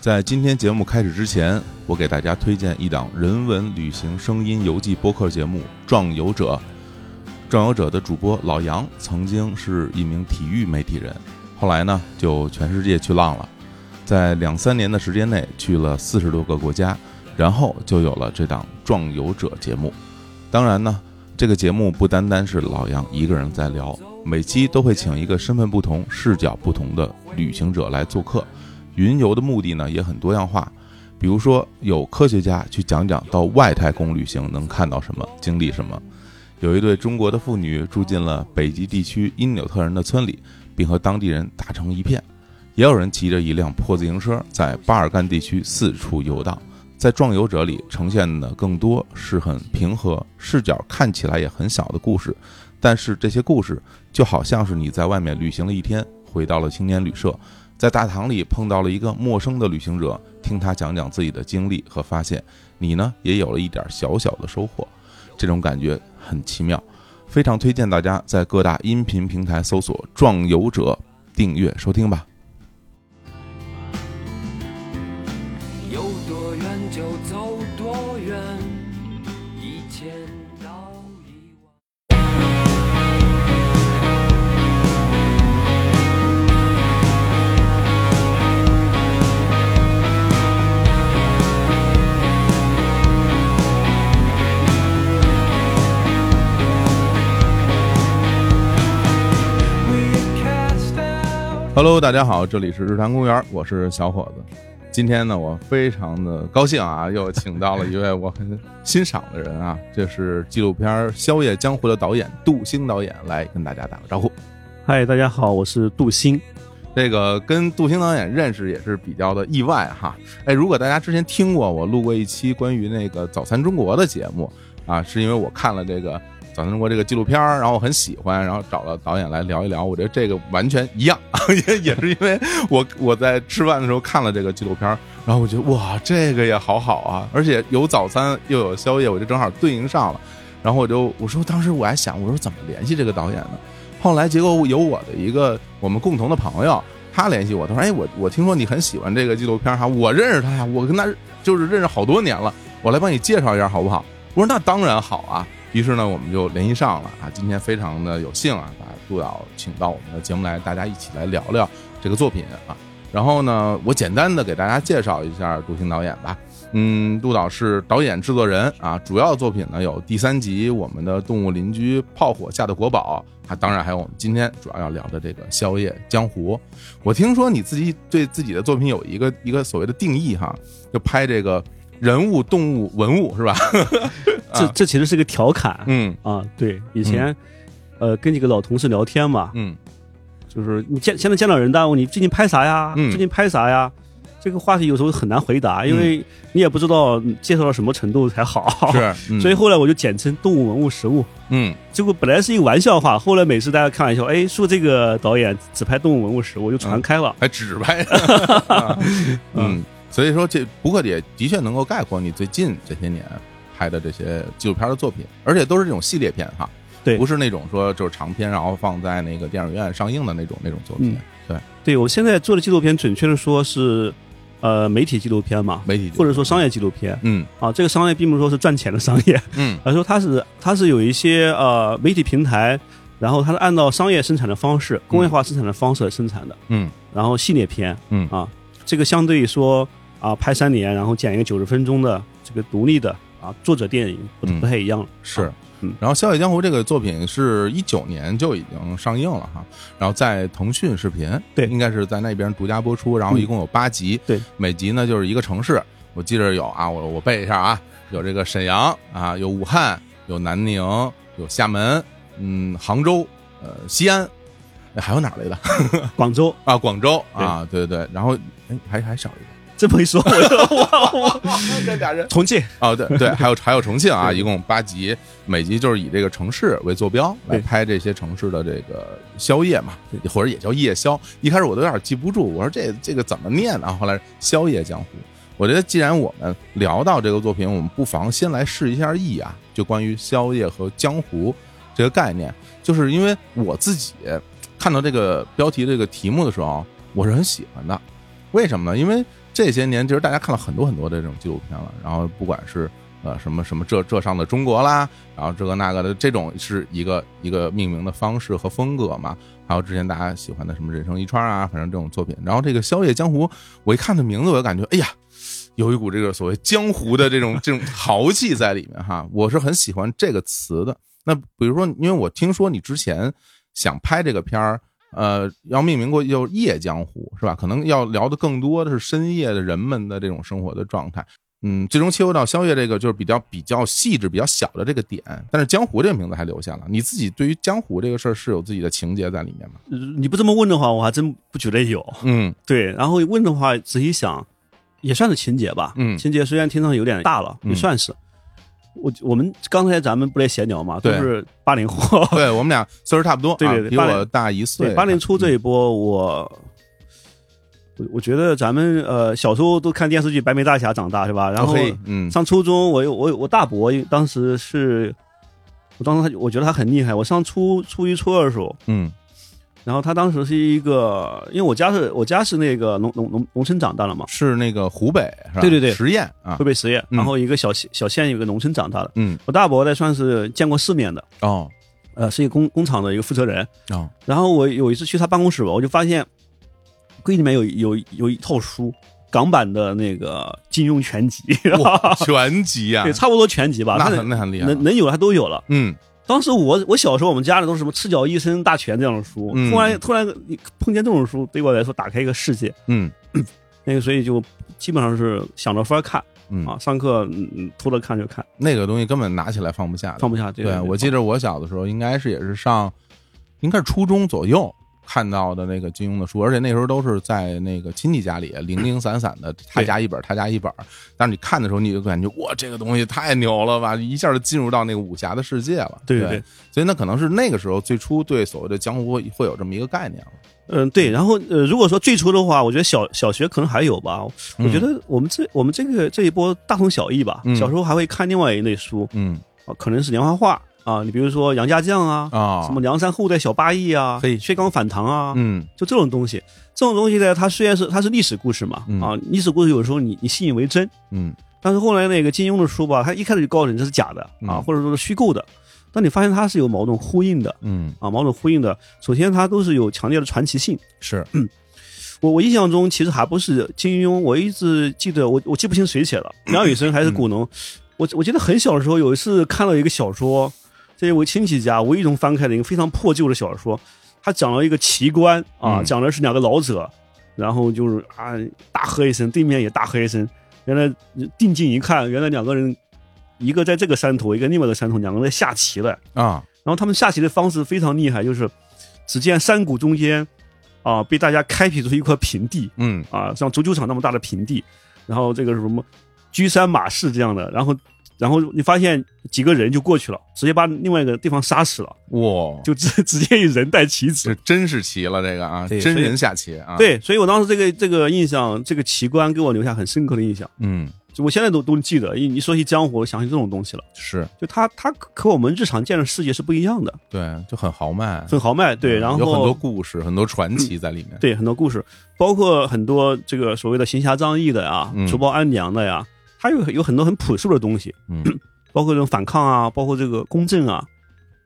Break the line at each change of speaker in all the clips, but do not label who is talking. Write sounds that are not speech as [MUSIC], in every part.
在今天节目开始之前，我给大家推荐一档人文旅行声音游记播客节目《壮游者》。《壮游者》的主播老杨曾经是一名体育媒体人，后来呢就全世界去浪了，在两三年的时间内去了四十多个国家，然后就有了这档《壮游者》节目。当然呢，这个节目不单单是老杨一个人在聊，每期都会请一个身份不同、视角不同的旅行者来做客。云游的目的呢也很多样化，比如说有科学家去讲讲到外太空旅行能看到什么、经历什么；有一对中国的妇女住进了北极地区因纽特人的村里，并和当地人打成一片；也有人骑着一辆破自行车在巴尔干地区四处游荡。在《壮游者》里呈现的更多是很平和、视角看起来也很小的故事，但是这些故事就好像是你在外面旅行了一天，回到了青年旅社。在大堂里碰到了一个陌生的旅行者，听他讲讲自己的经历和发现，你呢也有了一点小小的收获，这种感觉很奇妙，非常推荐大家在各大音频平台搜索“壮游者”订阅收听吧。
有多远就走多远，一千到一万。We cast out
Hello，大家好，这里是日坛公园，我是小伙子。今天呢，我非常的高兴啊，又请到了一位我很欣赏的人啊，这是纪录片《宵夜江湖》的导演杜兴导演来跟大家打个招呼。
嗨，大家好，我是杜鑫。
这个跟杜兴导演认识也是比较的意外哈。哎，如果大家之前听过我录过一期关于那个《早餐中国》的节目啊，是因为我看了这个《早餐中国》这个纪录片儿，然后我很喜欢，然后找了导演来聊一聊。我觉得这个完全一样， [LAUGHS] 也也是因为我我在吃饭的时候看了这个纪录片儿，然后我觉得哇，这个也好好啊，而且有早餐又有宵夜，我就正好对应上了。然后我就我说，当时我还想，我说怎么联系这个导演呢？后来结果有我的一个我们共同的朋友，他联系我，他说：“哎，我我听说你很喜欢这个纪录片儿哈，我认识他呀，我跟他就是认识好多年了，我来帮你介绍一下好不好？”我说：“那当然好啊。”于是呢，我们就联系上了啊。今天非常的有幸啊，把杜导请到我们的节目来，大家一起来聊聊这个作品啊。然后呢，我简单的给大家介绍一下杜兴导演吧。嗯，杜导是导演、制作人啊，主要作品呢有第三集我们的《动物邻居》《炮火下的国宝》啊，当然还有我们今天主要要聊的这个《宵夜江湖》。我听说你自己对自己的作品有一个一个所谓的定义哈，就拍这个人物、动物、文物是吧？
这这其实是个调
[LAUGHS]
侃、
啊嗯
啊，对，以前、呃跟几个老同事聊天嘛，
嗯
就是你见现在见到人，大家问你最近拍啥呀？
嗯
最近拍啥呀？这个话题有时候很难回答，因为你也不知道介绍到什么程度才好。，
是，嗯
[LAUGHS] 所以后来我就简称动物、文物、食物。
嗯
结果本来是一个玩笑话，后来每次大家开玩笑，哎，说这个导演只拍动物、文物、食物，就传开了。
还指拍， [LAUGHS] 嗯，所以说这不过也的确能够概括你最近这些年拍的这些纪录片的作品，而且都是这种系列片哈，
对
不是那种说就是长片然后放在那个电影院上映的那种那种作品，对，
对我现在做的纪录片，准确的说是呃媒体纪录片嘛，
媒体
或者说商业纪录片。
嗯
啊，这个商业并不是说是赚钱的商业，
嗯
而是说它是它是有一些呃媒体平台，然后它是按照商业生产的方式、工业化生产的方式生产的，
嗯
然后系列片，
嗯
啊，这个相对于说啊拍三年，然后剪一个九十分钟的这个独立的啊作者电影不
嗯
不太一样了，
是
嗯。
然后《笑傲江湖》这个作品是一九年就已经上映了哈，然后在腾讯视频，
对
应该是在那边独家播出，然后一共有八集，
对，
每集呢就是一个城市，我记着有啊，我我背一下啊，有这个沈阳啊，有武汉，有南宁，有厦门，嗯，杭州，呃，西安，哎还有哪儿来的
广州
啊？广州啊，对对对，然后哎还还少一
这么一说，我就哇哇，
个，这俩人
重庆
哦，对
[LAUGHS]
对，还有还有重庆啊，
对
一共八集，每集就是以这个城市为坐标来
对
拍这些城市的这个宵夜嘛，或者也叫夜宵。一开始我都有点记不住，我说这这个怎么念啊？后来宵夜江湖。我觉得既然我们聊到这个作品，我们不妨先来试一下意啊，就关于宵夜和江湖这个概念，就是因为我自己看到这个标题这个题目的时候，我是很喜欢的。为什么呢？因为这些年，其实大家看了很多很多的这种纪录片了，然后不管是呃什么什么这这上的中国啦，然后这个那个的，这种是一个一个命名的方式和风格嘛。还有之前大家喜欢的什么人生一串啊，反正这种作品。然后这个《宵夜江湖》，我一看这名字，我就感觉，哎呀，有一股这个所谓江湖的这种这种豪气在里面哈。我是很喜欢这个词的。那比如说，因为我听说你之前想拍这个片儿，呃，要命名过叫《夜江湖》，是吧？可能要聊的更多的是深夜的人们的这种生活的状态。嗯，最终切入到宵夜这个就是比较比较细致、比较小的这个点，但是江湖这个名字还留下了。你自己对于江湖这个事儿是有自己的情节在里面吗？
呃你不这么问的话，我还真不觉得有。
嗯
对，然后问的话，仔细想，也算是情节吧。
嗯
情节虽然听上去有点大了，
嗯
也算是。我我们刚才咱们不来闲聊嘛，都
对
是八
[LAUGHS]
零后，
对我们俩岁数差不多，
对对
啊、
对
比
八零
我大一岁啊嗯
对，八零初这一波，我我我觉得咱们呃小时候都看电视剧《白眉大侠》长大是吧？然后
嘿嗯
上初中，我有我有我大伯当时是，我当时他我觉得他很厉害。我上初初一初二的时候，
嗯
然后他当时是一个，因为我家是我家是那个农农农农村长大的嘛，
是那个湖北是吧？
对对对
实验啊
会，被实验，
嗯
然后一个小县小县有个农村长大的。
嗯
我大伯呢算是见过世面的，
哦
呃，是一个工工厂的一个负责人。 [LAUGHS]
哦
然后我有一次去他办公室吧，我就发现柜里面有有有一套书，港版的那个金庸全集，
哇，全集啊
[LAUGHS] 对，，差不多全集吧，
那
但是
很那很厉害了，啊
能能有的他都有了。
嗯
当时我我小时候我们家里都是什么《赤脚医生大全》这样的书，
嗯
突然突然你碰见这种书，对我来说打开一个世界，
嗯
那个所以就基本上是想着法儿看
嗯
啊，上课嗯嗯偷着看就看，
那个东西根本拿起来放不下的，
放不下。对
对啊我记
得
得我小的时候，应该是也是上，应该是初中左右看到的那个金庸的书，而且那时候都是在那个亲戚家里零零散散的，他家一本，他家一本。但是你看的时候，你就感觉哇，这个东西太牛了吧，一下就进入到那个武侠的世界了。
对
对
对对，
所以那可能是那个时候最初对所谓的江湖会有这么一个概念了。
嗯对，然后呃如果说最初的话，我觉得小小学可能还有吧，我觉得我们这我们这个这一波大同小异吧
嗯，
小时候还会看另外一类书
嗯
啊，可能是连环画啊，你比如说杨家将啊，
啊
什，么梁山后代小八义啊
嘿，
薛刚反唐啊，
嗯
就这种东西，这种东西呢，它虽然是它是历史故事嘛，
嗯
啊，历史故事有时候你你信以为真，
嗯
但是后来那个金庸的书吧，他一开始就告诉你这是假的啊，
嗯
或者说是虚构的，但你发现它是有矛盾呼应的
嗯，
啊，矛盾呼应的，首先它都是有强烈的传奇性。
是
我我印象中其实还不是金庸，我一直记得我我记不清谁写的，梁羽生还是古农，我我记得很小的时候有一次看了一个小说，在我亲戚家无意中翻开了一个非常破旧的小说，他讲了一个奇观啊，
嗯
讲的是两个老者，然后就是啊大喝一声，对面也大喝一声，原来定睛一看，原来两个人一个在这个山头，一个另外的山头，两个人在下棋了。
啊，
然后他们下棋的方式非常厉害，就是只见山谷中间啊、被大家开辟出一块平地
嗯
啊、像足球场那么大的平地，然后这个是什么居山马士这样的，然后然后你发现几个人就过去了，直接把另外一个地方杀死了，
哇，
就直 [LAUGHS] 直接以人带棋子
这。真是棋了，这个啊，
对
真
所以
人下棋啊，，
对，所以我当时这个这个印象，这个奇观给我留下很深刻的印象，
嗯
就我现在都都记得。一一说起江湖，我想起这种东西了。
是。
就它它和我们日常见的世界是不一样的，
对，就很豪迈，
很豪迈。对，
嗯
然后嗯
有很多故事，很多传奇在里面。
对，很多故事，包括很多这个所谓的行侠仗义的呀
嗯，
除暴安良的呀，它有有很多很朴素的东西，
嗯
包括这种反抗啊，包括这个公正啊。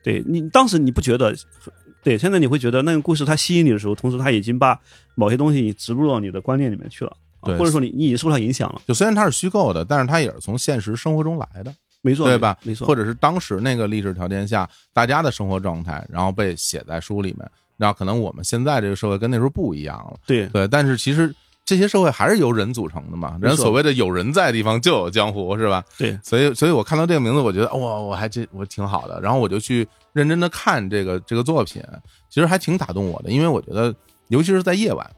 对你当时你不觉得，对，现在你会觉得那个故事它吸引你的时候，同时它已经把某些东西植入到你的观念里面去了，啊
对
或者说你你已经受它影响了，
就虽然它是虚构的，但是它也是从现实生活中来的，
没错，
对吧？
没错，
或者是当时那个历史条件下大家的生活状态，然后被写在书里面。然后可能我们现在这个社会跟那时候不一样了，
对
对。但是其实这些社会还是由人组成的嘛，人
没错
所谓的有人在的地方就有江湖，是吧？
对，
所以，所以我看到这个名字，我觉得哇、我还这我挺好的。然后我就去认真的看这个这个作品，其实还挺打动我的，因为我觉得，尤其是在夜晚，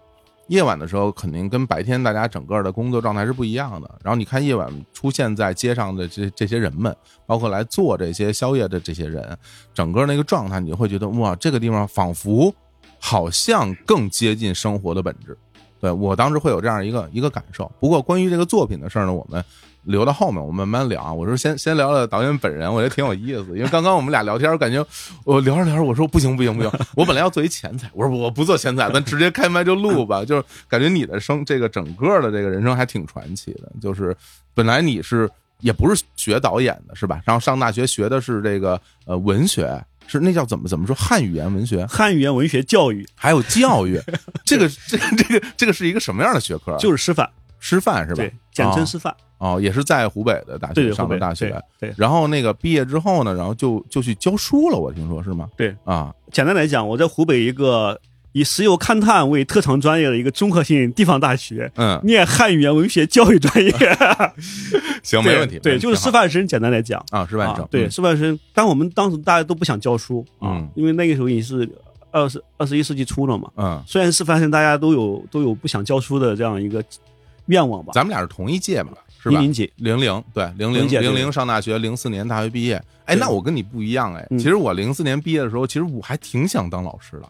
夜晚的时候肯定跟白天大家整个的工作状态是不一样的。然后你看夜晚出现在街上的这这些人们，包括来做这些宵夜的这些人，整个那个状态，你就会觉得哇，这个地方仿佛好像更接近生活的本质。对我当时会有这样一个一个感受。不过关于这个作品的事儿呢，我们留到后面我们慢慢聊啊。我说先先聊聊导演本人，我觉得挺有意思。因为刚刚我们俩聊天，我感觉我聊着聊着，我说不行不行不行，我本来要做一前菜，我说我不做前菜，咱直接开麦就录吧。就是感觉你的生这个整个的这个人生还挺传奇的，就是本来你是也不是学导演的是吧？然后上大学学的是这个呃文学。是那叫怎么怎么说汉语言文学，
汉语言文学教育
还有教
[LAUGHS]
育，这个这个这个这个是一个什么样的学科？啊
就是师范，
师范是吧
对？，简称
哦
师范，
哦，也是在湖北的大
对
学
对，
上
湖
的
北
大学，，
对对。
然后那个毕业之后呢，然后就就去教书了，我听说是吗？
对
啊，
简单来讲，我在湖北一个以石油勘探为特长专业的一个综合性地方大学。
嗯，
念汉语言文学教育专
[LAUGHS]
业，
行，没问题，
对，
嗯
就是
挺
师
好
范生，简单来讲，
啊，师范生
啊，对，
嗯
师范生。但我们当时大家都不想教书啊，
嗯
因为那个时候已经是二十二十一世纪初了嘛。
嗯，
虽然师范生大家都有都有不想教书的这样一个愿望吧，
咱们俩是同一届嘛，是
一
吧？
零几，
零零对零零
零届
零
对
零上大学，零四年大学毕业。哎，
对
那我跟你不一样哎，
嗯
其实我零四年毕业的时候，其实我还挺想当老师的，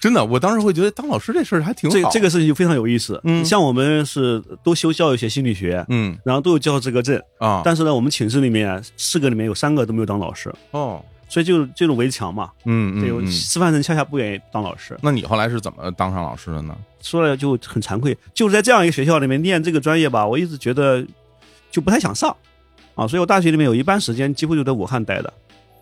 真的，我当时会觉得当老师这事儿还挺
这
好。
这个事情就非常有意思。
嗯
像我们是都修教育学、心理学，
嗯
然后都有教师资格证，
啊
但是呢，我们寝室里面啊四个里面有三个都没有当老师，
哦
所以就这种围墙嘛。
嗯
对，
嗯嗯，
师范生恰恰不愿意当老师，
那你后来是怎么当上老师的呢？
说来就很惭愧，就是在这样一个学校里面念这个专业吧，我一直觉得就不太想上。啊，所以我大学里面有一半时间几乎就在武汉待的，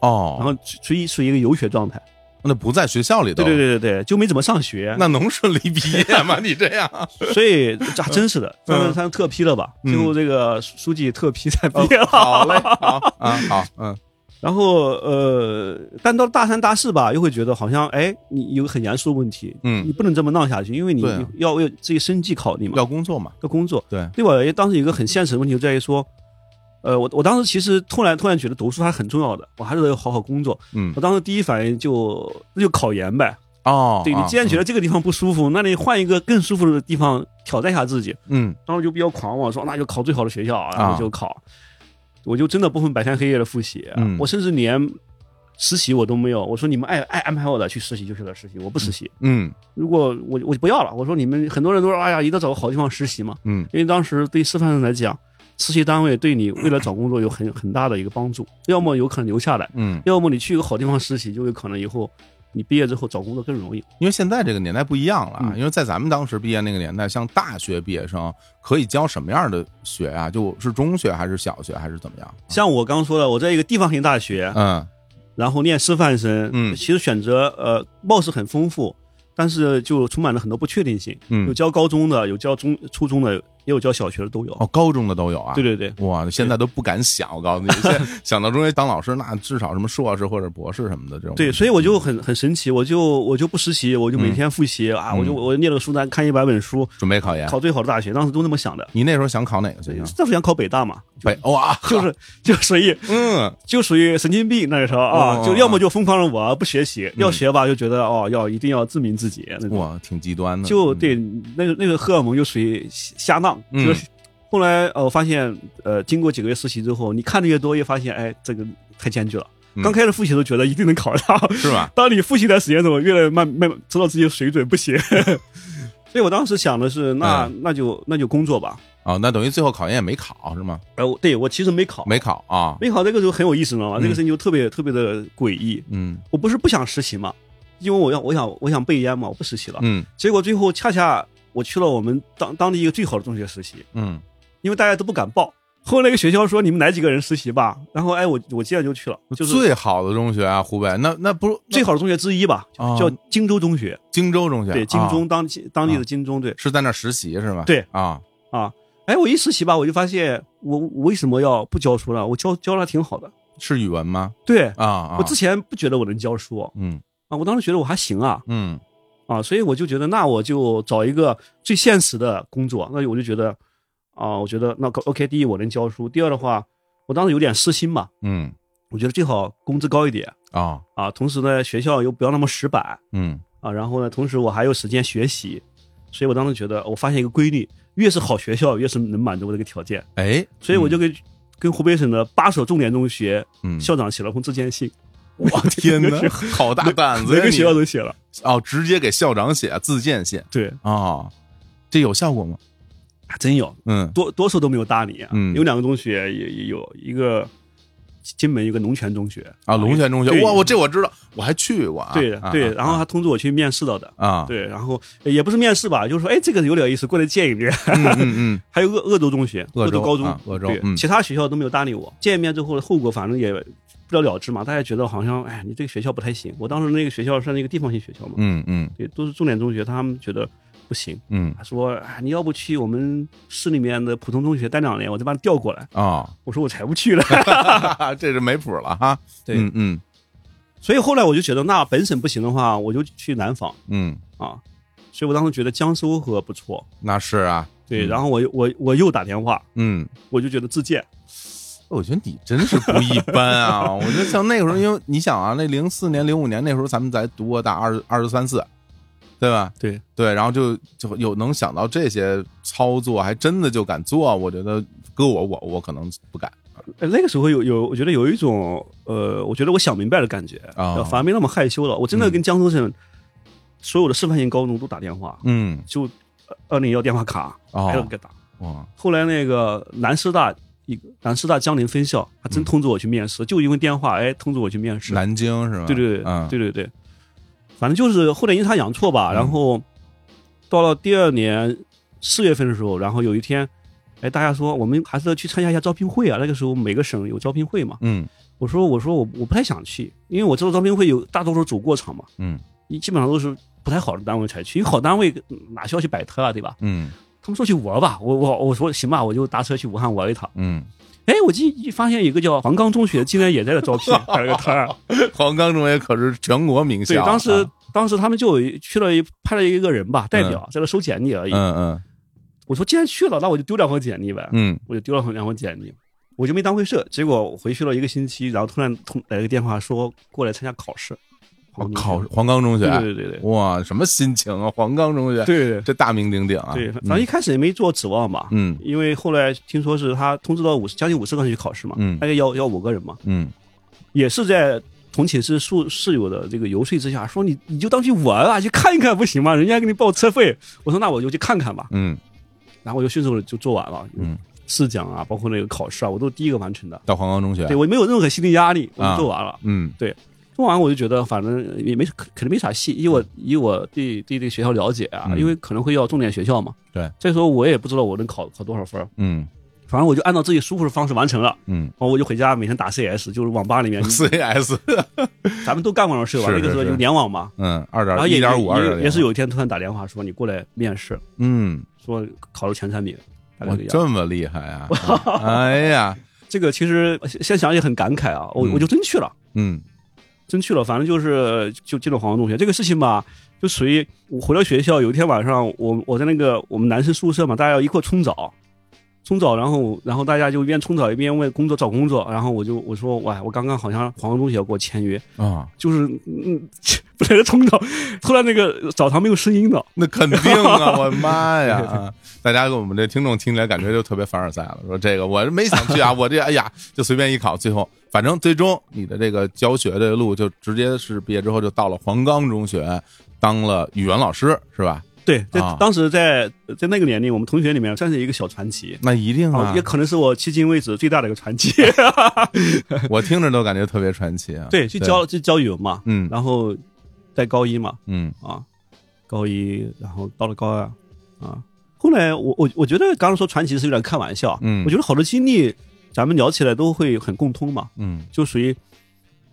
哦，
然后处于处于一个游学状态，
那不在学校里头，
对对对对对，就没怎么上学，
那能顺利毕业吗？你这样，
[LAUGHS] 所以这还真是的，
[LAUGHS] 嗯
他们他们特批了吧？
嗯哦
最后这个书记特批才毕业了，
好嘞，好啊，好，嗯
然后呃，但到大三大四吧，又会觉得好像哎，你有个很严肃的问题，你
嗯，
不能这么闹下去，因为你
对啊
要为自己生计考虑嘛，
要工作嘛，
要工作。
对，
对我而言，当时有一个很现实的问题就在于说，呃，我我当时其实突然突然觉得读书还是很重要的，我还是得好好工作。
嗯，
我当时第一反应就那就考研呗，
哦，
对你
啊
既然觉得这个地方不舒服，那你换一个更舒服的地方挑战一下自己。
嗯
当时就比较狂妄，说那就考最好的学校，然
啊
后就考，我就真的不分白天黑夜的复习，
嗯
我甚至连实习我都没有。我说你们爱爱安排我的去实习就去了实习，我不实习。
嗯
如果我我就不要了，我说你们很多人都说哎呀，一定要找个好地方实习嘛，
嗯，
因为当时对师范生来讲，实习单位对你未来找工作有很很大的一个帮助，要么有可能留下来，
嗯，
要么你去一个好地方实习，就有可能以后你毕业之后找工作更容易。
因为现在这个年代不一样了啊，
嗯
因为在咱们当时毕业那个年代，像大学毕业生可以教什么样的学啊？就是中学还是小学还是怎么样？
像我刚说的，我在一个地方性大学，
嗯
然后念师范生，
嗯
其实选择呃貌似很丰富，但是就充满了很多不确定性。有
嗯，
教高中的，有教中初中的，也有教小学的都有。
哦，高中的都有啊，
对对对，
哇，现在都不敢想，我
[LAUGHS]
告诉你，现在想到中学当老师，那至少什么硕士或者博士什么的这种。
对，所以我就很很神奇，我就我就不实习，我就每天复习、啊，
嗯
我就我念了个书单，看一百本书，
准备考研，
考最好的大学，当时都那么想的。
你那时候想考哪个学校？
当时想考北大嘛，
北哇，
[LAUGHS] 就是就属于
嗯，
就属于神经病那个时候
哦
啊，
哦
就要么就疯狂的我不学习，
嗯
要学吧就觉得哦要一定要证明自己那种。
哇，挺极端的，
就
嗯，
对那个那个荷尔蒙就属于瞎瞎浪，
嗯
就是后来呃我发现呃经过几个月实习之后，你看的越多，越发现哎这个太艰巨了
嗯。
刚开始复习都觉得一定能考上，
是吧？
当你复习一段时间之后，越来越慢慢慢知道自己的水准不行。 [LAUGHS] 所以我当时想的是，那
嗯
那就那就工作吧。
哦，那等于最后考研也没考是吗？
呃，我对我其实没考，
没考啊，
没考这个时候很有意思，你知道吗？
嗯
这个事情就特别特别的诡异。
嗯
我不是不想实习嘛，因为我要我想我想备烟嘛，我不实习了。
嗯
结果最后恰恰我去了我们当当地一个最好的中学实习，
嗯，
因为大家都不敢报。后来那个学校说你们来几个人实习吧，然后哎我我接着就去了，就是
最好的中学啊，湖北那那不
最
那
好的中学之一吧，
哦
叫荆州中学，
荆州中学，
对，荆
啊
中当地当地的荆中对。
是在那儿实习是吗？
对
啊，
啊，哎我一实习吧，我就发现我我为什么要不教书了？我教教的挺好的，
是语文吗？
对
啊啊，
我之前不觉得我能教书
嗯
啊，我当时觉得我还行啊
嗯
啊，所以我就觉得那我就找一个最现实的工作，那我就觉得啊，我觉得那个 OK，第一我能教书，第二的话，我当时有点私心嘛，
嗯
我觉得最好工资高一点
啊
啊，同时呢学校又不要那么死板
嗯
啊，然后呢，同时我还有时间学习，所以我当时觉得我发现一个规律，越是好学校越是能满足我这个条件。
哎，
所以我就跟、跟湖北省的八所重点中学
嗯， [LAUGHS]
校长写了封致歉信，
我天哪
每个，
好大胆子
每
呀！
个学校
你
都写了。
哦，直接给校长写自荐信
对，
啊，这有效果吗？
还真有
嗯
多多数都没有搭理啊。
嗯
有两个中学也也有一个金门有个龙泉中学
啊，龙泉中学，
对
哇，我这我知道，我还去过啊。
对
啊
对，
啊
然后他通知我去面试到的。
啊，
对，然后也不是面试吧，就是说，哎，这个有点意思，过来见一面。 [LAUGHS]
嗯嗯嗯，
还有鄂鄂州中学、
鄂州
州高中、
啊鄂州
对、
嗯
其他学校都没有搭理我。见面之后的后果，反正也不了了之嘛。大家觉得好像，哎，你这个学校不太行。我当时那个学校算那个地方性学校嘛，
嗯嗯
对，都是重点中学，他们觉得不行。
嗯
他说、哎，你要不去我们市里面的普通中学待两年，我再把你调过来。
啊，
我说我才不去呢。
[LAUGHS] 这是没谱了哈。
对
嗯嗯
所以后来我就觉得，那本省不行的话，我就去南方
嗯，
啊。所以我当时觉得江苏和不错，
那是啊。
对。
嗯
然后我又我我又打电话，
嗯，
我就觉得自荐，
我觉得你真是不一般啊！我觉得像那个时候，因为你想啊，那零四年、零五年那时候，咱们才读多大，二十二十三四，对吧？
对
对，然后就就有能想到这些操作，还真的就敢做。我觉得搁我，我我可能不敢。
呃，那个时候有有，我觉得有一种呃，我觉得我想明白的感觉
啊
呃反而没那么害羞了。我真的
嗯
跟江苏省所有的示范性高中都打电话，
嗯，
就呃二零幺电话卡，还有
哦
给打。
哇，
后来那个南师大一个南师大江宁分校，还
嗯
真通知我去面试，就因为电话，哎，通知我去面试。
南京是吧？
对对对
嗯，
对对对，反正就是后来阴差阳错吧。
嗯
然后到了第二年四月份的时候，然后有一天，哎，大家说我们还是去参加一下招聘会啊。那个时候每个省有招聘会嘛。
嗯
我说我说我我不太想去，因为我知道招聘会有大多数主过场嘛，
嗯
你基本上都是不太好的单位才去，因为好单位嗯哪需要去摆摊啊，对吧？
嗯
他们说去玩吧，我我我说行吧，我就搭车去武汉玩一趟。
嗯，
哎，我记一发现一个叫黄冈中学，竟然也在这招聘 [LAUGHS] 摆了个摊儿。
[LAUGHS] 黄冈中学可是全国名校。
对，当时
啊
当时他们就有一去了一派了一个人吧，代表在那收简历而已。
嗯嗯
我说既然去了，那我就丢两份简历呗，
嗯
我就丢了两份简历，我就没当回事。结果回去了一个星期，然后突然通来个电话说过来参加考试，
哦，考黄冈中学，
对对对对
哇，什么心情啊？黄冈中学，
对
这大名鼎鼎啊。
对，
嗯
反正一开始也没做指望吧，
嗯
因为后来听说是他通知到五十将近五十个人去考试嘛，
嗯
大概要要五个人嘛，
嗯
也是在同寝室宿室友的这个游说之下，说你你就当去玩啊，去看一看不行吗？人家给你报车费，我说那我就去看看吧，
嗯，
然后我就迅速的就做完了，
嗯，
试讲啊，包括那个考试啊，我都第一个完成的，
到黄冈中学
对，我没有任何心理压力，我就做完了。
嗯
做完我就觉得，反正也没肯定没啥戏，以我以我对对这个学校了解啊，
嗯
因为可能会要重点学校嘛。
对，
这时候我也不知道我能考考多少分儿，
嗯
反正我就按照自己舒服的方式完成了。
嗯，
然后我就回家每天打 CS，就是网吧里面
，CS， [LAUGHS]
咱们都干过这种事吧？
是
那个时候
是是
就联网嘛，
嗯，二
然后
点
也
一点五二点
也也是，有一天突然打电话说你过来面试，
嗯，
说考了前三名。大概
我
这个样
这么厉害啊！哎呀，
这个其实呃现现在想也很感慨啊，我
嗯
我就真去了，
嗯
真去了，反正就是就进了黄冈中学这个事情吧，就属于我回到学校，有一天晚上，我我在那个我们男生宿舍嘛，大家要一块冲澡，冲澡，然后然后大家就一边冲澡一边为工作找工作，然后我就我说喂，我刚刚好像黄冈中学要给我签约，
啊，
就是嗯， [LAUGHS] 不在这冲澡，突然那个澡堂没有声音了，
那肯定
[LAUGHS]
啊！我的妈呀！啊大家我们这听众听起来感觉就特别凡尔赛了，说这个我没想
[LAUGHS]
去啊，我这哎呀就随便一考，最后反正最终你的这个教学这个路就直接是毕业之后就到了黄冈中学当了语文老师是吧？
对，在、
啊
当时在在那个年龄，我们同学里面算是一个小传奇。
那一定啊
啊，也，可能是我迄今为止最大的一个传奇。
我听着都感觉特别传奇啊！
[LAUGHS] 对，去教去教语文嘛，
嗯
然后在高一嘛，
嗯
啊，高一，然后到了高二，啊，后来我我我觉得刚刚说传奇是有点开玩笑，
嗯
我觉得好多经历咱们聊起来都会很共通嘛，
嗯
就属于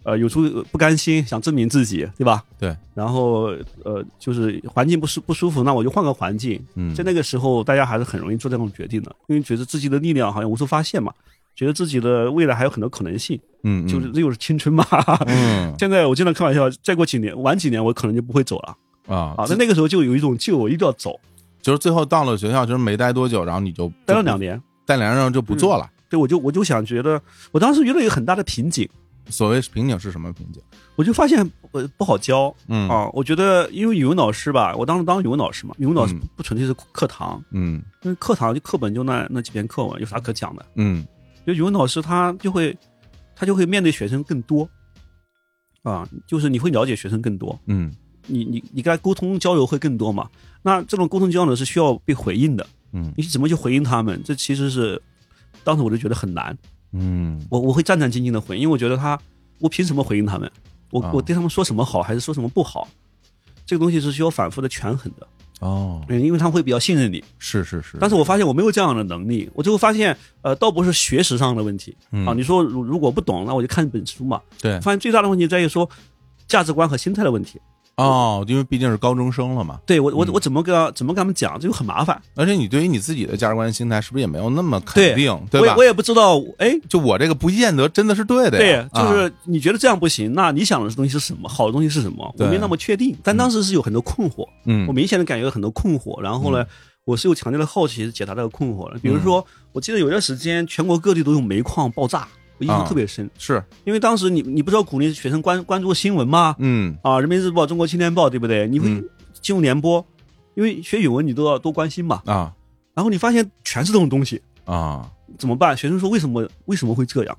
呃有时候不甘心，想证明自己，对吧？
对，
然后呃就是环境不舒不舒服，那我就换个环境，
嗯，
在那个时候，大家还是很容易做这种决定的，因为觉得自己的力量好像无处发泄嘛，觉得自己的未来还有很多可能性，
嗯，嗯
就是这就是青春嘛。 [LAUGHS]
嗯
现在我经常开玩笑，再过几年晚几年我可能就不会走了
啊
啊。，在那个时候就有一种，就我一定要走，
就是最后到了学校，就是没待多久，然后你就
待了两，年，
待两年就不做了。
对我就我就想觉得，我当时遇到一个很大的瓶颈，
所谓瓶颈是什么瓶颈？
我就发现呃不好教
嗯
啊。我觉得因为语文老师吧，我当时当语文老师嘛，语文老师
嗯
不不纯粹是课堂，
嗯
因为课堂就课本就那那几篇课文，有啥可讲的？
嗯
就语文老师他就会他就会面对学生更多啊，就是你会了解学生更多。
嗯
你你你跟他沟通交流会更多嘛。那这种沟通交流是需要被回应的，
嗯
你怎么去回应他们？这其实是当时我就觉得很难，
嗯
我我会战战兢兢的回应，因为我觉得他我凭什么回应他们？我
啊
我对他们说什么好，还是说什么不好？这个东西是需要反复的权衡的，
哦，
嗯，因为他们会比较信任你。
是是是，
但是我发现我没有这样的能力，我最后发现，呃，倒不是学识上的问题
嗯
啊。你说如如果不懂，那我就看一本书嘛。
对
发现最大的问题在于说价值观和心态的问题。
哦，因为毕竟是高中生了嘛，
对我我
嗯
我怎么跟他怎么跟他们讲，这就很麻烦。
而且你对于你自己的价值观心态是不是也没有那么肯
对
定，对
我也
吧
我？也不知道，哎，
就我这个不见得真的是对的
对
呀，，
就是
啊
你觉得这样不行，那你想的东西是什么？好的东西是什么？我
对
没那么确定，但当时是有很多困惑，
嗯
我明显的感觉到很多困惑。然后呢，我是有强烈的好奇解答这个困惑的。
嗯
比如说，我记得有段时间全国各地都有煤矿爆炸，我印象
啊
特别深，
是
因为当时你你不是要鼓励学生关关注新闻吗？
嗯
啊，人民日报、中国青年报，对不对？你会
嗯
进入联播，因为学语文你都要多关心嘛。
啊
然后你发现全是这种东西，
啊
怎么办？学生说为什么为什么会这样？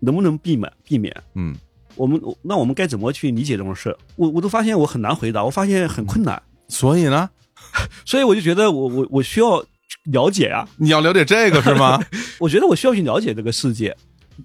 能不能避免避免？
嗯
我们我那我们该怎么去理解这种事？我我都发现我很难回答，我发现很困难，
所以呢，
所以我就觉得我我我需要去了解啊，
你要了解这个是
[LAUGHS]
吗？
我觉得我需要去了解这个世界，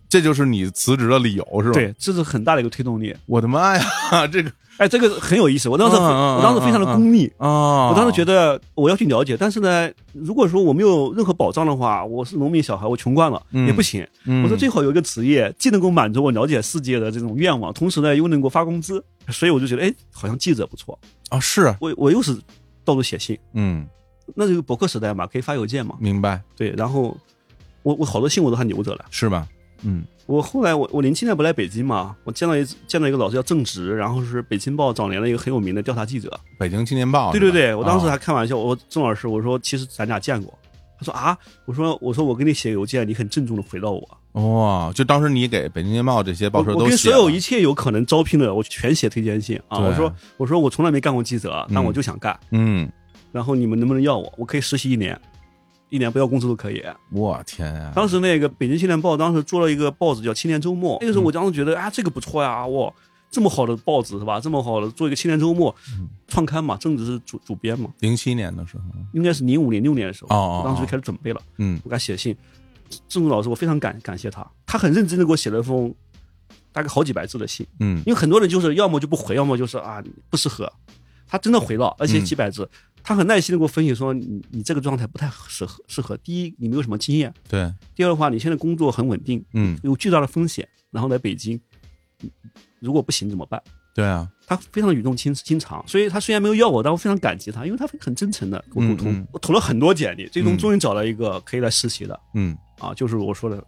这就是你辞职的理由是吧？，
对，这是很大的一个推动力。
我的妈呀，这个
哎，这个很有意思，我当时
嗯嗯
我当时非常的功利，
啊，
我当时觉
得
得我要去了解，但是呢，如果说我没有任何保障的话，我是农民小孩，我穷惯了
嗯
也不行。
嗯
我说最好有一个职业，既能够满足我了解世界的这种愿望，同时呢又能够发工资，所以我就觉得，哎，好像记者不错。
啊是
我我又是到处写信，
嗯
那就是博客时代嘛，可以发邮件嘛。
明白
对，然后我我好多信我都还留着了。
是吧？嗯
我后来我我零七年不来北京嘛，我见到一见到一个老师叫郑直，然后是北青报早年的一个很有名的调查记者。
北京青年报
对
是吧
对对，我当时
啊
还开玩笑，我说郑老师，我说其实咱俩见过。他说啊，我说我说我给你写邮件，你很郑重的回到我，
哦哇，就当时你给北京青年报这些报社
我
都
我跟
写
所
了
有一切有可能招聘的，我全写推荐信啊。
对
我说我说我从来没干过记者，但
嗯
我就想干。
嗯，
然后你们能不能要我？我可以实习一年，一年不要工资都可以。
我天呀，
当时那个北京青年报当时做了一个报纸叫《青年周末》，那个
嗯
时候我当时觉得啊，这个不错呀，哇，这么好的报纸是吧？这么好的做一个青年周末，
嗯
创刊嘛，正值是主主编嘛，
零七年的时候，
应该是零五零六年的时
哦
候，
哦
我当时就开始准备了，
嗯
我给他写信，郑重老师，我非常感感谢他，他很认真的给我写了一封大概好几百字的信，
嗯
因为很多人就是要么就不回，要么就是啊不适合，他真的回了，而且
嗯
几百字。他很耐心的给我分析说，你你这个状态不太适合适合。第一，你没有什么经验；
对
第二的话，你现在工作很稳定，
嗯
有巨大的风险，然后来北京，如果不行怎么办？
对啊，
他非常语重心心长，所以他虽然没有要我，但我非常感激他，因为他很真诚的跟我沟通。
嗯嗯
我投了很多简历，最
嗯
终终于找到一个可以来实习的、
嗯
啊，就是我说的，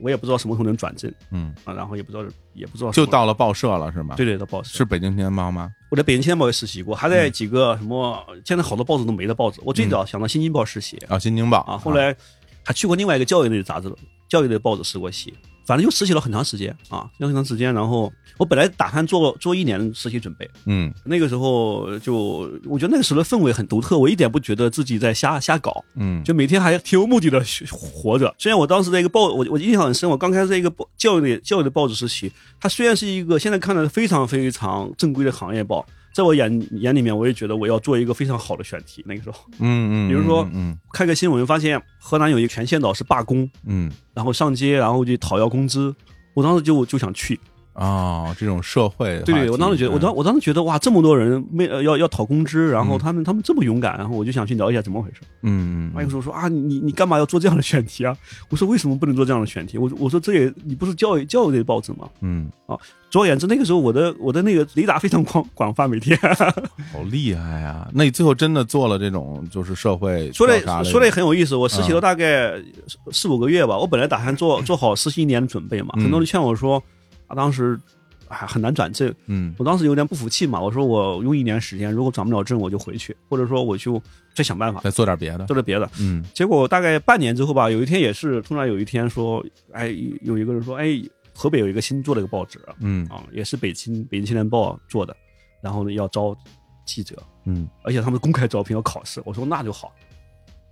我也不知道什么时候能转正
嗯，
啊，然后也不知道也不知道什
就
么
到了报社了是吗？
对对到报纸。
是嗯北京青年报吗？
我在北京青年报也实习过，还在几个什么现在好多报纸都没的报纸，我最早想到新京报实习、
嗯啊，新京报
啊，后来还去过另外一个教育类的杂志，教育类的报纸实过习，反正就实习了很长时间啊，要很长时间。然后我本来打算做做一年实习准备，
嗯
那个时候就我觉得那个时候的氛围很独特，我一点不觉得自己在瞎瞎搞，
嗯
就每天还挺有目的的活着。虽然我当时在一个报，我我印象很深，我刚开始在一个报教育类教育的报纸实习，它虽然是一个现在看来非常非常正规的行业报，在我眼眼里面，我也觉得我要做一个非常好的选题。那个时候
嗯嗯，
比如说
嗯
看个新闻，发现河南有一个全县导师罢工，
嗯
然后上街，然后就讨要工资。我当时就就想去，
哦，这种社会话题，
对对，我当时觉得，我当我当时觉得哇，这么多人没呃要要讨工资，然后
嗯
他们他们这么勇敢，然后我就想去了解一下怎么回事。
嗯
麦克
嗯
说说啊，你你干嘛要做这样的选题啊？我说为什么不能做这样的选题？我我说这也你不是教育教育类报纸吗？
嗯，
总而言之，那个时候我的我的那个雷达非常广广泛，每
[LAUGHS]
天
好厉害啊！那你最后真的做了这种就是社会
说
调查
的
类
说的也很有意思。我实习
嗯
了大概四四五个月吧，我本来打算做做好实习一年的准备嘛。
嗯
很多人劝我说，啊，当时哎很难转正，
嗯
我当时有点不服气嘛。我说我用一年时间，如果转不了正，我就回去，或者说我就再想办法
再做点别的，
做点别的。
嗯
结果大概半年之后吧，有一天也是突然有一天说，哎，有一个人说，哎，河北有一个新做了一个报纸
嗯
啊，也是北京北京青年报啊做的，然后呢要招记者，
嗯
而且他们公开招聘要考试，我说那就好，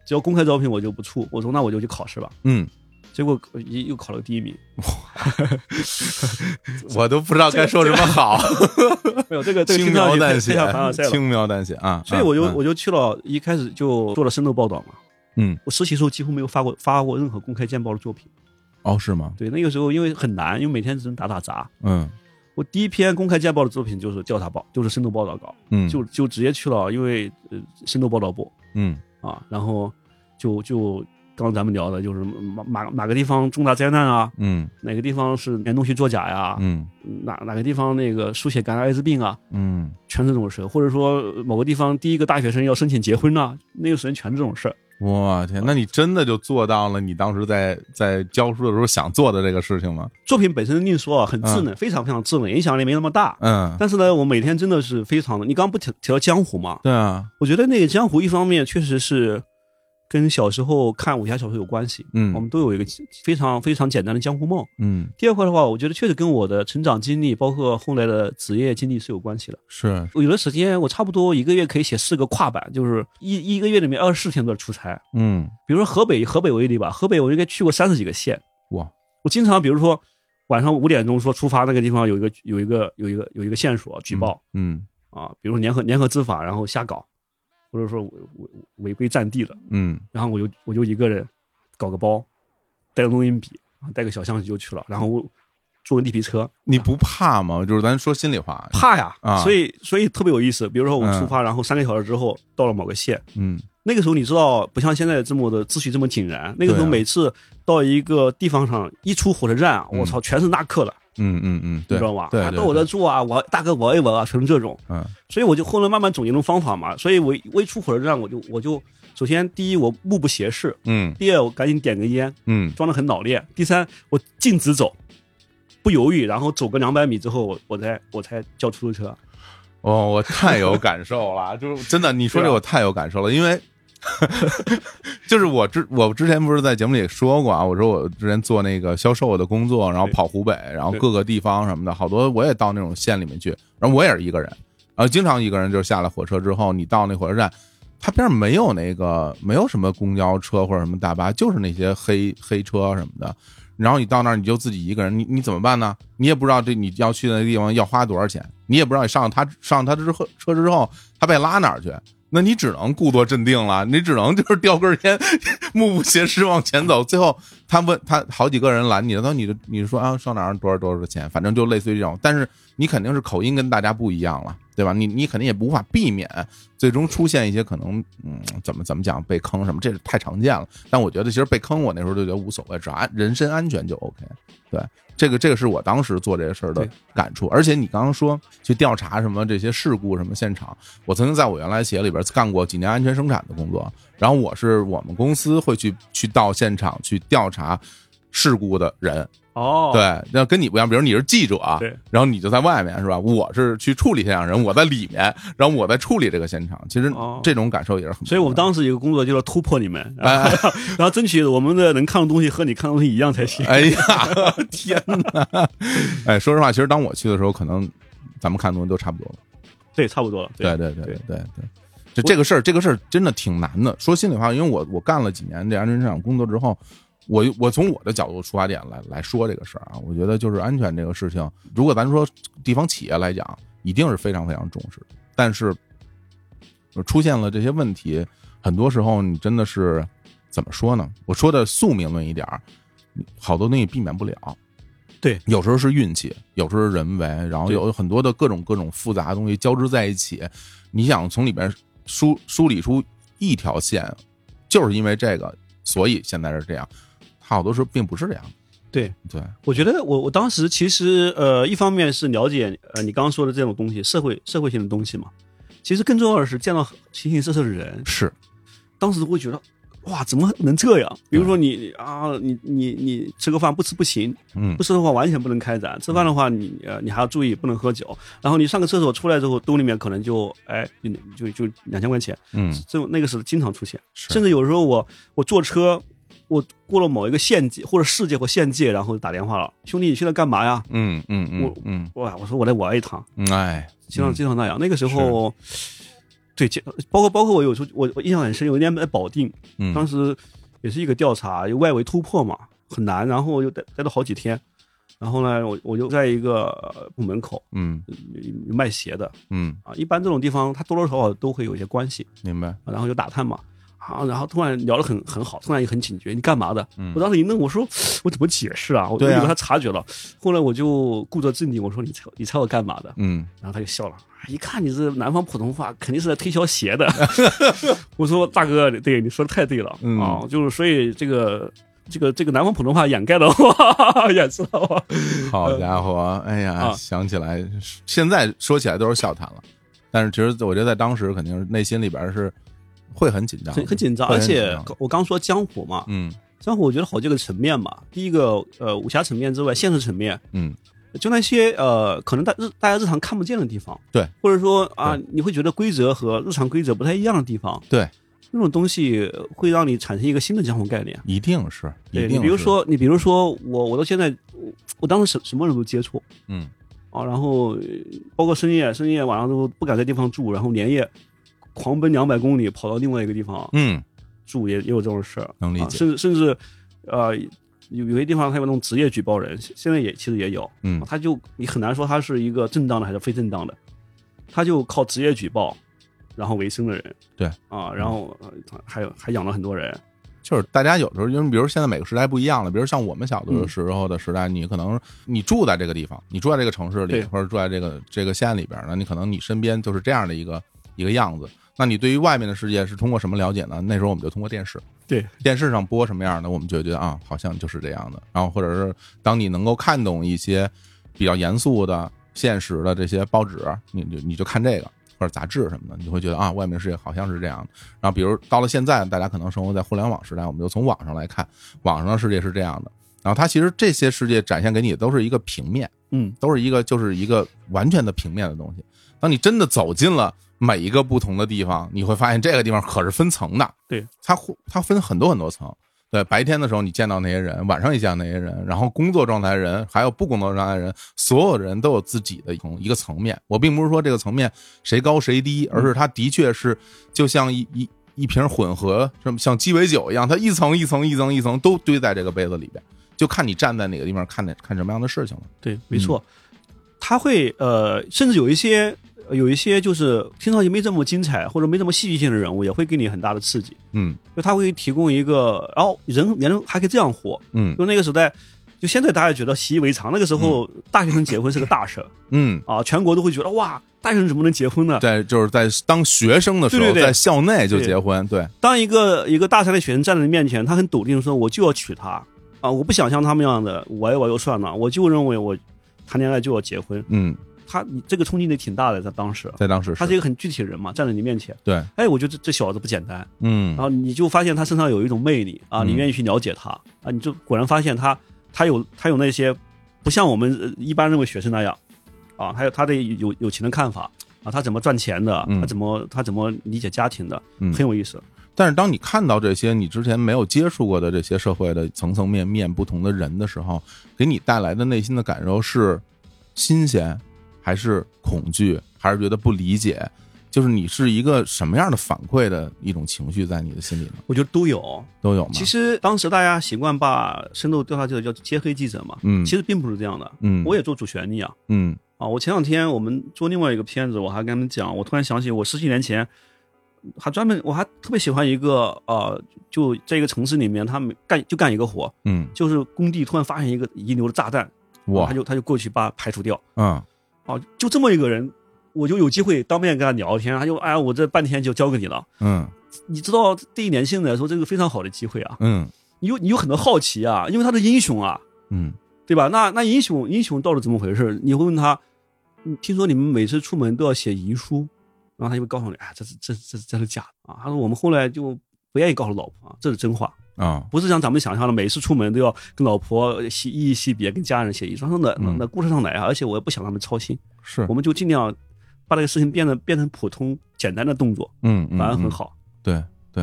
只要公开招聘我就不怵，我说那我就去考试吧。
嗯，
结结果呃一又考了第一名。
我都不知道该说什么好，
没有这个这个
轻
听上
描
去
淡
太
写
像凡尔赛，了。
轻描淡写啊。
所以我就
啊
我就去了，一开始就做了深度报道嘛。
嗯，
我实习时候几乎没有发过发过任何公开见报的作品。
哦是吗？
对，那个时候因为很难，因为每天只能打打杂。
嗯
我第一篇公开见报的作品就是调查报，就是深度报道稿，
嗯，
就就直接去了，因为呃深度报道部
嗯
啊，然后就就刚刚咱们聊的就是哪哪哪个地方重大灾难啊，
嗯
哪个地方是严重性作假呀、
嗯
哪哪个地方那个输血感染艾滋病啊，
嗯
全是这种事儿，或者说呃某个地方第一个大学生要申请结婚呐、那个时间全是这种事儿。
嗯，我天，那你真的就做到了你当时在在教书的时候想做的这个事情吗？
作品本身另说啊，很稚嫩，非常非常稚嫩，影响力没那么大。
嗯，
但是呢，我每天真的是非常的，你刚刚不提提到江湖嘛？
对啊，
我觉得那个江湖一方面确实是跟小时候看武侠小说有关系，
嗯
我们都有一个非常非常简单的江湖梦。
嗯
第二块的话，我觉得确实跟我的成长经历，包括后来的职业经历是有关系的。
是，
有的时间我差不多一个月可以写四个跨版，就是一一个月里面二十四天都在出差。
嗯
比如说河北，河北为例吧，河北我应该去过三十几个县。
哇，
我经常比如说晚上五点钟说出发那个地方有一个有一个有一个有一个线索举报、
嗯
啊，比如说联合联合执法，然后瞎搞，或者说违违违规占地的，
嗯
然后我就我就一个人搞个包，带个录音笔，啊带个小相机就去了，然后我坐个绿皮车，
你不怕吗？就是咱说心里话，
怕呀，
啊
所以所以特别有意思。比如说我们出发，然后三个小时之后到了某个县，
嗯
那个时候你知道不像现在这么的秩序这么井然，那个时候
对啊
每次到一个地方上一出火车站啊，
嗯
我操，全是纳客的，
嗯嗯嗯，
你
对，
知道吗？
对
啊，
对
到我这
对
住啊，我大哥玩一玩啊，全是这种。
嗯
所以我就后来慢慢总结出方法嘛，所以我一我一出火车站，我就我就首先第一我目不斜视，
嗯
第二我赶紧点个烟，
嗯
装的很老练，第三我径直走。不犹豫，然后走个两百米之后，我我才我才叫出租车。
哦，我太有感受了， [LAUGHS] 就是真的，你说这
对啊
我太有感受了，因为 [LAUGHS] 就是我之我之前不是在节目里也说过啊，我说我之前做那个销售的工作，然后
对
跑湖北，然后
对
各个地方什么的，好多我也到那种县里面去，然后我也是一个人，然后经常一个人就下了火车之后，你到那火车站。它边上没有那个没有什么公交车或者什么大巴，就是那些黑黑车什么的。然后你到那儿你就自己一个人，你你怎么办呢？你也不知道这你要去的那地方要花多少钱，你也不知道你上了他上了他之后车之后他被拉哪儿去，那你只能故作镇定了，你只能就是叼根烟，目不斜视往前走。最后他问他好几个人拦你，然后你就你就说啊上哪儿多少多少钱，反正就类似于这种，但是你肯定是口音跟大家不一样了，对吧？你你肯定也无法避免最终出现一些可能嗯怎么怎么讲被坑什么，这是太常见了。但我觉得其实被坑，我那时候就觉得无所谓，只要安人身安全就 OK。对，这个这个是我当时做这个事儿的
对
感触。而且你刚刚说去调查什么这些事故什么现场，我曾经在我原来企业里边干过几年安全生产的工作，然后我是我们公司会去去到现场去调查事故的人，
哦，
对，那跟你不一样，比如你是记者，
对，
然后你就在外面是吧？我是去处理现场人，我在里面，然后我在处理这个现场，其实
哦
这种感受也是很不一样的，
所以我们当时有个工作就是突破你们，
哎
然后 [LAUGHS] 然后争取我们的能看的东西和你看的东西一样才行。
哎呀，天哪！哎，说实话，其实当我去的时候，可能咱们看的东西都差不多了。
对，差不多了。
对对对对对对，就这个事儿，这个事儿真的挺难的。说心里话，因为我我干了几年这安全市场工作之后，我我从我的角度出发点来来说这个事儿啊，我觉得就是安全这个事情，如果咱说地方企业来讲，一定是非常非常重视的，但是呃出现了这些问题，很多时候你真的是怎么说呢？我说的宿命论一点儿，好多东西避免不了。
对，
有时候是运气，有时候是人为，然后
对
有很多的各种各种复杂的东西交织在一起。你想从里边梳梳理出一条线，就是因为这个，所以现在是这样。它好多时候并不是这样。
对，
对，
我觉得我我当时其实呃，一方面是了解呃你刚刚说的这种东西，社会社会性的东西嘛。其实更重要的是见到形形色色的人，
是，
当时会觉得哇，怎么能这样？比如说你你啊，你你你吃个饭不吃不行，
嗯
不，吃的话完全不能开展。吃饭的话你，呃你还要注意不能喝酒。然后你上个厕所出来之后，兜里面可能就哎就就就两千块钱，
嗯，
这种那个时候经常出现。
是
甚至有时候我我坐车，我过了某一个县界或者市界或县界，然后就打电话了，兄弟，你现在干嘛呀？
嗯嗯嗯
我
嗯
哇，我说我来玩一趟，
嗯，哎，
经常经常那样。那个时候，对，这包括包括我有时候我我印象很深，有一年在保定，
嗯
当时也是一个调查，有外围突破嘛，很难，然后又待待了好几天。然后呢，我我就在一个呃部门口
嗯
有卖鞋的
嗯，
啊，一般这种地方它多多少少都会有一些关系，
明白。
然后就打探嘛。啊，然后突然聊得很很好，突然也很警觉，你干嘛的？
嗯
我当时一愣，我说 [SNIFFS] 我怎么解释啊？我我以
对啊
为他察觉了，后来我就故作镇定，我说你猜你猜我干嘛的？
嗯，
然后他就笑了，哎一看你是南方普通话，肯定是在推销
[LAUGHS]
鞋的。我说大哥，对你说的太对了、
嗯
啊，就是所以这个这个这个南方普通话掩盖了我， [LAUGHS] 掩饰了我。
好家伙，哎呀，
呃啊
想起来，现在说起来都是笑谈了，但是其实我觉得在当时肯定是内心里边是会很紧张的，
很很紧张，
会
而
很紧
且
张
我刚说江湖嘛，
嗯
江湖我觉得好几个层面嘛。第一个，呃，武侠层面之外，现实层面，
嗯，
就那些呃，可能大日大家日常看不见的地方，
对，
或者说啊，你会觉得规则和日常规则不太一样的地方，
对，
那种东西会让你产生一个新的江湖概念。
一定是，一
对
定
你比如
是，
说，你比如说我，我到现在，我我当时什什么人都接触
嗯
啊，然后呃包括深夜，深夜晚上都不敢在地方住，然后连夜狂奔两百公里跑到另外一个地方
嗯，
住，也也有这种事儿，
能理
啊
解，
甚至甚至呃，有有些地方他有那种职业举报人，现现在也其实也有，
嗯
啊他就你很难说他是一个正当的还是非正当的，他就靠职业举报然后为生的人，
对嗯
啊，然后呃他还有还养了很多人，
就是大家有时候，因为比如现在每个时代不一样了，比如像我们小的
嗯
时候的时代，你可能你住在这个地方，你住在这个城市里，
对
或者住在这个这个县里边儿呢，那你可能你身边就是这样的一个一个样子。那你对于外面的世界是通过什么了解呢？那时候我们就通过电视，
对
电视上播什么样的，我们就觉得啊，好像就是这样的。然后或者是当你能够看懂一些比较严肃的、现实的这些报纸，你就你就看这个或者杂志什么的，你会觉得啊，外面的世界好像是这样的。然后比如到了现在，大家可能生活在互联网时代，我们就从网上来看，网上的世界是这样的。然后它其实这些世界展现给你的都是一个平面，
嗯，
都是一个就是一个完全的平面的东西。当你真的走进了每一个不同的地方，你会发现这个地方可是分层的，
对，
它互它分很多很多层。对，白天的时候你见到那些人，晚上也见到那些人，然后工作状态的人，还有不工作状态的人，所有人都有自己的一一个层面。我并不是说这个层面谁高谁低，而是它的确是就像一一一瓶混合，什么像鸡尾酒一样，它一层一层一层一层都堆在这个杯子里边，就看你站在哪个地方看哪看什么样的事情了。
对，没错，他会呃，甚至有一些呃有一些就是听上去没这么精彩或者没这么戏剧性的人物，也会给你很大的刺激。
嗯
就他会提供一个，然后人人还可以这样活。
嗯
就那个时代，就现在大家觉得习以为常，那个时候大学生结婚是个大事儿
嗯，
啊，全国都会觉得哇，大学生怎么能结婚呢？
在就是在当学生的时候，
对对对
在校内就结婚，对，
当一个一个大三的学生站在你面前，他很笃定地说我就要娶她啊，我不想像他们那样的玩一玩就算了，我就认为我谈恋爱就要结婚。
嗯，
他你这个冲击力挺大的，在当时。
在当时
他
是
是一个很具体的人嘛，站在你面前，
对，
哎，我觉得这这小子不简单，
嗯
然后你就发现他身上有一种魅力啊，
嗯
你愿意去了解他啊，你就果然发现他他有他有那些不像我们呃一般认为学生那样啊，还有他的有有钱的看法啊，他怎么赚钱的，
嗯
他怎么他怎么理解家庭的，
嗯
很有意思。
但是当你看到这些你之前没有接触过的这些社会的层层面面不同的人的时候，给你带来的内心的感受是新鲜，还是恐惧，还是觉得不理解？就是你是一个什么样的反馈的一种情绪在你的心里呢？
我觉得都有。
都有吗？
其实当时大家习惯把深度调查记者叫揭黑记者嘛，
嗯
其实并不是这样的。
嗯，
我也做主旋律啊，
嗯
啊，我前两天我们做另外一个片子，我还跟他们讲，我突然想起我十几年前还专门我还特别喜欢一个呃，就在一个城市里面，他们干就干一个活，
嗯，
就是工地突然发现一个遗留的炸弹，
哇
他，就他就过去把它排除掉
嗯
啊，就这么一个人，我就有机会当面跟他聊天，他就哎呀，我这半天就交给你了，
嗯
你知道对于年轻人来说这是个非常好的机会啊，
嗯
你有你有很多好奇啊，因为他是英雄啊，
嗯
对吧？那那英雄英雄到底怎么回事？你会问他，嗯听说你们每次出门都要写遗书，然后他就会告诉你，哎，这是这是这是这是假的啊。他说我们后来就不愿意告诉老婆，啊，这是真话，
啊，
不是像咱们想象的每次出门都要跟老婆惜依依惜别，跟家人写遗书。他说那那
嗯
那顾得上来啊，而且我也不想让他们操心，
是
我，们就尽量把这个事情变得变成普通简单的动作，
嗯，嗯
反而很
嗯
好。
对对，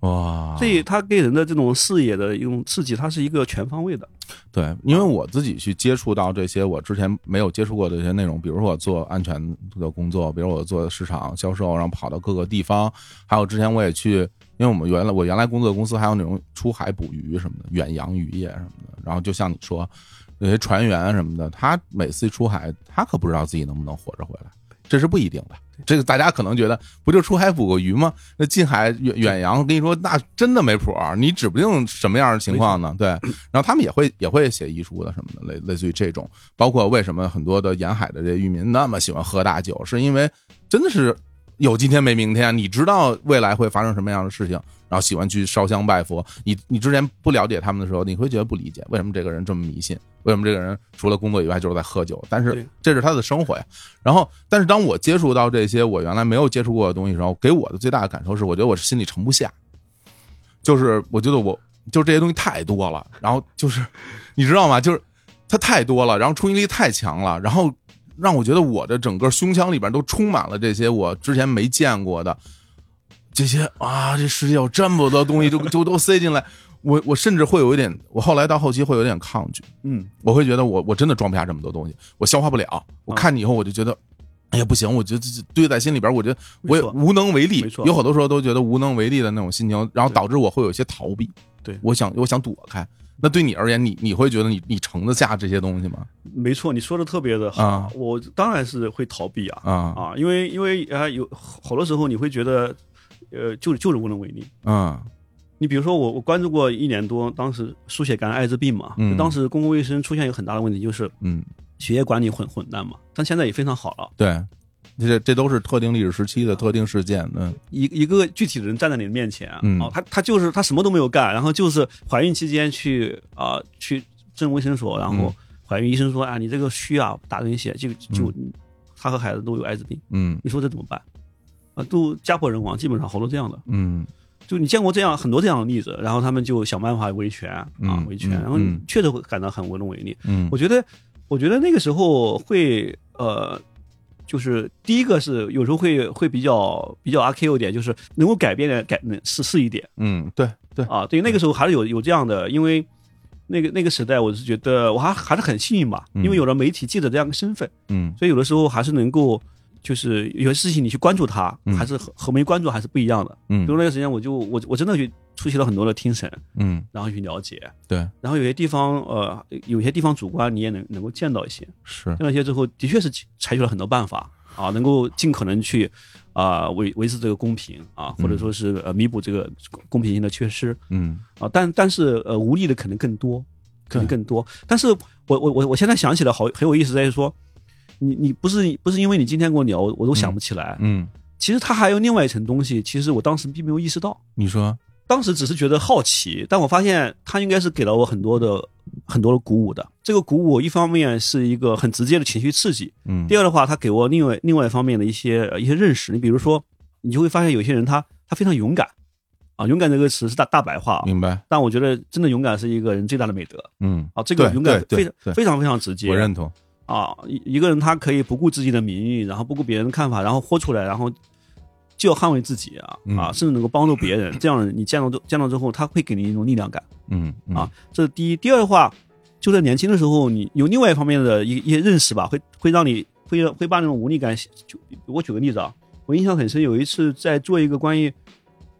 哇，
所以他给人的这种视野的一种刺激，它是一个全方位的。
对，因为我自己去接触到这些我之前没有接触过的这些内容，比如说我做安全的工作，比如我做市场销售，然后跑到各个地方，还有之前我也去因为我们原来我原来工作的公司还有那种出海捕鱼什么的，远洋渔业什么的。然后就像你说，有些船员什么的，他每次出海，他可不知道自己能不能活着回来，这是不一定的。这个大家可能觉得不就出海捕个鱼吗？那近海远远洋，我跟你说，那真的没谱儿，你指不定什么样的情况呢。对，然后他们也会也会写遗书的什么的，类类似于这种。包括为什么很多的沿海的这渔民那么喜欢喝大酒，是因为真的是有今天没明天，你知道未来会发生什么样的事情，然后喜欢去烧香拜佛。你你之前不了解他们的时候，你会觉得不理解，为什么这个人这么迷信？为什么这个人除了工作以外就是在喝酒？但是
对
这是他的生活呀。然后，但是当我接触到这些我原来没有接触过的东西的时候，给我的最大的感受是，我觉得我心里盛不下，就是我觉得我就这些东西太多了，然后就是你知道吗？就是它太多了，然后冲击力太强了，然后让我觉得我的整个胸腔里边都充满了这些我之前没见过的这些啊，这世界有这么多东西就 [LAUGHS] 就都塞进来，我我甚至会有一点，我后来到后期会有点抗拒，
嗯，
我会觉得我我真的装不下这么多东西，我消化不了。我看你以后，我就觉得，哎呀不行，我觉得这这堆在心里边，我觉得我也
没错
无能为力
没，错
有好多时候都觉得无能为力的那种心情，然后
对
导致我会有一些逃避。
对
我想我想躲开。那对你而言，你你会觉得你你盛得下这些东西吗？
没错，你说的特别的好，
啊
我当然是会逃避啊
啊
啊，因为因为啊、有好多时候你会觉得，呃，就就是无能为力。
嗯
你比如说我，我关注过一年多，当时输血感染艾滋病嘛，
嗯
就当时公共卫生出现一个很大的问题，就是
嗯，
血液管理混混乱嘛，但现在也非常好了。
对，这这都是特定历史时期的特定事件。嗯
一一个具体的人站在你的面前，
嗯
哦，他他就是他什么都没有干，然后就是怀孕期间去啊、去镇卫生所，然
嗯
后怀孕医生说啊、你这个虚啊，打点血，就就、他和孩子都有艾滋病，
嗯
你说这怎么办？啊，都家破人亡，基本上好多这样的，
嗯
就你见过这样很多这样的例子，然后他们就想办法维权啊
嗯，
维权，
嗯
然后
嗯
确实会感到很无能为力。
嗯
我觉得，我觉得那个时候会呃，就是第一个是有时候会会比较比较阿 Q 一点，就是能够改变的改能是是一点
嗯，对对，
啊。对，那个时候还是有有这样的，因为那个那个时代，我是觉得我还还是很幸运吧，
嗯
因为有了媒体记者这样的身份，
嗯
所以有的时候还是能够。就是有些事情你去关注它
嗯，
还是和和没关注还是不一样的。比如
嗯
那个时间，我就我我真的去出席了很多的听审，
嗯，
然后去了解，
对，
然后有些地方呃，有些地方主观你也能能够见到一些，
是
见到一些之后，的确是采取了很多办法啊，能够尽可能去啊、维维持这个公平啊，或者说是呃弥补这个公平性的缺失
嗯
啊，但但是呃无力的可能更多，可能
对
更多。但是我我我我现在想起来好很有意思，在于说。你你不是不是因为你今天跟我聊，我都想不起来。
嗯，
其实它还有另外一层东西，其实我当时并没有意识到。
你说
当时只是觉得好奇，但我发现他应该是给了我很多的很多的鼓舞的。这个鼓舞一方面是一个很直接的情绪刺激，
嗯
第二的话，他给我另外另外一方面的一些呃一些认识。你比如说，你就会发现有些人他他非常勇敢啊，勇敢这个词是大大白话啊，
明白？
但我觉得真的勇敢是一个人最大的美德
嗯，
啊。这个
对
勇敢
对对
非常
对
非常非常直接，
我认同。
啊，一一个人他可以不顾自己的名誉，然后不顾别人的看法，然后豁出来，然后就要捍卫自己啊
嗯
啊，甚至能够帮助别人。这样你见到之见到之后，他会给你一种力量感
嗯嗯
啊。这是第一。第二的话，就在年轻的时候，你有另外一方面的一一些认识吧，会会让你会会把那种无力感。就我举个例子啊，我印象很深，有一次在做一个关于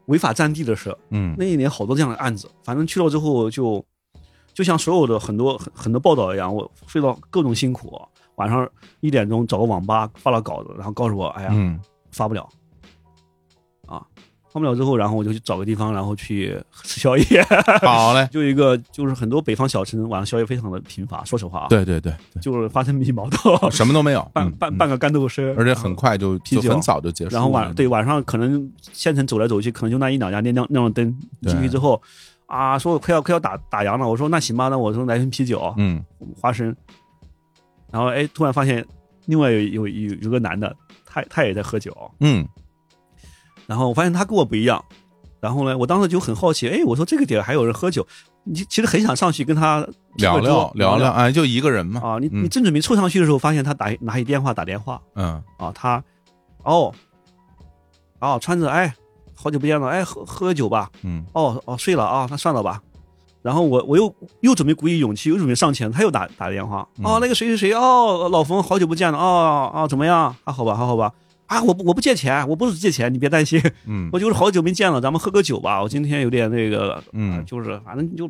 违法占地的事儿，
嗯
那一年好多这样的案子，反正去了之后就，就像所有的很多很很多报道一样，我睡到各种辛苦，晚上一点钟找个网吧发了稿子，然后告诉我，哎呀，
嗯
发不了，啊，发不了之后，然后我就去找个地方，然后去吃宵夜， [LAUGHS]
好嘞，
就一个就是很多北方小城晚上宵夜非常的贫乏，说实话啊，，
对对对对，
就是花生米、毛 [LAUGHS] 豆，
什么都没有，
拌
嗯
拌
嗯
拌个干豆丝儿，啊
而且很快就
啤
就
酒
很早就结束了，
然后晚对晚上可能县城走来走去，可能就那一两家店亮亮了灯，
对
进去之后啊，说我快要快要打打烊了，我说那行吧，那我说来瓶啤酒、
嗯
花生，然后哎，突然发现另外有有有有个男的，他他也在喝酒，
嗯
然后我发现他跟我不一样，然后呢，我当时就很好奇，哎，我说这个点还有人喝酒，你其实很想上去跟他踢
聊
个
聊
桌
聊聊，哎，就一个人嘛，
啊，你
嗯
你正准备凑上去的时候，发现他打拿起电话打电话，
嗯
啊，他哦哦穿着哎，好久不见了，哎喝喝个酒吧，
嗯
哦哦睡了啊，那算了吧。然后我我又又准备鼓起勇气，又准备上前，他又打打电话，哦
嗯
那个谁谁谁，哦老冯好久不见了，哦哦怎么样？还好吧还好吧，啊，我不我不借钱，我不是借钱，你别担心， [LAUGHS]
嗯
我就是好久没见了，咱们喝个酒吧。我今天有点那个，啊
嗯
就是反正就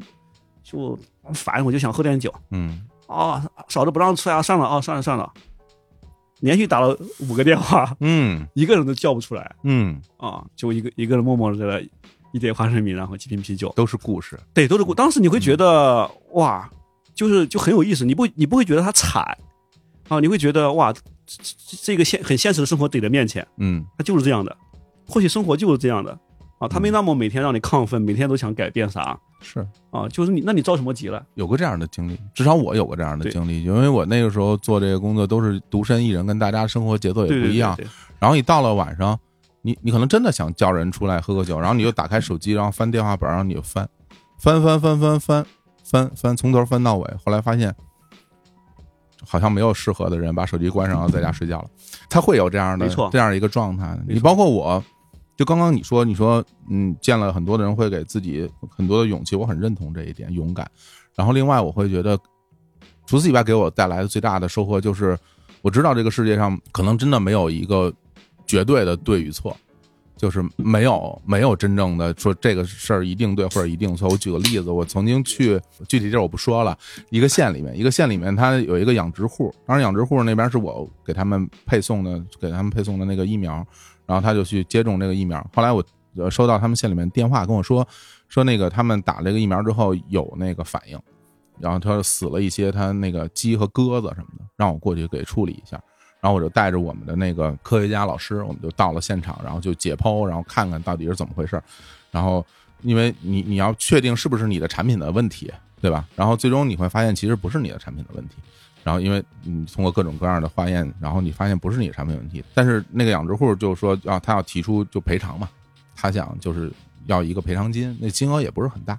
就烦，我就想喝点酒。
嗯，
哦，嫂子不让出来啊，算了哦，算了算了。连续打了五个电话，
嗯
一个人都叫不出来
嗯，
啊、就一个一个人默默的在那一点花生米，然后几瓶啤酒，
都是故事，
对，都是故。当时你会觉得
嗯
哇，就是就很有意思，你不你不会觉得他惨啊，你会觉得哇，这这这个现很现实的生活怼在面前，
嗯
它就是这样的，或许生活就是这样的啊，他没那么每天让你亢
嗯
奋，每天都想改变啥
是。
啊，就是你那你着什么急了？
有过这样的经历，至少我有过这样的
对
经历，因为我那个时候做这个工作都是独身一人，跟大家生活节奏也
对
不
对
一样。
对对
然后你到了晚上，你你可能真的想叫人出来喝个酒，然后你就打开手机，然后翻电话本，然后你就翻，翻翻翻翻翻翻翻，从头翻到尾。后来发现好像没有适合的人，把手机关上，然后在家睡觉了。他会有这样的
没错
这样一个状态。
没错
你包括我，就刚刚你说，你说嗯，见了很多的人会给自己很多的勇气，我很认同这一点，勇敢。然后另外我会觉得，除此以外给我带来的最大的收获就是，我知道这个世界上可能真的没有一个绝对的对与错。就是没有没有真正的说这个事儿一定对或者一定错。我举个例子，我曾经去具体地儿我不说了，一个县里面，一个县里面它有一个养殖户，当然养殖户那边是我给他们配送的，给他们配送的那个疫苗，然后他就去接种这个疫苗。后来我呃收到他们县里面电话跟我说，说那个他们打这个疫苗之后有那个反应，然后他说死了一些他那个鸡和鸽子什么的，让我过去给处理一下。然后我就带着我们的那个科学家老师，我们就到了现场，然后就解剖，然后看看到底是怎么回事儿。然后，因为你你要确定是不是你的产品的问题，对吧？然后最终你会发现其实不是你的产品的问题。然后因为你通过各种各样的化验，然后你发现不是你的产品问题，但是那个养殖户就说啊，他要提出就赔偿嘛，他想就是要一个赔偿金，那金额也不是很大。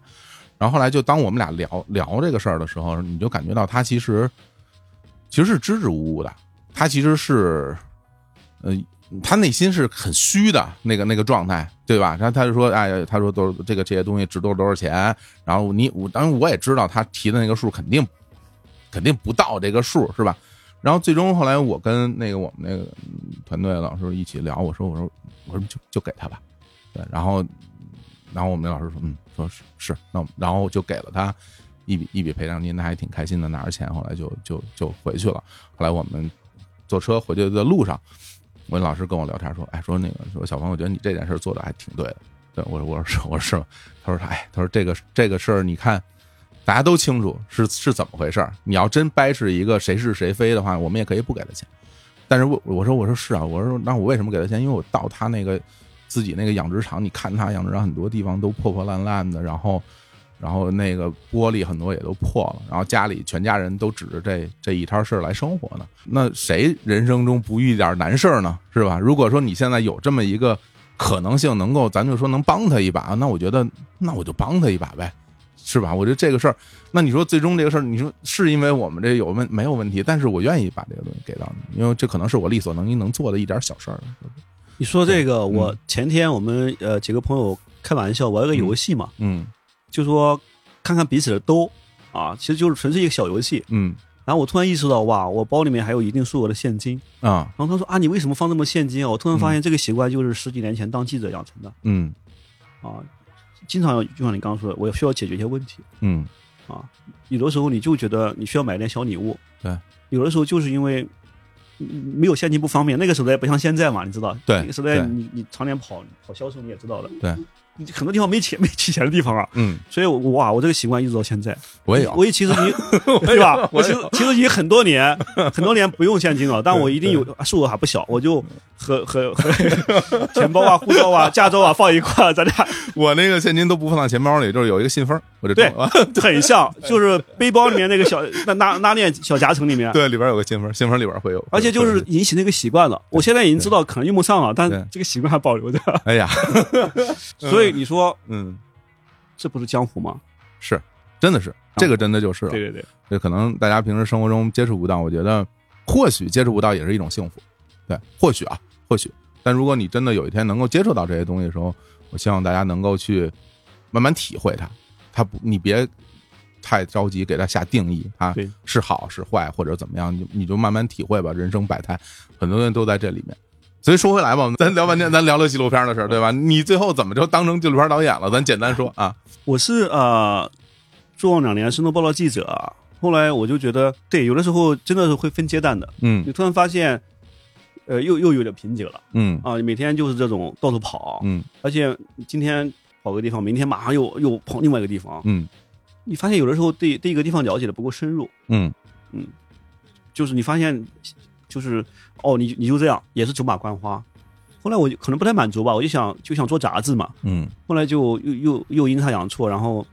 然后后来就当我们俩聊聊这个事儿的时候，你就感觉到他其实其实是支支吾吾的，他其实是，呃，他内心是很虚的那个那个状态，对吧？然后他就说，哎，他说都这个这些东西值多少多少钱，然后你我当然我也知道他提的那个数肯定肯定不到这个数，是吧？然后最终后来我跟那个我们那个嗯团队的老师一起聊，我说我说我说就就给他吧，对，然后然后我们那老师说，嗯，说是是，那我们然后就给了他一笔一笔赔偿金，他还挺开心的，拿着钱，后来就就就回去了。后来我们坐车回去的路上，我老师跟我聊天说，哎，说那个说小鹏，我觉得你这件事做的还挺对的。对，我说我说是我说是吗？他说哎，他说这个这个事儿，你看大家都清楚是是怎么回事儿。你要真掰扯一个谁是谁非的话，我们也可以不给他钱。但是我我说我说是啊，我说那我为什么给他钱？因为我到他那个自己那个养殖场，你看他养殖场很多地方都破破烂烂的，然后然后那个玻璃很多也都破了，然后家里全家人都指着这这一摊事儿来生活呢。那谁人生中不遇点难事儿呢？是吧？如果说你现在有这么一个可能性，能够咱就说能帮他一把，那我觉得那我就帮他一把呗，是吧？我觉得这个事儿，那你说最终这个事儿，你说是因为我们这有问没有问题，但是我愿意把这个东西给到你，因为这可能是我力所能及能做的一点小事儿。
你说这个，
嗯
我前天我们呃几个朋友开玩笑玩一个游戏嘛，
嗯
就说看看彼此的兜啊，其实就是纯粹一个小游戏。
嗯
然后我突然意识到，哇，我包里面还有一定数额的现金。
啊
然后他说啊，你为什么放这么现金啊？我突然发现这个习惯就是十几年前当记者养成的
嗯
啊，经常就像你刚刚说的，我需要解决一些问题
嗯
啊。有的时候你就觉得你需要买点小礼物，
对，
有的时候就是因为。嗯没有现金不方便，那个时代不像现在嘛，你知道？
对
那个时代
对
你你常年跑跑销售，你也知道的。
对，
你很多地方没钱没取钱的地方啊，
嗯，
所以我哇，我这个习惯一直到现在。
我也有，
我也其
[LAUGHS]
实已经对吧？
我
我
也
其
有
实其实已经很多年很多年不用现金了，但我一定有啊数额还不小，我就和和和钱包啊、护照啊、驾照啊放一块儿，
[LAUGHS]
咱俩
我那个现金都不放到钱包里，就是有一个信封儿，我就
对
装
很像，就是背包里面那个小那拉拉链小夹层里面。
[LAUGHS] 对，里边有个信封儿，信封儿里边会有，
而且就是引起那个习惯了，我现在已经知道可能用不上了，但
对
这个习惯还保留着。
哎呀，
[LAUGHS] 所以你说
嗯，
这不是江湖吗？
是，真的是，这个真的就是啊了
对，对对，
这可能大家平时生活中接触不到，我觉得或许接触不到也是一种幸福，对，或许啊，或许，但如果你真的有一天能够接触到这些东西的时候，我希望大家能够去慢慢体会它，它不，你别太着急给它下定义啊
对，
是好是坏或者怎么样，你你就慢慢体会吧，人生百态，很多人都在这里面。所以说回来吧，咱聊半天，咱聊了纪录片的事儿，对吧？你最后怎么就当成纪录片导演了？咱简单说啊，
我是呃，做两年深度报道记者啊，后来我就觉得，对，有的时候真的是会分阶段的。
嗯
你突然发现，呃，又又有点瓶颈了
嗯
啊！每天就是这种到处跑，
嗯
而且今天跑个地方，明天马上又又跑另外一个地方。
嗯
你发现有的时候对对一个地方了解的不够深入，
嗯
就是你发现，就是哦，你你就这样，也是走马观花。后来我就可能不太满足吧，我就想就想做杂志嘛，
嗯
后来就又又又阴差阳错，然后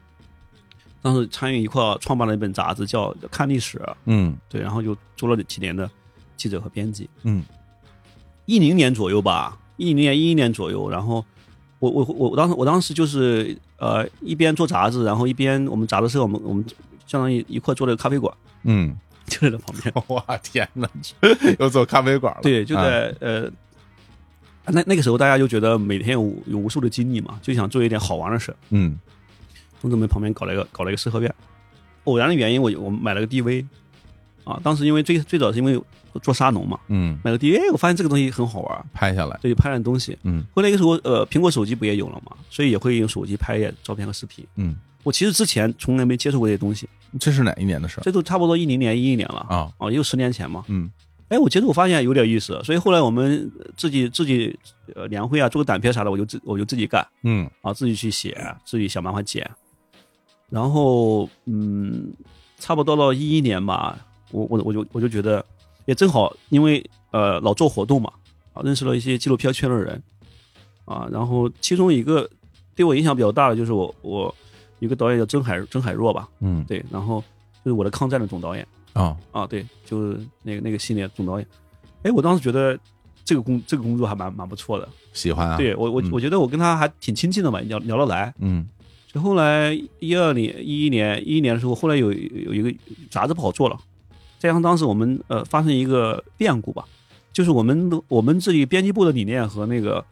当时参与一块儿创办了一本杂志叫《看历史》，
嗯
对，然后就做了几年的记者和编辑，
嗯
一零年左右吧，一零年一一年左右，然后我我我我当时我当时就是呃一边做杂志，然后一边我们杂志社我们我们相当于一块儿做了个咖啡馆，
[LAUGHS] 嗯，
就在那旁边，
我天哪，又走咖啡馆了，
对，就
啊
在、呃。那那个时候，大家就觉得每天有有无数的精力嘛，就想做一点好玩的事儿。
嗯
东直门旁边搞了一个搞了一个四合院。偶然的原因我，我买了个 DV，啊，当时因为最最早是因为做沙龙嘛，
嗯
买了 DV，哎我发现这个东西很好玩，
拍下来，
所以拍了东西。
嗯
后来那个时候，呃，苹果手机不也有了嘛，所以也会用手机拍一点照片和视频。
嗯，
我其实之前从来没接触过这些东西，
这是哪一年的事儿
这都差不多一零年、一一年了
啊？
哦，也有十年前嘛。
嗯
哎，我接触我发现有点意思，所以后来我们呃自己自己呃年会啊，做个短片啥的，我就自我就自己干。
嗯
啊，自己去写，自己想办法剪。然后，嗯，差不多到一一年吧，我我我就我就觉得也正好，因为呃老做活动嘛，啊，认识了一些纪录片圈的人，啊，然后其中一个对我影响比较大的就是我我有一个导演叫曾海曾海若吧，
嗯
对，然后就是我的抗战的总导演
啊
啊，对，就是那个那个系列总导演，哎，我当时觉得这个工这个工作还蛮蛮不错的，
喜欢啊，
对我我
嗯
我觉得我跟他还挺亲近的吧，聊聊得来。
嗯
就后来一二年、一一年、一一年的时候，后来有有一个杂志不好做了，再加上当时我们呃发生一个变故吧，就是我们的我们自己编辑部的理念和那个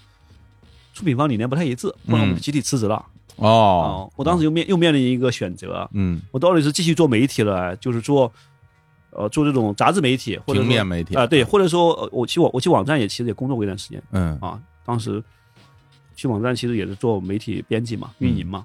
出品方理念不太一致，后来我们
嗯
就集体辞职了。
哦
啊，我当时又面又面临一个选择，
嗯
我到底是继续做媒体了，就是做呃做这种杂志媒体，或者
平
说
面媒体
啊、对，或者说呃我去网我去网站也其实也工作过一段时间，
嗯
啊，当时去网站其实也是做媒体编辑嘛、运营嘛。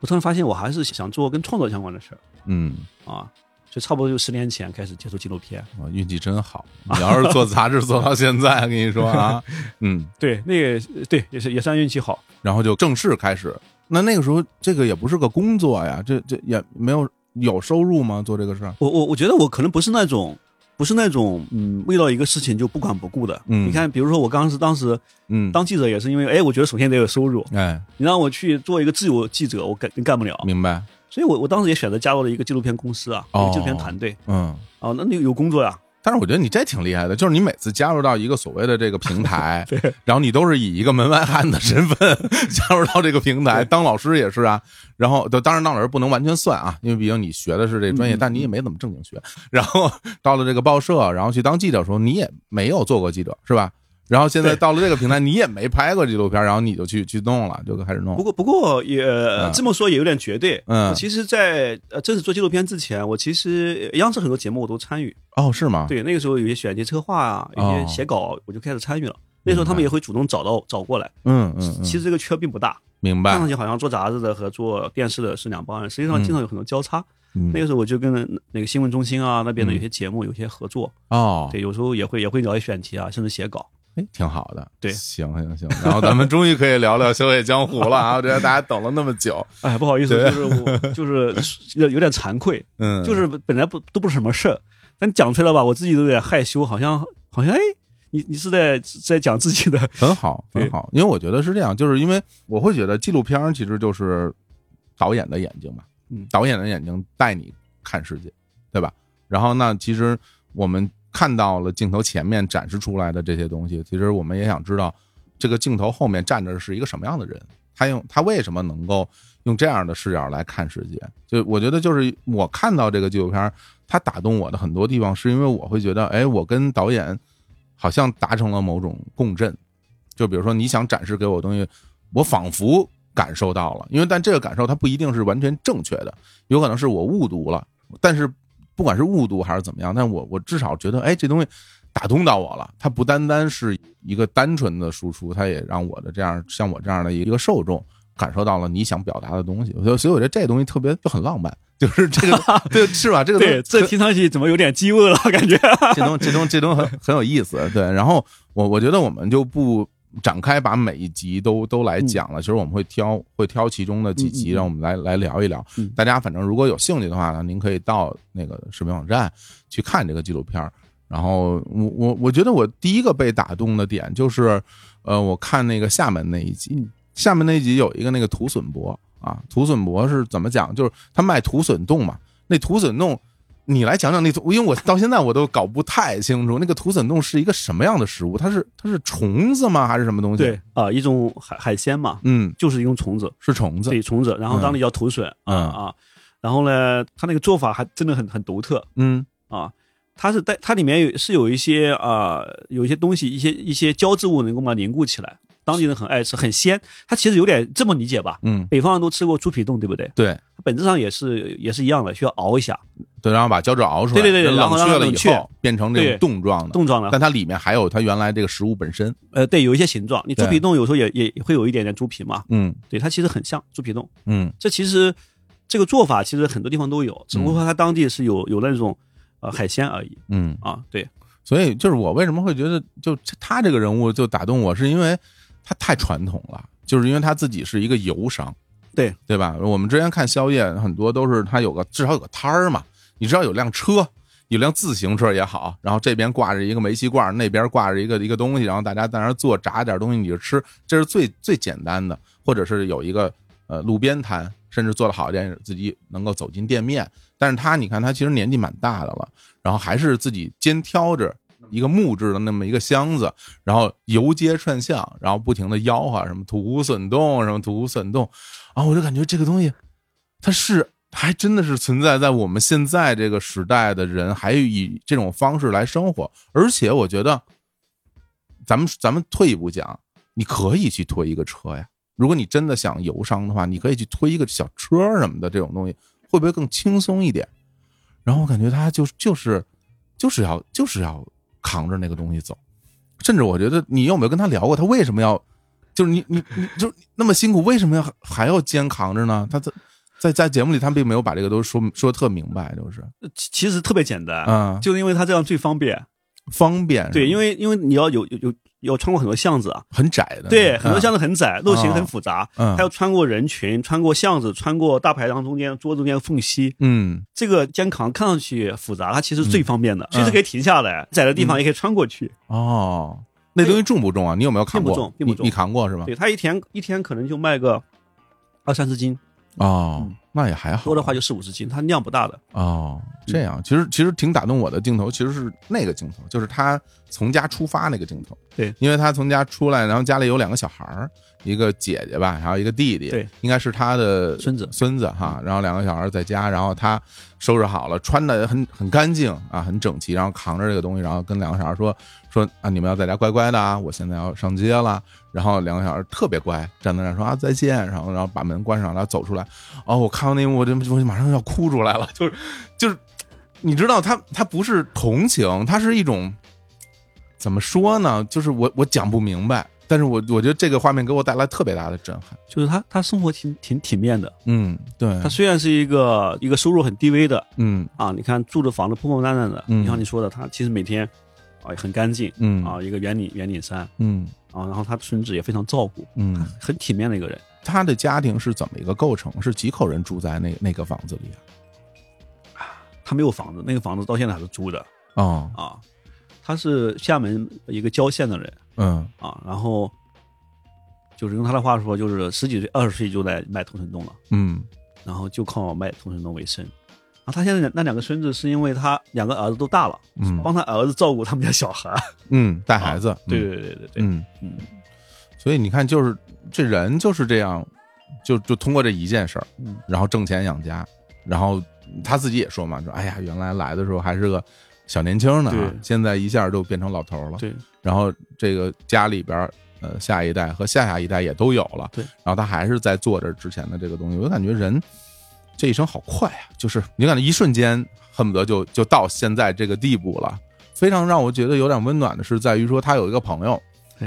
我突然发现，我还是想做跟创作相关的事儿
嗯。
啊，所以差不多就十年前开始接触纪录片。
啊，运气真好！你要是做杂志做到现在，跟你说
[LAUGHS]
啊，嗯，
对，那个呃对也是也算运气好。
然后就正式开始。那那个时候，这个也不是个工作呀，这这也没有有收入吗？做这个事儿？
我我我觉得我可能不是那种不是那种嗯，为了一个事情就不管不顾的。
嗯
你看，比如说我当时当时
嗯，
当记者也是因为，哎，我觉得首先得有收入。
哎，
你让我去做一个自由记者，我干干不了。
明白，
所以我我当时也选择加入了一个纪录片公司啊，一个纪录片
哦
团队
嗯。
啊，那你有工作呀、
但是我觉得你这挺厉害的，就是你每次加入到一个所谓的这个平
[LAUGHS]
台，然后你都是以一个门外汉的身份 [LAUGHS] 加入到这个平台，当老师也是啊。然后，当然当老师不能完全算啊，因为毕竟你学的是这专业，
嗯
但你也没怎么正经学。 [LAUGHS] 然后到了这个报社，然后去当记者的时候，你也没有做过记者，是吧？然后现在
对
到了这个平台，你也没拍过纪录片，然后你就去去弄了，就开始弄
不。过不过也、呃
嗯
这么说也有点绝对。
嗯
我其实在，呃正式做纪录片之前，我其实呃央视很多节目我都参与。
哦，是吗？，
对，那个时候有些选题策划啊，有
哦
些写稿，我就开始参与了。那时候他们也会主动找到找过来。
嗯嗯，嗯
其实这个圈并不大，
明白
看。上去好像做杂志的和做电视的是两帮人，实际上
嗯
经常有很多交叉。
嗯
那个时候我就跟那个新闻中心啊那边的
嗯
有些节目有些合作，
哦，
对，有时候也会也会聊一些选题啊，甚至写稿。
哎，挺好的，
对
行行行，然后咱们终于可以聊聊《修炼江湖》了啊！我 [LAUGHS] 觉得大家等了那么久，
哎，不好意思，
对
就是我 [LAUGHS] 就是有有点惭愧，
嗯，
就是本来不都不是什么事儿，但讲出来吧，我自己都有点害羞，好像好像哎，你你是在在讲自己的，
很好，
对
很好，因为我觉得是这样，就是因为我会觉得纪录片儿其实就是导演的眼睛嘛，
嗯
导演的眼睛带你看世界，对吧？然后那其实我们看到了镜头前面展示出来的这些东西，其实我们也想知道这个镜头后面站着是一个什么样的人，他用他为什么能够用这样的视角来看世界？就我觉得就是我看到这个纪录片儿，它打动我的很多地方，是因为我会觉得，哎，我跟导演好像达成了某种共振。就比如说你想展示给我的东西，我仿佛感受到了，因为但这个感受它不一定是完全正确的，有可能是我误读了，但是不管是误读还是怎么样，但我我至少觉得，哎，这东西打动到我了。它不单单是一个单纯的输出，它也让我的这样像我这样的一个受众感受到了你想表达的东西。我觉得，所以我觉得这东西特别就很浪漫，就是这个 [LAUGHS] 对是吧？这个东西
对，这听上去怎么有点饥饿了？感觉
这东这东这东很很有意思，对。然后我我觉得我们就不展开把每一集都都来讲了，其实我们会挑会挑其中的几集，
嗯嗯嗯
让我们来来聊一聊。
嗯
大家反正如果有兴趣的话呢，您可以到那个视频网站去看这个纪录片儿。然后我我我觉得我第一个被打动的点就是，呃，我看那个厦门那一集
嗯，
厦门那一集有一个那个土笋伯啊，土笋伯是怎么讲？就是他卖土笋冻嘛，那土笋冻。你来讲讲那土，因为我到现在我都搞不太清楚那个土笋冻是一个什么样的食物，它是它是虫子吗？还是什么东西？
对，啊、一种海海鲜嘛，
嗯，
就是一种虫子，
是虫子。
对虫子，然
嗯
后当地叫头笋啊
嗯
啊，然后呢，它那个做法还真的很很独特
嗯
啊。它是带它里面有是有一些啊、呃有一些东西，一些一些胶质物能够把它凝固起来，当地人很爱吃，很鲜。它其实有点这么理解吧，
嗯，
北方人都吃过猪皮冻，对不对？
对
它本质上也是也是一样的，需要熬一下
对，然后把胶质熬出来，
对对对对
冷
然后让
却
它
了
冷
以
却
后变成这种
对
冻状的，
冻状的，
但它里面还有它原来这个食物本身。
呃，对，有一些形状。你猪
对
皮冻有时候也也也会有一点点猪皮嘛，
嗯
对，它其实很像猪皮冻。
嗯
这其实这个做法其实很多地方都有，只不过它当地是有有那种呃海鲜而已
嗯，
啊。对，
所以就是我为什么会觉得就他这个人物就打动我，是因为他太传统了，就是因为他自己是一个游商，
对
对吧？我们之前看宵夜很多都是他有个至少有个摊儿嘛，你知道有辆车。有辆自行车也好，然后这边挂着一个煤气罐，那边挂着一个一个东西，然后大家在那儿坐，炸点东西你就吃，这是最最简单的。或者是有一个呃路边摊，甚至做的好一点，自己能够走进店面。但是他，你看他其实年纪蛮大的了，然后还是自己肩挑着一个木质的那么一个箱子，然后游街串巷，然后不停的吆喝什么土笋冻，什么土笋冻，啊，我就感觉这个东西，它是还真的是存在在我们现在这个时代的人，还以这种方式来生活，而且我觉得，咱们咱们退一步讲，你可以去推一个车呀。如果你真的想游商的话，你可以去推一个小车什么的这种东西，会不会更轻松一点？然后我感觉他就就是就是要就是要扛着那个东西走，甚至我觉得你有没有跟他聊过，他为什么要就是你你你就是那么辛苦，为什么要还要肩扛着呢？他在在在节目里他并没有把这个都说说得特明白，就是
呃其其实特别简单，
啊、
就是因为它这样最方便。
嗯方便
对，因
为
为因为你要有有有要穿过很多巷子啊，
很窄的，
对，很
嗯
多巷子很窄，路
啊
形很复杂，
嗯
还要穿过人群，穿过巷子，穿过大排档中间桌子中间的缝隙。
嗯
这个肩扛看上去复杂，它其实最方便的，
嗯
随时可以停下来，窄的地方也可以穿过去。
哦，那东西重不重啊？你有没有扛
并不
过？
重并不
你
重
你扛过是吧？
对，它一天一天可能就卖个二三十斤，
哦
嗯，
那也还好，
多的话就四五十斤，它量不大的。
哦，这样，其实其实挺打动我的镜头，其实是那个镜头，就是他从家出发那个镜头。
对，
因为他从家出来，然后家里有两个小孩儿，一个姐姐吧，还有一个弟弟，
对，
应该是他的
孙子
孙子哈。然后两个小孩儿在家，然后他收拾好了，穿的很很干净啊，很整齐，然后扛着这个东西，然后跟两个小孩儿说说啊，你们要在家乖乖的啊，我现在要上街了。然后两个小孩儿特别乖，站在那儿说啊再见，然后然后把门关上，然后走出来。哦，我看到那一幕，我就我就马上要哭出来了，就是就是，你知道他他不是同情，他是一种怎么说呢？就是我我讲不明白，但是我我觉得这个画面给我带来特别大的震撼。
就是他他生活挺挺体面的，
嗯，对
他，虽然是一个一个收入很低微的
嗯
啊，你看住的房子破破烂烂的，
嗯
就像你说的，他其实每天啊也很干净
嗯
啊，一个圆领圆领衫
嗯
啊，然后他孙子也非常照顾，
嗯，
很体面的一个人。
他的家庭是怎么一个构成？是几口人住在那那个房子里啊？
他没有房子，那个房子到现在还是租的
哦，
啊。他是厦门一个郊县的人
嗯
啊，然后就是用他的话说，就是十几岁、二十岁就来卖土笋冻了。
嗯
然后就靠卖同城的为生。然后他现在那两个孙子是因为他两个儿子都大了，
嗯
帮他儿子照顾他们家小孩。
嗯，带孩子，
啊对
嗯
对对对对，
嗯
嗯，
所以你看，就是这人就是这样，就就通过这一件事儿
嗯，
然后挣钱养家，然后他自己也说嘛，说哎呀，原来来的时候还是个小年轻呢、啊
对，
现在一下就变成老头儿了。
对
然后这个家里边儿呃下一代和下下一代也都有了，
对
然后他还是在做着之前的这个东西，我就感觉人这一生好快啊，就是你感觉一瞬间恨不得就就到现在这个地步了，非常让我觉得有点温暖的是，在于说他有一个朋友，
对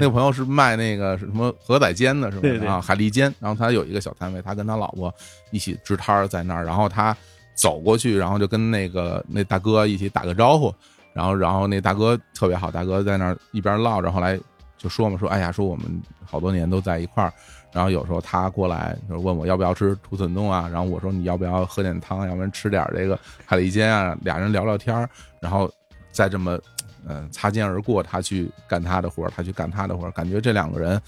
那个朋友是卖那个什么河仔煎的，是吧？
哎对对
啊，海蛎煎。然后他有一个小摊位，他跟他老婆一起支摊儿在那儿，然后他走过去，然后就跟那个那大哥一起打个招呼，然后然后那大哥特别好，大哥在那儿一边唠着，后来就说嘛，说哎呀，说我们好多年都在一块儿。然后有时候他过来就是问我要不要吃土笋冻啊，然后我说你要不要喝点汤，要不然吃点这个海蛎煎啊，俩人聊聊天儿，然后再这么嗯、呃擦肩而过，他去干他的活儿，他去干他的活儿，感觉这两个人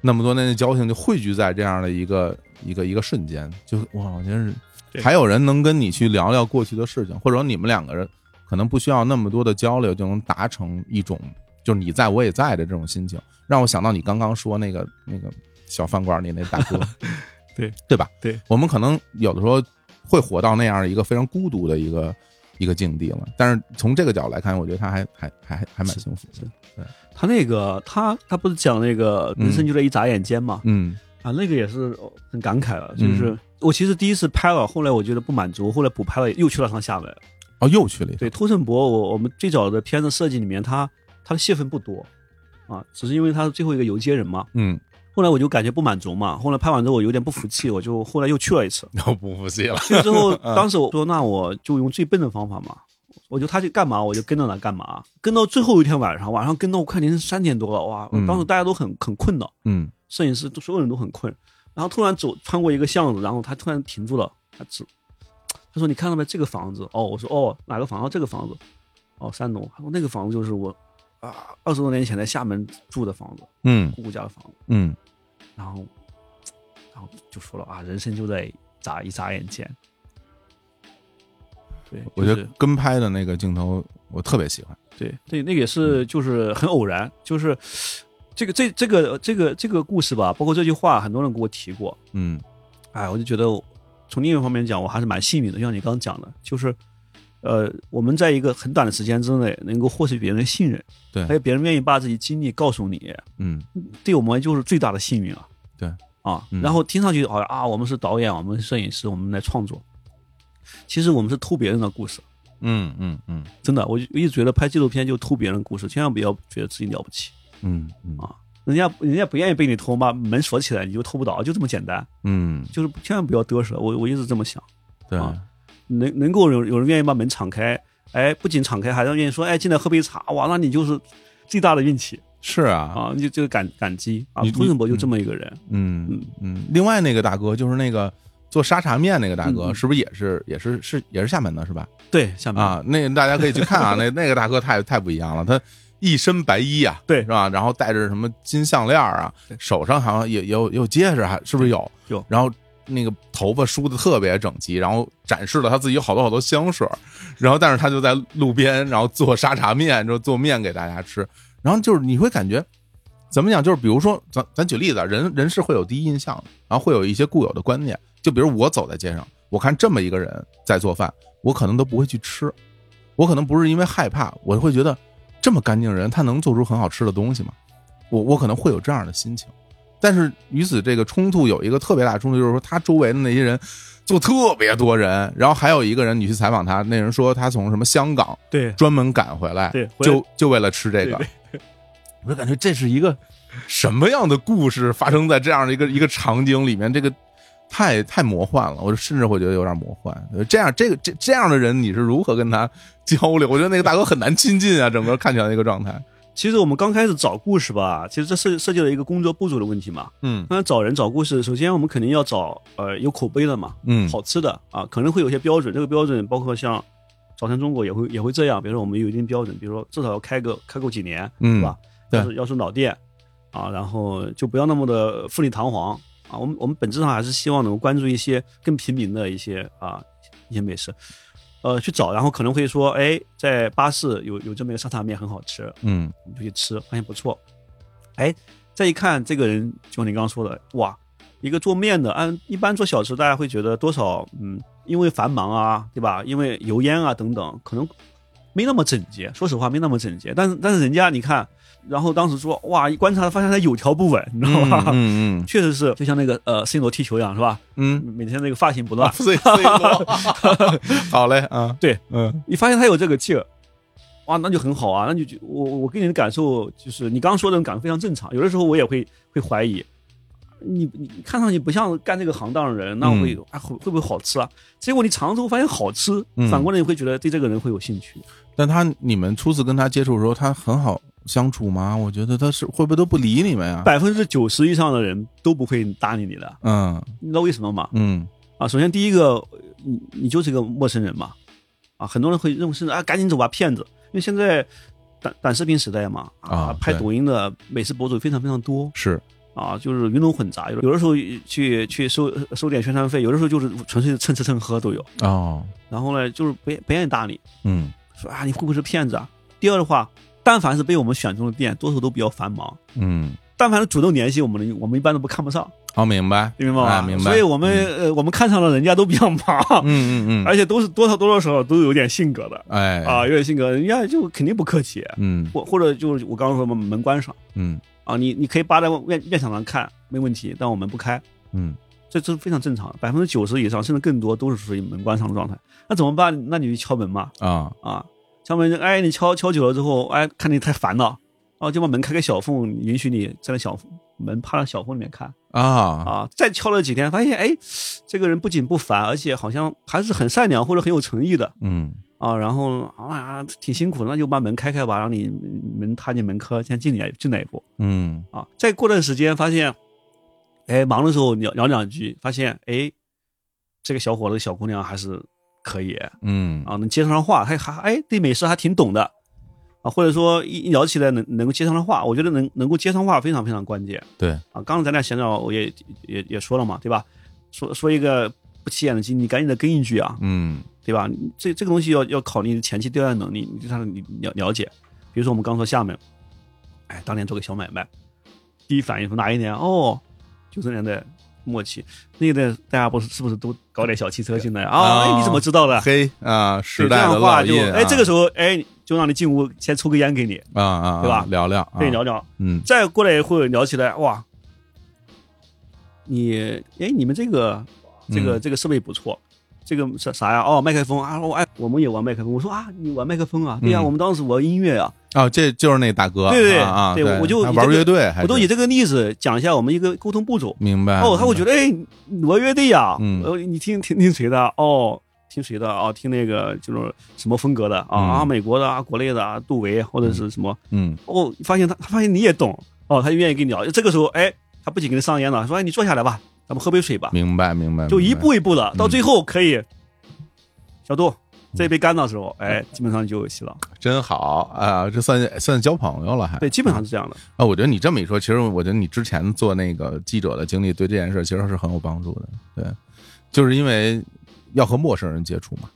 那么多年的交情就汇聚在这样的一个一个一个瞬间，就哇，我觉得是
对
还有人能跟你去聊聊过去的事情，或者说你们两个人可能不需要那么多的交流就能达成一种就是你在我也在的这种心情，让我想到你刚刚说那个那个小饭馆里那大哥，
对
对吧？
对，
我们可能有的时候会活到那样一个非常孤独的一个一个境地了，但是从这个角度来看，我觉得他还还还还还蛮幸福的，
他那个他他不是讲那个人生就在一眨眼间嘛、
嗯
啊，那个也是很感慨了，就是、我其实第一次拍了，后来我觉得不满足，后来补拍了，又去了趟厦门。
哦，又去了一趟，
对，涂胜博，我我们最早的片子设计里面，他他的戏份不多啊，只是因为他是最后一个游街人嘛。
嗯，
后来我就感觉不满足嘛，后来拍完之后我有点不服气，我就后来又去了一次。
又不服气了，
去了之后，当时我说那我就用最笨的方法嘛，我就他去干嘛我就跟着他干嘛，跟到最后一天晚上，晚上跟到我快凌晨三点多了，哇！
嗯
当时大家都很很困的，
嗯
摄影师都所有人都很困，然后突然走穿过一个巷子，然后他突然停住了，他指，他说你看到没这个房子？哦，我说哦哪个房子？这个房子，哦三楼。他说那个房子就是我啊二十多年前在厦门住的房子，
嗯
姑姑家的房子。
嗯
然后，然后就说了啊，人生就在眨一眨眼间。对，
我觉
就
得
是
跟拍的那个镜头我特别喜欢，
对，对，那个也
嗯
是就是很偶然，就是这个这这个这个这个故事吧，包括这句话，很多人给我提过，
嗯
哎，我就觉得我从另一方面讲，我还是蛮幸运的，就像你刚刚讲的，就是。呃，我们在一个很短的时间之内能够获取别人的信任，
对
还有别人愿意把自己经历告诉你，
嗯
对我们就是最大的幸运啊。
对
啊
嗯，
然后听上去好像啊，我们是导演，我们是摄影师，我们来创作。其实我们是偷别人的故事，
嗯嗯嗯
真的，我就我一直觉得拍纪录片就偷别人的故事，千万不要觉得自己了不起，
嗯嗯
人家人家不愿意被你偷嘛，门锁起来你就偷不着，就这么简单，
嗯，
就是千万不要得瑟。我我一直这么想，
对，
啊能能够有有人愿意把门敞开，哎，不仅敞开，还让愿意说，哎，进来喝杯茶，哇，那你就是最大的运气
是啊，
啊，你就就感感激啊
你。
涂胜博
你
就这么一个人，
嗯嗯，另外那个大哥就是那个做沙茶面那个大哥，
嗯嗯
是不是也是也是是也是厦门的，是吧？
对，下面
啊，那个大家可以去看
[LAUGHS]
啊，那那个大哥太太不一样了，他一身白衣啊，
对
是吧？然后戴着什么金项链啊，手上好像也也有也有结实，还是不是有？
有
然后。那个头发梳的特别整齐，然后展示了他自己有好多好多香水儿，然后但是他就在路边，然后做沙茶面，就做面给大家吃，然后就是你会感觉怎么讲？就是比如说，咱咱举例子啊，人人是会有第一印象的，然后会有一些固有的观念。就比如我走在街上，我看这么一个人在做饭，我可能都不会去吃，我可能不是因为害怕，我会觉得这么干净的人，他能做出很好吃的东西吗？我我可能会有这样的心情。但是与此这个冲突有一个特别大的冲突，就是说他周围的那些人做特别多人，然后还有一个人你去采访他，那人说他从什么香港
对
专门赶回来，
对回
哎
来
就就为了吃这个
对。
[LAUGHS] 我就感觉这是一个什么样的故事发生在这样的一个一个场景里面，这个太太魔幻了，我甚至会觉得有点魔幻。呃这样这个这这样的人，你是如何跟他交流？我觉得那个大哥很难亲近啊，整个看起来那个状态。
其实我们刚开始找故事吧，其实这涉涉及了一个工作步骤的问题嘛。
嗯
那找人找故事，首先我们肯定要找呃有口碑的嘛，
嗯
好吃的啊，可能会有些标准。这个标准包括像《早餐中国》也会也会这样，比如说我们有一定标准，比如说至少要开个开够几年，
嗯
是吧？
对
要是要是老店啊，然后就不要那么的富丽堂皇啊。我们我们本质上还是希望能够关注一些更平民的一些啊一些美食，呃，去找，然后可能会说，哎，在巴士有有这么一个沙茶面很好吃，
嗯
我们就去吃，发现不错。哎，再一看这个人，就像你刚刚说的，哇，一个做面的，按一般做小吃，大家会觉得多少，嗯，因为繁忙啊，对吧？因为油烟啊等等，可能没那么整洁。说实话，没那么整洁。但是但是人家你看，然后当时说，哇，一观察发现他有条不紊，你知道吧？
嗯嗯
确实是，就像那个呃，C 罗踢球一样，是吧？ [LAUGHS]
嗯，
每天那个发型不乱，
所以所以说 [LAUGHS] 好嘞啊，
对，
嗯
你发现他有这个劲儿，哇，那就很好啊，那就就我我给你的感受就是你刚刚说的感受非常正常，有的时候我也会会怀疑，你你你看上去不像干这个行当的人，那会、啊会会不会好吃啊？结果你尝了之后发现好吃，
嗯
反过来你会觉得对这个人会有兴趣。
但他你们初次跟他接触的时候，他很好相处吗？我觉得他是会不会都不理你们呀？
百分之九十以上的人都不会搭理你的，
嗯
你知道为什么吗？
嗯
啊，首先第一个，呃你你就是个陌生人嘛，啊，很多人会认为是啊，赶紧走吧，骗子，因为现在短短视频时代嘛，
啊
拍
对
抖音的美食博主非常非常多
是
啊，就是鱼龙混杂，有的有的时候去去收收点宣传费，有的时候就是纯粹蹭吃蹭喝都有，
哦
然后呢，就是不愿不愿意搭理，
嗯
说啊，你会不会是骗子啊？第二的话，但凡是被我们选中的店，多数都比较繁忙，
嗯
但凡是主动联系我们的，我们一般都不看不上，
哦明白
你明白吗？
啊明白，
所以我们、呃，我们看上了人家都比较忙，
嗯嗯嗯
而且都是多少多少少少都有点性格的
哎
啊，有点性格，人家就肯定不客气，
嗯
或或者就是我刚刚说嘛，门关上
嗯
啊，你你可以扒在院院墙上看没问题，但我们不开，
嗯
这这是非常正常的，百分之九十以上甚至更多都是属于门关上的状态。那怎么办？那你就敲门嘛
啊
啊，敲门，哎，你敲敲久了之后，哎，看你太烦了，哦、就把门开个小缝，允许你站在小缝门趴到小缝里面看
啊
啊。再敲了几天，发现哎，这个人不仅不烦，而且好像还是很善良或者很有诚意的。
嗯
啊，然后啊挺辛苦的，那就把门开开吧，让你门踏进门科，先进来进来一步
嗯
啊。再过段时间发现，哎，忙的时候聊聊两句，发现哎，这个小伙子小姑娘还是可以啊，
嗯
能接上话，还还哎对美食还挺懂的啊，或者说一一聊起来能能够接上的话，我觉得能能够接上话非常非常关键
对
啊。刚才咱俩闲聊我也也也说了嘛，对吧？说说一个不起眼的经历，你赶紧的跟一句啊，
嗯
对吧？你这这个东西要要考你的前期调研能力，你对它的你了了解。比如说我们刚说厦门，哎，当年做个小买卖，第一反应说哪一年？哦，九十年代末期，那个代大家不是是不是都搞点小汽车进来啊、
啊
哎？你怎么知道的？
嘿啊时
对这
代
样
的
的话
烙
就
印啊
哎，这个时
候
候哎，就让你进屋先抽个烟给你，
啊啊
对吧
聊聊
跟你
啊
聊聊。
嗯
再过来一会儿聊起来，哇，你哎，你们这个这个
嗯
这个设备不错，这个啥啥呀？哦，麦克风啊，我哎，我们也玩麦克风。我说啊，你玩麦克风啊？对呀、
嗯
我们当时玩音乐啊。
哦这就是那大哥
对对
啊啊
对我就
他
以
玩
这个
乐队还
我都以
是啊
这个例子讲一下我们一个沟通步骤。
明白
哦，他会觉
得
得哎，你玩乐队呀、
嗯
呃，你听听听谁的？哦。听谁的啊？听那个就是什么风格的啊、
嗯
啊，美国的啊，国内的啊，杜维或者是什么
嗯
哦，发现他，他发现你也懂哦，他就愿意跟你聊。这个时候，哎，他不仅给你上烟了，说哎，你坐下来吧，咱们喝杯水吧，
明白明白
就一
明白
步一步的，到
嗯
最后可以，小杜这杯干的时候，哎，基本上就有戏了。
真好啊！这算算交朋友了还，
对，基本上是这样的。
啊。我觉得你这么一说，其实我觉得你之前做那个记者的经历，对这件事其实是很有帮助的。对，就是因为要和陌生人接触嘛，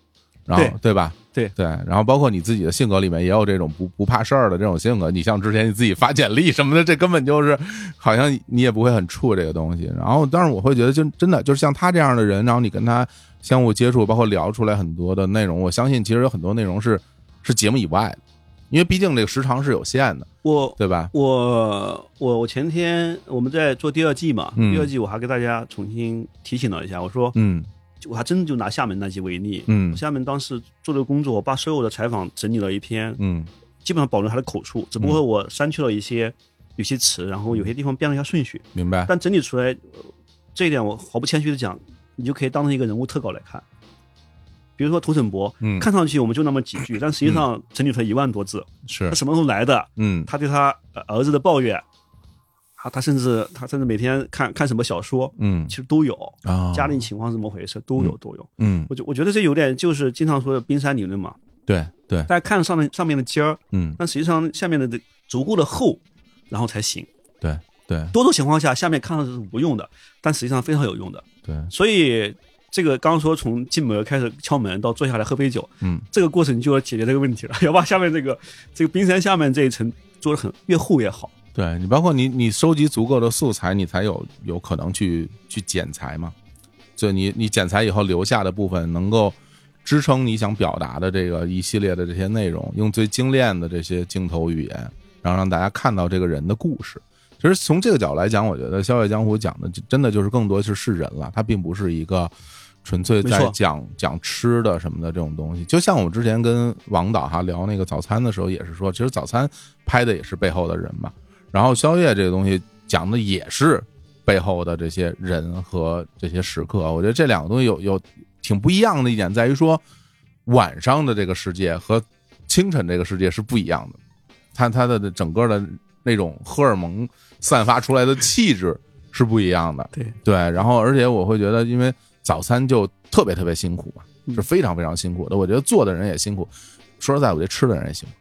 然后
对
吧？
对
对，然后包括你自己的性格里面也有这种不不怕事儿的这种性格。你像之前你自己发简历什么的，这根本就是好像你也不会很怵这个东西。然后，但是我会觉得就，真的就是像他这样的人，然后你跟他相互接触，包括聊出来很多的内容，我相信其实有很多内容是是节目以外的，因为毕竟这个时长是有限的，
我
对吧？
我我我前天我们在做第二季嘛，
嗯
第二季我还给大家重新提醒了一下，我说
嗯
我还真就拿厦门那集为例。
嗯
厦门当时做的工作，我把所有的采访整理了一篇，
嗯
基本上保留它的口述，只不过我删去了一些有些词，然后有些地方变了一下顺序。，
明白。
但整理出来，呃这一点我毫不谦虚的讲，你就可以当成一个人物特稿来看。比如说涂沈博，
嗯
看上去我们就那么几句，但实际上整理出来一万多字。
是
他，什么时候来的？
嗯
他对他呃儿子的抱怨，他他甚至他甚至每天看看什么小说，
嗯
其实都有。
啊，
家庭情况是怎么回事都有都有。
嗯，
我就我觉得这有点就是经常说的冰山理论嘛，
对对，
大家看上面上面的尖儿，
嗯
但实际上下面的这足够的厚，然后才行。
对对
多数情况下，下面看上去是无用的，但实际上非常有用的。
对，
所以这个刚说从进门开始敲门到坐下来喝杯酒，
嗯
这个过程就要解决这个问题了， [LAUGHS] 要把下面这个这个冰山下面这一层做的很越厚越好。
对你包括你你收集足够的素材，你才有有可能去去剪裁嘛。就你你剪裁以后留下的部分，能够支撑你想表达的这个一系列的这些内容，用最精炼的这些镜头语言，然后让大家看到这个人的故事。其实从这个角度来讲，我觉得《笑傲江湖》讲的就真的就是更多是是人了，它并不是一个纯粹
没
在
错
讲讲吃的什么的这种东西。就像我之前跟王导哈聊那个早餐的时候，也是说，其实早餐拍的也是背后的人嘛，然后宵夜这个东西讲的也是背后的这些人和这些时刻。啊我觉得这两个东西有有挺不一样的一点在于说，晚上的这个世界和清晨这个世界是不一样的，它它的整个的那种荷尔蒙散发出来的气质是不一样的。
对
对，然后而且我会觉得，因为早餐就特别特别辛苦嘛，是非常非常辛苦的。我觉得做的人也辛苦，说实在，我觉得吃的人也辛苦。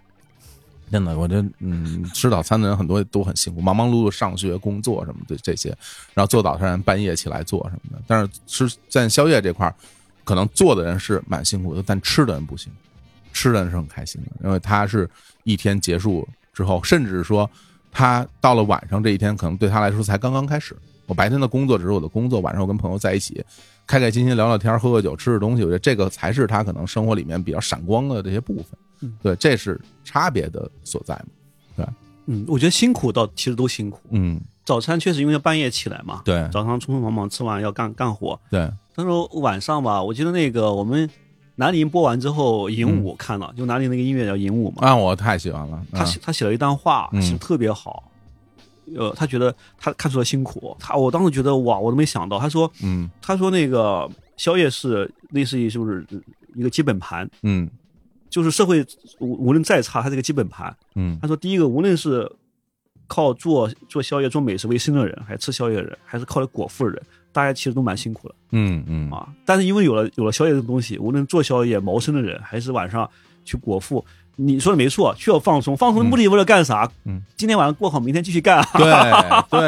真的，我觉得， [LAUGHS] 嗯，吃早餐的人很多都很辛苦，忙忙碌碌上学、工作什么的这些，然后做早餐人半夜起来做什么的。但是吃在宵夜这块儿，可能做的人是蛮辛苦的，但吃的人不辛苦，吃的人是很开心的，因为他是一天结束之后，甚至说他到了晚上这一天，可能对他来说才刚刚开始。我白天的工作只是我的工作，晚上我跟朋友在一起，开开心心聊聊天儿，喝喝酒，吃吃东西，我觉得这个才是他可能生活里面比较闪光的这些部分
嗯。
对，这是差别的所在嘛。
嗯，我觉得辛苦倒其实都辛苦。
嗯，
早餐确实因为要半夜起来嘛，
对
早上匆匆忙忙吃完要干干活。
对，
但是晚上吧，我记得那个我们南宁播完之后，银武看了，就南宁那个音乐叫银武嘛，
啊，我太喜欢了。
他
啊
写他写了一段话，
嗯
写的特别好。呃，他觉得他看出了辛苦，他我当时觉得哇，我都没想到。他说
嗯
他说那个宵夜是类似于是不是一个基本盘，
嗯
就是社会无无论再差，它是个基本盘。
嗯
他说，第一个，无论是靠做做宵夜、做美食为生的人，还是吃宵夜的人，还是靠来果腹的人，大家其实都蛮辛苦的
嗯嗯
啊。但是因为有了有了宵夜这个东西，无论做宵夜谋生的人，还是晚上去果腹，你说的没错，需要放松。放松的目的为了干啥？
嗯，
今天晚上过好，明天继续干啊。
对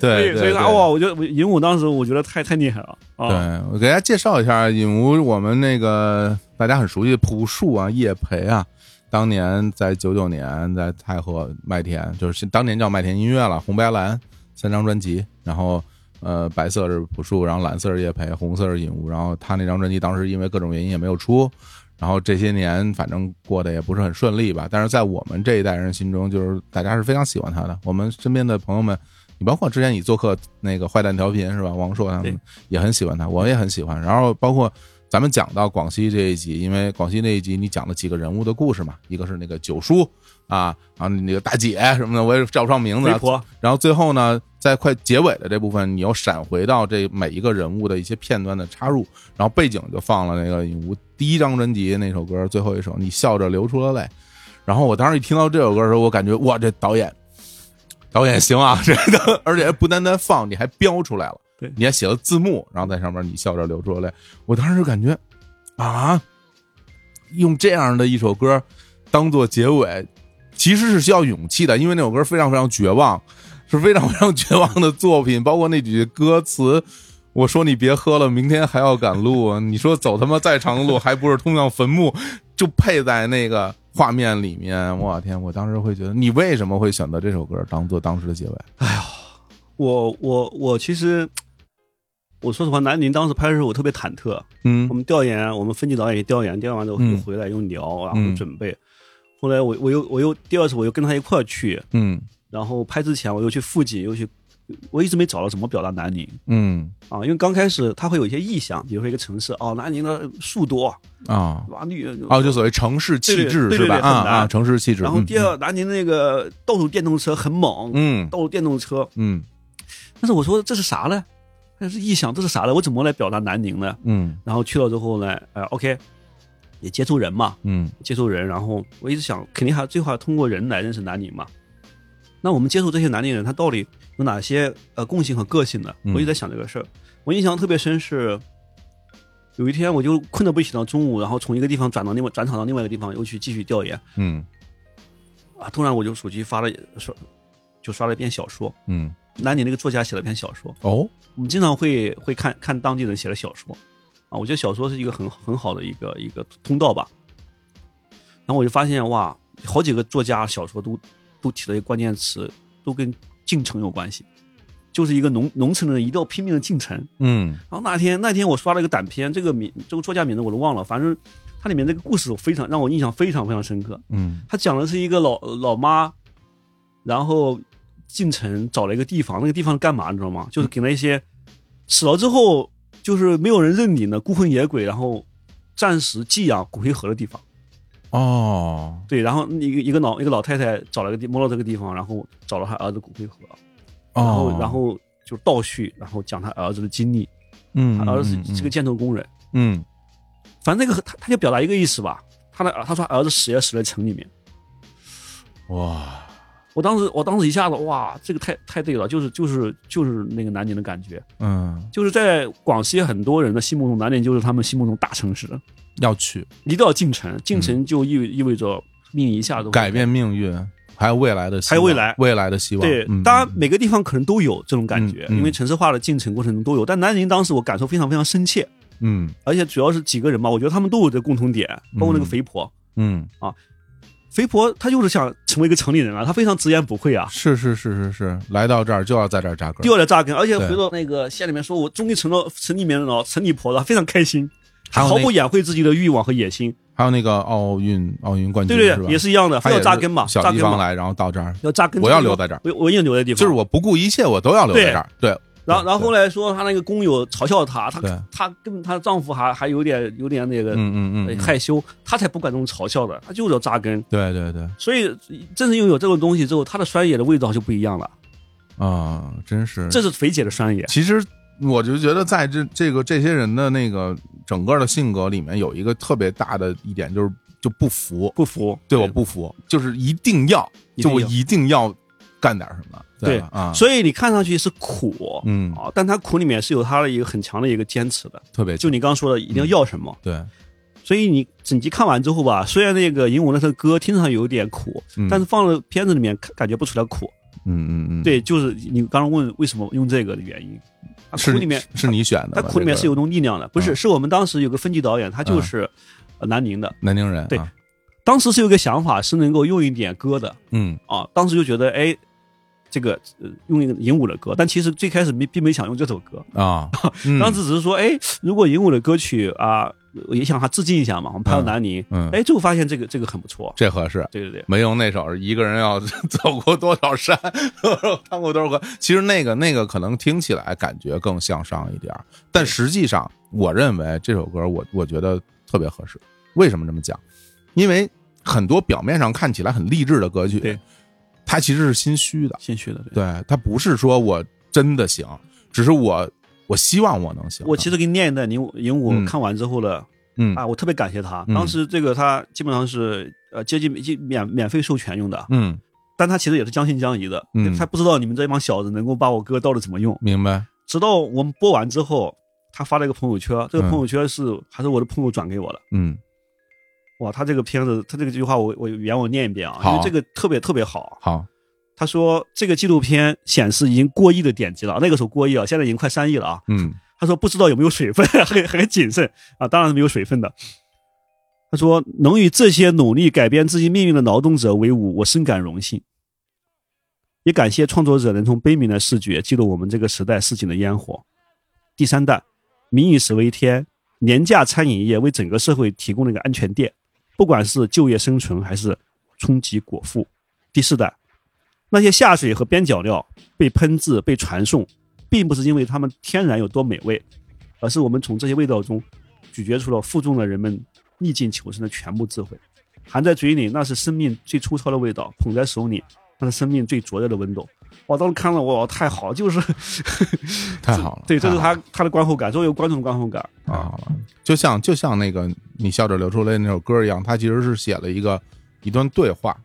对 对对，
所以哦他
对
哇，我觉得银武当时我觉得太太厉害了啊。
对，我给大家介绍一下影无，我们那个大家很熟悉的朴树啊、叶培啊，当年在九九年在太和麦田，就是当年叫麦田音乐了，红白蓝三张专辑，然后呃白色是朴树，然后蓝色是叶培，红色是影无，然后他那张专辑当时因为各种原因也没有出。然后这些年，反正过得也不是很顺利吧。但是在我们这一代人心中，就是大家是非常喜欢他的。我们身边的朋友们，你包括之前你做客那个坏蛋调频是吧？王硕他们
对
也很喜欢他，我也很喜欢。然后包括咱们讲到广西这一集，因为广西那一集你讲了几个人物的故事嘛，一个是那个九叔啊，然后那个大姐什么的，我也叫不上名字
媒
啊。
婆，
然后最后呢，在快结尾的这部分，你又闪回到这每一个人物的一些片段的插入，然后背景就放了那个影无第一张专辑那首歌最后一首《你笑着流出了泪》。然后我当时一听到这首歌的时候，我感觉哇，这导演导演行啊，这个而且不单单放，你还标出来了
对，
你还写了字幕，然后在上面你笑着流出了泪。我当时就感觉啊，用这样的一首歌当做结尾，其实是需要勇气的，因为那首歌非常非常绝望，是非常非常绝望的作品， [LAUGHS] 包括那几句歌词。我说你别喝了，明天还要赶路。啊你说走他妈再长的路，还不是通向坟墓？就配在那个画面里面。我天，我当时会觉得，你为什么会选择这首歌当做当时的结尾？
我我我其实。我说实话，南宁当时拍的时候，我特别忐忑，
嗯
我们调研，我们分级导演也调研，调研完之后
嗯
又回来又聊，然
嗯
后准备。后来我我又我又第二次我又跟他一块儿去，
嗯
然后拍之前我又去附近又去，我一直没找到怎么表达南宁
嗯
啊，因为刚开始他会有一些意象，比如说一个城市哦，南宁的树多，
啊
哇绿
哦，就所谓城市气质
对对对
是吧？
对对
啊
很难
啊，城市气质。
然后
嗯
第二，南宁那个到处电动车很猛，
嗯
到处电动车，
嗯
但是我说这是啥呢？这是意象，这是啥呢？我怎么来表达南宁呢？
嗯
然后去了之后呢，呃，OK，也接触人嘛，
嗯
接触人，然后我一直想，肯定还最好通过人来认识南宁嘛。那我们接触这些南宁人，他到底有哪些呃共性和个性呢？
嗯
我一直在想这个事儿。我印象特别深是，有一天我就困得不行了，中午，然后从一个地方转到另外转场到另外一个地方，又去继续调研
嗯
啊。突然我就手机发了刷，就刷了一篇小说，
嗯
南宁那个作家写了篇小说。
哦
我们经常会会看看当地人写的小说啊，我觉得小说是一个很很好的一个一个通道吧。然后我就发现哇，好几个作家小说都都提了一个关键词，都跟进城有关系，就是一个农农村的人一定要拼命的进城。
嗯
然后那天那天我刷了一个短片，这个名这个作家名字我都忘了，反正它里面这个故事我非常让我印象非常非常深刻。
嗯
他讲的是一个老老妈，然后
嗯
进城找了一个地方，那个地方干嘛你知道吗？就是给那些死了之后就是没有人认领的孤魂野鬼，然后暂时寄养骨灰盒的地方。
哦，
对，然后一个一个老一个老太太找了个地摸到这个地方，然后找了她儿子骨灰盒，然后、
哦
然后就倒叙，然后讲她儿子的经历，
嗯
她，儿子
嗯
是个建筑工人，
嗯
反正那个他他就表达一个意思吧，他的他说儿子死也死在城里面。
嗯哇，
我当时，我当时一下子，哇，这个太太对了，就是就是就是那个南宁的感觉，
嗯，
就是在广西很多人的心目中，南宁就是他们心目中大城市，
要去
一定要进城，进城就意味、意味着命一下都
嗯改变命运，还有未来的希望，
还有未来
未来的希望。
对，
嗯
当然每个地方可能都有这种感觉，
嗯嗯
因为城市化的进程过程中都有。但南宁当时我感受非常非常深切，
嗯
而且主要是几个人嘛，我觉得他们都有这共同点，包括那个肥婆，
嗯，
肥婆她就是想成为一个城里人啊，她非常直言不讳啊，
是是是是是，来到这儿就要在这儿扎根
掉，了扎根，而且
对
回到那个县里面说，我终于成了城里面的老城里婆了，非常开心，
还有那
毫不掩晦自己的欲望和野心，
还有那个奥运奥运冠军，
对对
嗯是吧？
对，也是一样的，
他
非
也
要
是
扎根嘛，
小
扎
地
根
方
嘛，
来，然后到这儿，
要扎根，
我要留在这儿，
我我也留在地方，
就是。我不顾一切，我都要留在
对
这儿。对，
然后然后后来说她那个工友嘲笑她，她
对
她跟她丈夫还还有点有点那个呃
嗯嗯嗯，嗯
害羞，他才不管这种嘲笑的，他就是要扎根。
对对对
所以，正是因为有这种东西之后，他的酸野的味道就不一样了。
啊，真是
这是肥姐的酸野，
其实我就觉得，在这这个这些人的那个整个的性格里面，有一个特别大的一点就是就不服，
不服。
对我不服，就是一定要，
一
就
定
我
要
一定要干点什么，
对
吧啊，
所以你看上去是苦，
嗯，
啊，但他苦里面是有他的一个很强的一个坚持的。
特别
就你刚说的，一定要要什么。
对，
所以你整集看完之后吧，虽然那个银武那首歌听上有点苦，
嗯
但是放到片子里面看感觉不出来苦。
嗯嗯嗯，，
对，就是你刚刚问为什么用这个的原因，啊
是
苦里面
是你选的吧，
它苦里面
这
是
个
有种力量的，不是？
嗯
是我们当时有个分级导演，他就是呃南宁的，
南宁人，
对
啊
当时是有个想法是能够用一点歌的
嗯
啊，当时就觉得哎，这个、呃、用一个银武的歌，但其实最开始没并没想用这首歌， [LAUGHS]
啊，嗯
当时只是说哎，如果银武的歌曲啊，我也想他致敬一下嘛，我们拍到南宁，
嗯，
哎，最后发现这个这个很不错，
这合适。
对对对，
没用那首《一个人要 [LAUGHS] 走过多少山，趟过多少河》。其实那个那个可能听起来感觉更向上一点儿，但实际上我认为这首歌我我觉得特别合适。为什么这么讲？因为很多表面上看起来很励志的歌曲
对，
它其实是心虚的，
心虚的对。
对，它不是说我真的行，只是我我希望我能行。
我其实给你念一段银武银武
嗯
看完之后呢，
嗯
啊，我特别感谢他，
嗯
当时这个他基本上是呃接近免免免费授权用的，
嗯，
但他其实也是将信将疑的，
嗯
他不知道你们这帮小子能够把我歌到底怎么用。
明白。
直到我们播完之后，他发了一个朋友圈，这
嗯
个朋友圈是、还是我的朋友转给我的。
嗯
哇，他这个片子，他这个句话我我原文念一遍啊，
好
因为这个特别特别好。
好，
他说这个纪录片显示已经过亿的点击了，那个时候过亿啊，现在已经快三亿了啊。
嗯
他说不知道有没有水分， [LAUGHS] 很很谨慎啊，当然是没有水分的。他说能与这些努力改变自己命运的劳动者为伍，我深感荣幸，也感谢创作者能从悲悯的视觉记录我们这个时代市井的烟火。第三代，民以食为天，廉价餐饮业为整个社会提供了一个安全垫，不管是就业生存还是冲击果腹。第四代，那些下水和边角料被烹制、被传送，并不是因为它们天然有多美味，而是我们从这些味道中咀嚼出了负重的人们逆境求生的全部智慧。含在嘴里，那是生命最粗糙的味道；捧在手里，那是生命最灼热的温度。我当时看了，我太好了，就是
太好了
对，这
太
是
好
他他的观后感，作为观众的观后感
太好了，就像就像那个你笑着流出泪那首歌一样，它其实是写了一个一段对话，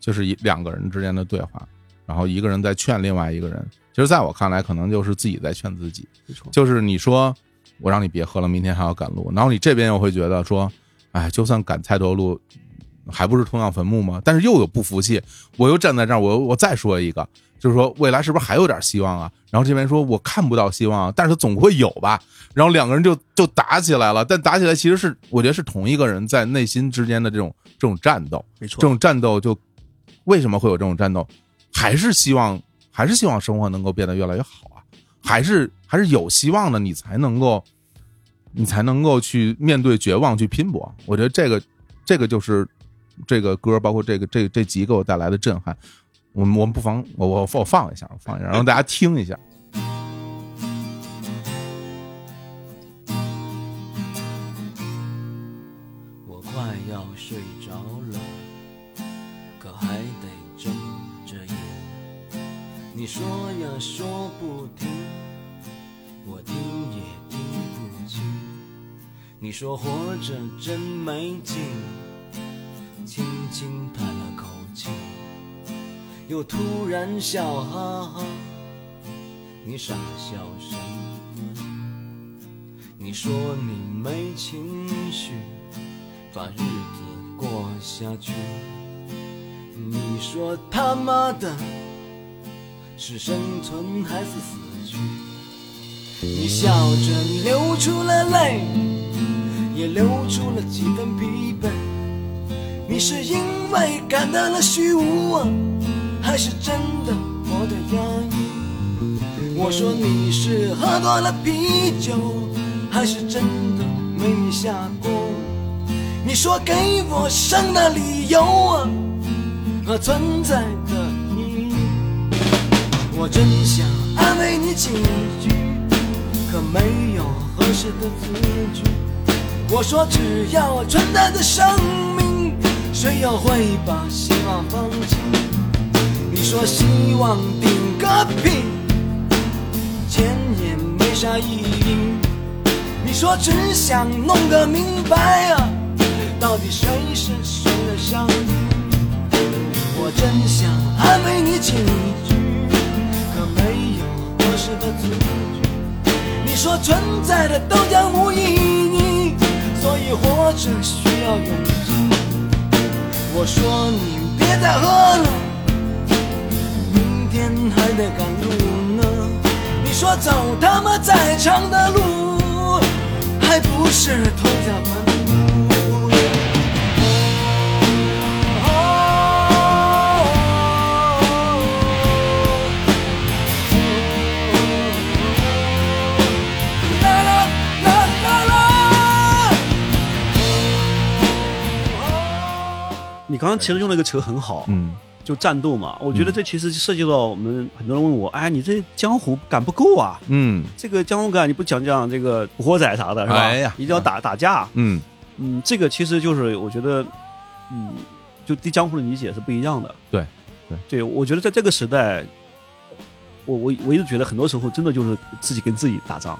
就是一两个人之间的对话，然后一个人在劝另外一个人。其实，在我看来，可能就是自己在劝自己，
没错，
就是你说我让你别喝了，明天还要赶路，然后你这边又会觉得说，哎，就算赶菜头路，还不是同样坟墓吗？但是又有不服气，我又站在这儿，我我再说一个，就是说未来是不是还有点希望啊？然后这边说我看不到希望啊，但是总会有吧。然后两个人就就打起来了，但打起来其实是我觉得是同一个人在内心之间的这种这种战斗，
没
这
错，
种战斗就为什么会有这种战斗？还是希望还是希望生活能够变得越来越好啊，还是还是有希望的，你才能够你才能够去面对绝望去拼搏。我觉得这个这个就是这个歌，包括这个这这集给我带来的震撼。我们我们不妨我我我放一下，我放一下，让大家听一下。
睡着了，可还得睁着眼。你说呀说不停，我听也听不清。你说活着真没劲，轻轻叹了口气，又突然笑哈哈。你傻笑什么？你说你没情绪，把日子过下去。你说他妈的，是生存还是死去？你笑着流出了泪，也流出了几分疲惫。你是因为感到了虚无啊，还是真的活得压抑？我说你是喝多了啤酒，还是真的没你下锅？你说给我生的理由啊，和存在的意义。我真想安慰你几句，可没有合适的字句。我说只要存在的生命，谁又会把希望放弃？你说希望顶个屁，钱也没啥意义。你说只想弄个明白啊，到底谁是谁的上帝？我真想安慰你几句，可没有合适的字句。你说存在的都将无意义，所以活着需要勇气。我说你别再喝了，明天还得赶路呢。你说走他妈再长的路，还不是脱甲还路。哦哦
你刚刚其实用了一个词很好，
嗯，
就战斗嘛。我觉得这其实涉及到我们很多人问我，哎，你这江湖感不够啊，
嗯
这个江湖感你不讲讲这个古惑仔啥的，是吧？
哎呀
一定要打打架。
嗯
嗯，这个其实就是我觉得，嗯，就对江湖的理解是不一样的。
对，对，
对我觉得在这个时代，我我我一直觉得很多时候真的就是自己跟自己打仗，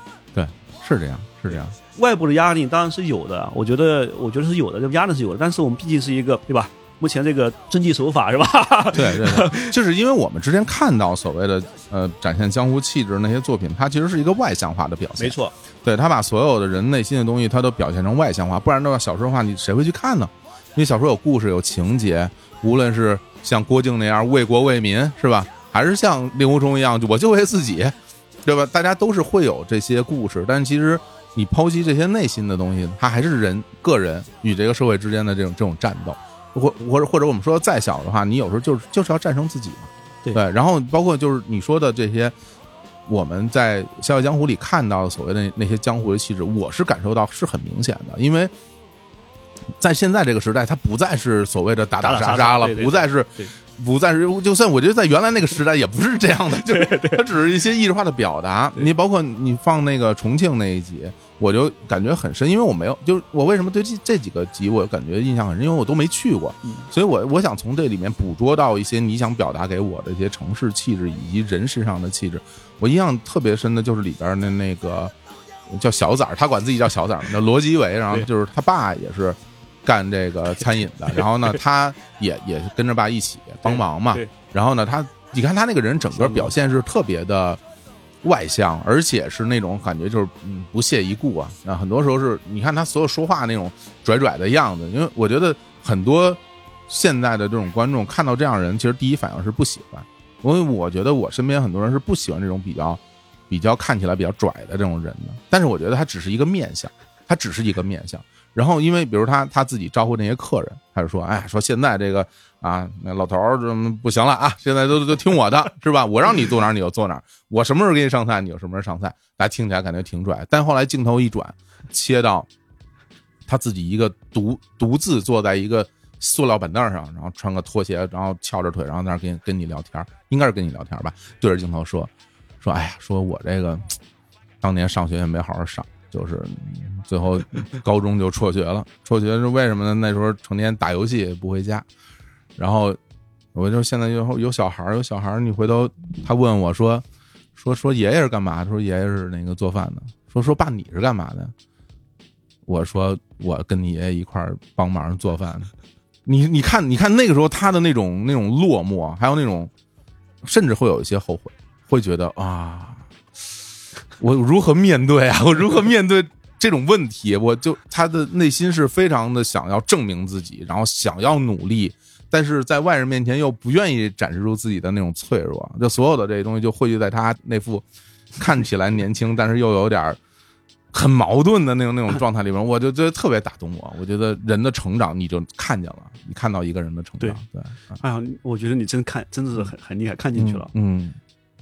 是这样，是这样，
外部的压力当然是有的，啊我觉得我觉得是有的，这压力是有的，但是我们毕竟是一个对吧？目前这个遵纪守法是吧？ [LAUGHS]
对对对，就是因为我们之前看到所谓的呃展现江湖气质那些作品，它其实是一个外向化的表现，
没，错，
对他把所有的人内心的东西，他都表现成外向化，不然的话，小说的话你谁会去看呢？因为小说有故事，有情节，无论是像郭靖那样为国为民，是吧？还是像令狐冲一样，我就为自己，对吧？大家都是会有这些故事，但其实你剖析这些内心的东西，它还是人个人与这个社会之间的这种这种战斗，或或者或者我们说再小的话，你有时候就是就是要战胜自己嘛。
对
对，然后包括就是你说的这些，我们在《笑傲江湖》里看到的所谓的那那些江湖的气质，我是感受到是很明显的，因为在现在这个时代，它不再是所谓的打
打打
杀
杀杀
了，
对对
不再是
对
不再是，就算我觉得在原来那个时代也不是这
[LAUGHS]
样的，就是它只是一些意识化的表达。你包括你放那个重庆那一集，我就感觉很深，因为我没有，就是我为什么对这这几个集我感觉印象很深，因为我都没去过，所以我我想从这里面捕捉到一些你想表达给我的一些城市气质以及人身上的气质。我印象特别深的就是里边的那个叫小崽儿，他管自己叫小崽儿，叫罗基维，然后
对
就是他爸也是干这个餐饮
[LAUGHS]
的，然后呢，他也也跟着爸一起帮忙嘛
对对，
然后呢，他你看他那个人整个表现是特别的。外向，而且是那种感觉，就是嗯不屑一顾啊。啊，很多时候是你看他所有说话那种拽拽的样子，因为我觉得很多现在的这种观众看到这样的人，其实第一反应是不喜欢。因为我觉得我身边很多人是不喜欢这种比较比较看起来比较拽的这种人的。但是我觉得他只是一个面相，他只是一个面相。然后因为比如他他自己招呼那些客人，他就说，哎，说现在这个啊，那老头儿这不行了啊，现在都都听我的，是吧？我让你坐哪儿你就坐哪儿，我什么时候给你上菜你就什么时候上菜。大家听起来感觉挺拽，但后来镜头一转，切到他自己一个独独自坐在一个塑料板凳上，然后穿个拖鞋，然后翘着腿，然后在那儿跟跟你聊天儿，应该是跟你聊天儿吧，对着镜头说说，哎呀，说我这个当年上学也没好好上，就是最后高中就辍学了。 [LAUGHS] 辍学是为什么呢？那时候成天打游戏也不回家，然后我就现在有有小孩儿，有小孩儿，你回头他问我说说说爷爷是干嘛？说爷爷是那个做饭的。说说爸你是干嘛的？我说我跟你爷爷一块儿帮忙做饭。你你看你看那个时候他的那种那种落寞，还有那种甚至会有一些后悔，会觉得啊，我如何面对啊？ [LAUGHS] 我如何面对这种问题？我就他的内心是非常的想要证明自己，然后想要努力，但是在外人面前又不愿意展示出自己的那种脆弱。就所有的这些东西就汇聚在他那副看起来年轻，但是又有点儿很矛盾的那种那种状态里面，我就觉得特别打动我。我觉得人的成长，你就看见了，你看到一个人的成长，对，啊
哎呀，我觉得你真看，真的是很很厉害，看进去了。
嗯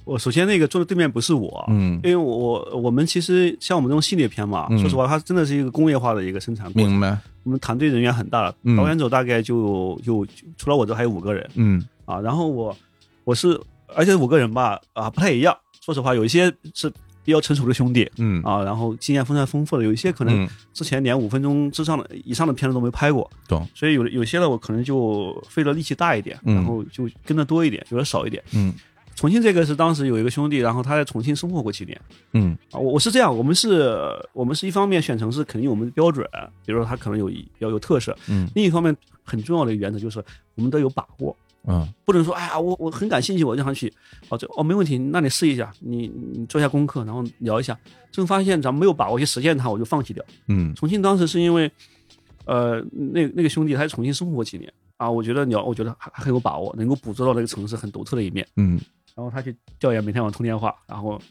我首先那个坐在对面不是我，
嗯，
因为我我我们其实像我们这种系列片嘛，
嗯
说实话，它真的是一个工业化的一个生产过程。
明白，
我们团队人员很大，
嗯
导演组大概就就除了我这还有五个人
嗯
啊。然后我我是，而且五个人吧啊不太一样。说实话，有一些是比较成熟的兄弟
嗯
啊，然后经验非常丰富的，有一些可能
嗯
之前连五分钟之上的以上的片子都没拍过，
懂，
所以有的有些呢我可能就费的力气大一点，
嗯
然后就跟的多一点，有的少一点。
嗯
重庆这个是当时有一个兄弟，然后他在重庆生活过几年。
嗯
啊，我我是这样，我们是，我们是一方面选城市肯定有我们的标准，比如说它可能有一要有特色；
嗯
另一方面很重要的原则就是我们都有把握，
嗯
不能说哎呀我我很感兴趣我就想去，哦这哦没问题，那你试一下，你你做一下功课，然后聊一下，最后发现咱们没有把握去实践它，我就放弃掉。
嗯
重庆当时是因为，呃那那个兄弟他在重庆生活过几年啊，我觉得聊我觉得还还很有把握，能够捕捉到那个城市很独特的一面。
嗯
然后他去调研，每天晚上通电话，然后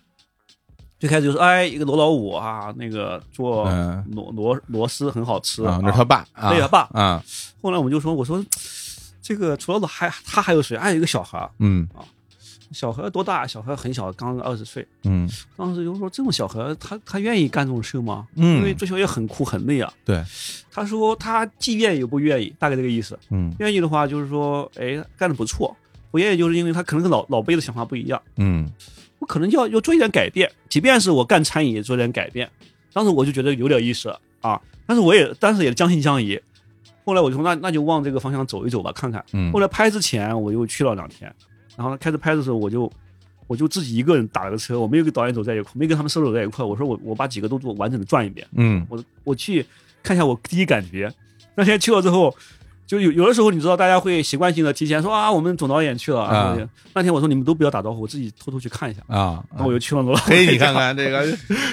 最开始就是哎，一个罗老五啊，那个做
嗯
螺螺螺丝很好吃
啊，那是他爸，啊
那是他爸
啊，
后来我们就说，我说这个除了老还他还有谁？哎还有一个小孩儿，
嗯
小孩儿多大？小孩儿很小，刚二十岁。
嗯
当时就说这种小孩儿，他他愿意干这种事吗？因为
嗯，
追求也很苦很累啊。
对，
他说他既愿意又不愿意，大概这个意思。
嗯
愿意的话就是说，哎，干的不错；不愿意就是因为他可能跟老老辈的想法不一样。
嗯
我可能要要做一点改变，即便是我干餐饮也做点改变。当时我就觉得有点意思啊，但是我也当时也将信将疑。后来我就说那那就往这个方向走一走吧，看看。
嗯
后，来拍之前我又去了两天，然后开始拍的时候我就我就自己一个人打了个车，我没有跟导演走在一块，没跟他们摄制组在一块。我说我我把几个都做完整的转一遍，
嗯
我我去看一下我第一感觉。那天去了之后，就有有的时候你知道大家会习惯性的提前说啊我们总导演去了，然后
啊
就那天我说你们都不要打招呼，我自己偷偷去看一下。
啊，
那我就去了罗老
嘿，
[LAUGHS]
你看看这个，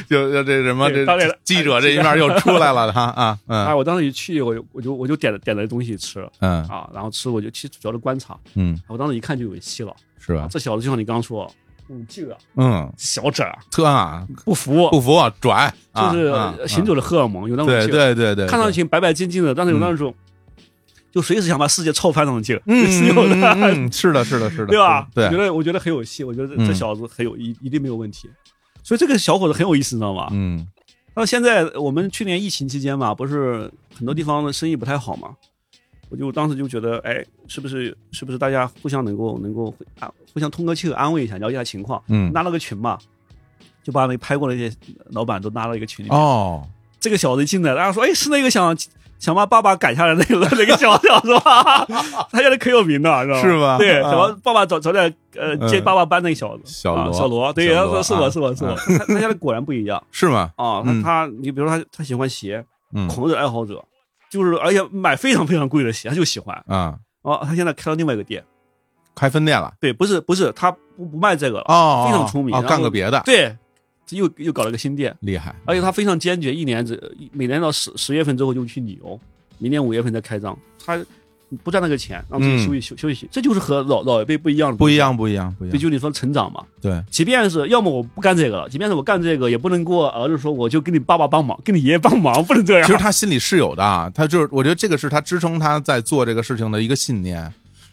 又又这什么这
对当然了
记者这一面又出来了，他啊，
啊，
嗯
我当时一去，我就我就我就点了点了东西吃
嗯
啊，然后吃我就去主要的观察，
嗯，
我当时一看就有戏了，
是吧？
这小子就像你刚刚说，武劲啊，
嗯，
小整儿
特啊，
不服，
不服啊拽，啊
就是
啊
呃行走的荷尔蒙，有那
啊
种
对
劲
对
儿，
对对，
看上
去
去白白净净的，但是有那种就随时想把世界操翻那种劲儿，
嗯
[LAUGHS] 是有
嗯嗯
的，
嗯是的，是的，是的，
对吧？
对
我觉，得我觉得很有戏，我觉得
嗯
这小子很有一一定没有问题，所以这个小伙子很有意思，你知道吗？
嗯
那现在我们去年疫情期间嘛，不是很多地方的生意不太好嘛，我就当时就觉得，哎，是不是是不是大家互相能够能够啊互相通个气儿安慰一下，了解一下情况，
嗯，
拉了个群嘛，就把那拍过的那些老板都拉到一个群里面。
哦，
这个小子一进来，大家说，哎，是那个想想把爸爸赶下来那个 [LAUGHS] 那个小小子
[LAUGHS]
吧？他现在可有名了，知道吗？
是吧
对，
啊
什么爸爸早早点呃
嗯
接爸爸班那个小子，
小
啊
罗
小罗，对，
小
他
罗
说是我
啊
是我是我，
啊
他他现在果然不一样。
是吗？ [LAUGHS]
啊，
嗯
那他你比如说他他喜欢鞋，
嗯
狂热爱好者，就是而且买非常非常贵的鞋，他就喜欢
啊，
啊。他现在开了另外一个店，
开分店了
对，不是不是，他不不卖这个了，
哦，
非常聪明
哦，
然后
干个别的，
对，又又搞了个新店，
厉害，
而且他非常坚决，一年只每年到十十月份之后就去旅游，明年五月份再开张，他不赚那个钱，让自己休息休休息，这就是和老老一辈不一样的，
嗯不一，样，不一样，不一
对，
样，
就你说成长嘛。
对，
即便是要么我不干这个了，即便是我干这个，也不能跟我儿子说我就跟你爸爸帮忙，跟你爷爷帮忙，不能这样。
其实他心里是有的啊，他就是我觉得这个是他支撑他在做这个事情的一个信念。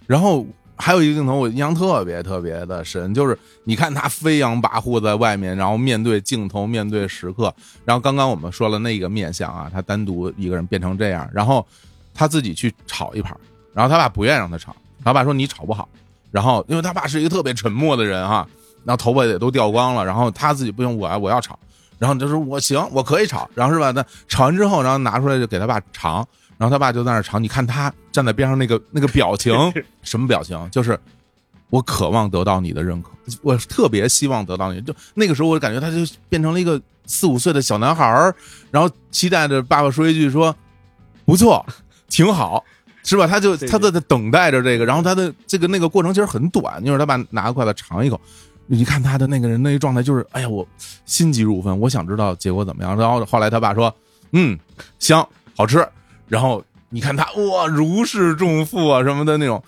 然后还有一个镜头我印象特别特别的深，就是你看他飞扬跋扈在外面，然后面对镜头，面对时刻。然后刚刚我们说了那个面相啊，他单独一个人变成这样，然后他自己去炒一盘，然后他爸不愿意让他炒，他爸说你炒不好。然后因为他爸是一个特别沉默的人哈、然后头发也都掉光了，然后他自己不行，我要我要炒。然然后你就说我行，我可以炒，然后是吧？那炒完之后，然后拿出来就给他爸尝，然后他爸就在那儿尝，你看他站在边上那个那个表情，什么表情？就是我渴望得到你的认可，我特别希望得到你。就那个时候，我感觉他就变成了一个四五岁的小男孩儿，然后期待着爸爸说一句说不错，挺好。是吧？他就
对
他在在等待着这个，然后他的这个那个过程其实很短，就是他爸拿个筷子尝一口，你看他的那个人那一状态就是，哎呀，我心急如焚，我想知道结果怎么样。然后后来他爸说，嗯，香，好吃。然后你看他哇，如释重负啊什么的那种。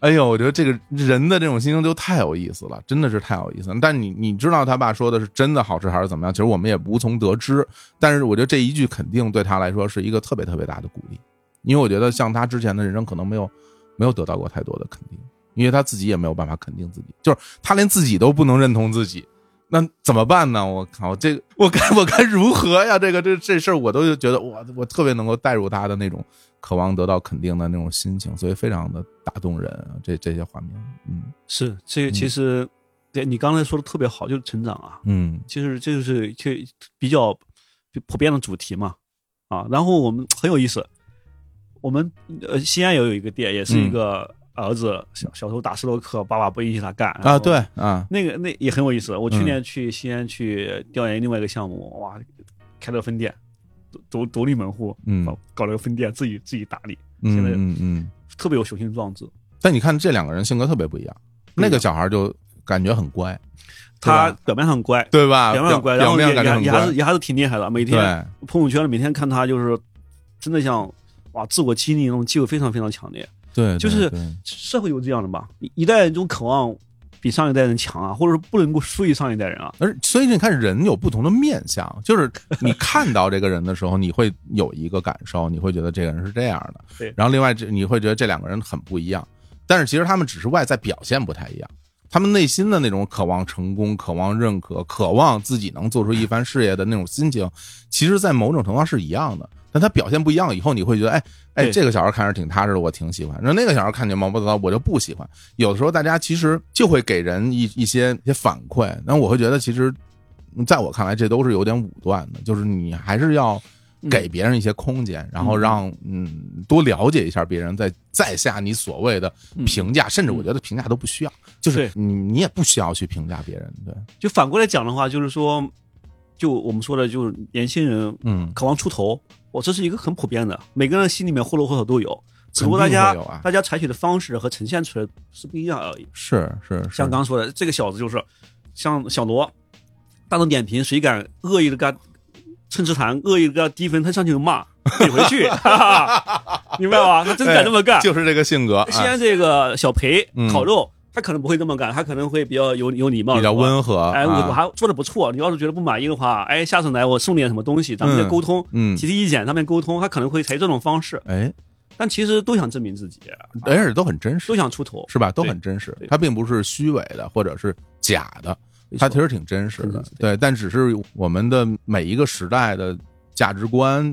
哎呦，我觉得这个人的这种心情就太有意思了，真的是太有意思了。但你你知道他爸说的是真的好吃还是怎么样？其实我们也无从得知。但是我觉得这一句肯定对他来说是一个特别特别大的鼓励，因为我觉得像他之前的人生可能没有没有得到过太多的肯定，因为他自己也没有办法肯定自己，就是他连自己都不能认同自己，那怎么办呢？我靠，这个我该 [LAUGHS] 我该如何呀？这个这这事儿我都觉得我我特别能够带入他的那种渴望得到肯定的那种心情，所以非常的打动人啊，这这些画面，嗯
是这个
嗯
其实，对你刚才说的特别好，就是成长啊，
嗯
其实这就是就比较普遍的主题嘛，啊，然后我们很有意思，我们呃西安也有一个店，也
嗯
是一个儿子小小时候打斯洛克，爸爸不允许他干
啊，对，啊，
那个那也很有意思。我去
嗯
年去西安去调研另外一个项目，哇，开了个分店，独独独立门户，
嗯
搞搞了个分店，自己自己打理，
嗯
现在
嗯嗯，
特别有雄心壮志。
但你看这两个人性格特别不一样，那个小孩就感觉很乖，
他表面上乖，
对吧？
表面上乖，然
啊表
后
面
也
感觉很
也也还是
乖，
也还是挺厉害的。每天
对，
朋友圈里每天看他，就是真的像哇，自我激励那种机会非常非常强烈。
对，
就是
对
社会有这样的吧，一一代人这种渴望比上一代人强啊，或者说不能够输于上一代人啊。
而所以你看，人有不同的面相，就是你看到这个人的时候，你会有一个感受，你会觉得这个人是这样的。
对
然后另外这你会觉得这两个人很不一样，但是其实他们只是外在表现不太一样，他们内心的那种渴望成功、渴望认可、渴望自己能做出一番事业的那种心情，其实，在某种程度上是一样的。但他表现不一样以后，你会觉得，哎哎，
对
这个小孩看着挺踏实的，我挺喜欢；然后那个小孩看见毛不叨，我就不喜欢。有的时候大家其实就会给人一一些一些反馈，那我会觉得其实，嗯在我看来这都是有点武断的，就是你还是要给别人一些空间，然后让嗯多了解一下别人，再再下你所谓的
嗯
评价，甚至我觉得评价都不需要，就是
对
你你也不需要去评价别人，对，
就反过来讲的话，就是说，就我们说的，就是年轻人
嗯，
渴望出头，我这是一个很普遍的，每个人心里面或多或少都有，只不过大
肯定
家
会有啊
大家采取的方式和呈现出来是不一样而已。
是是是，
像刚刚说的，这个小子就是像小罗，大众点评谁敢恶意的跟他蹭吃谈，恶意的给他低分，他上去就骂，怼回
[LAUGHS]
去，哈哈明白吧？他真敢这么干。
哎就是这个性格，
西
哎
安这个小裴
嗯
烤肉，他可能不会这么干，他可能会比较有有礼貌，
比较
是吧
温和，
哎，我
啊
我还做的不错。你要是觉得不满意的话，哎，下次来我送点什么东西，咱们再
嗯
沟通，
嗯
提提意见，咱们沟通。他可能会采取这种方式，
哎，
但其实都想证明自己，
而且都很真实
都，想出头，
是吧？都
对
很真实
对，
它并不是虚伪的或者是假的，
没
它
错
其实挺真实
很
的
真实，
对。但只是我们的每一个时代的价值观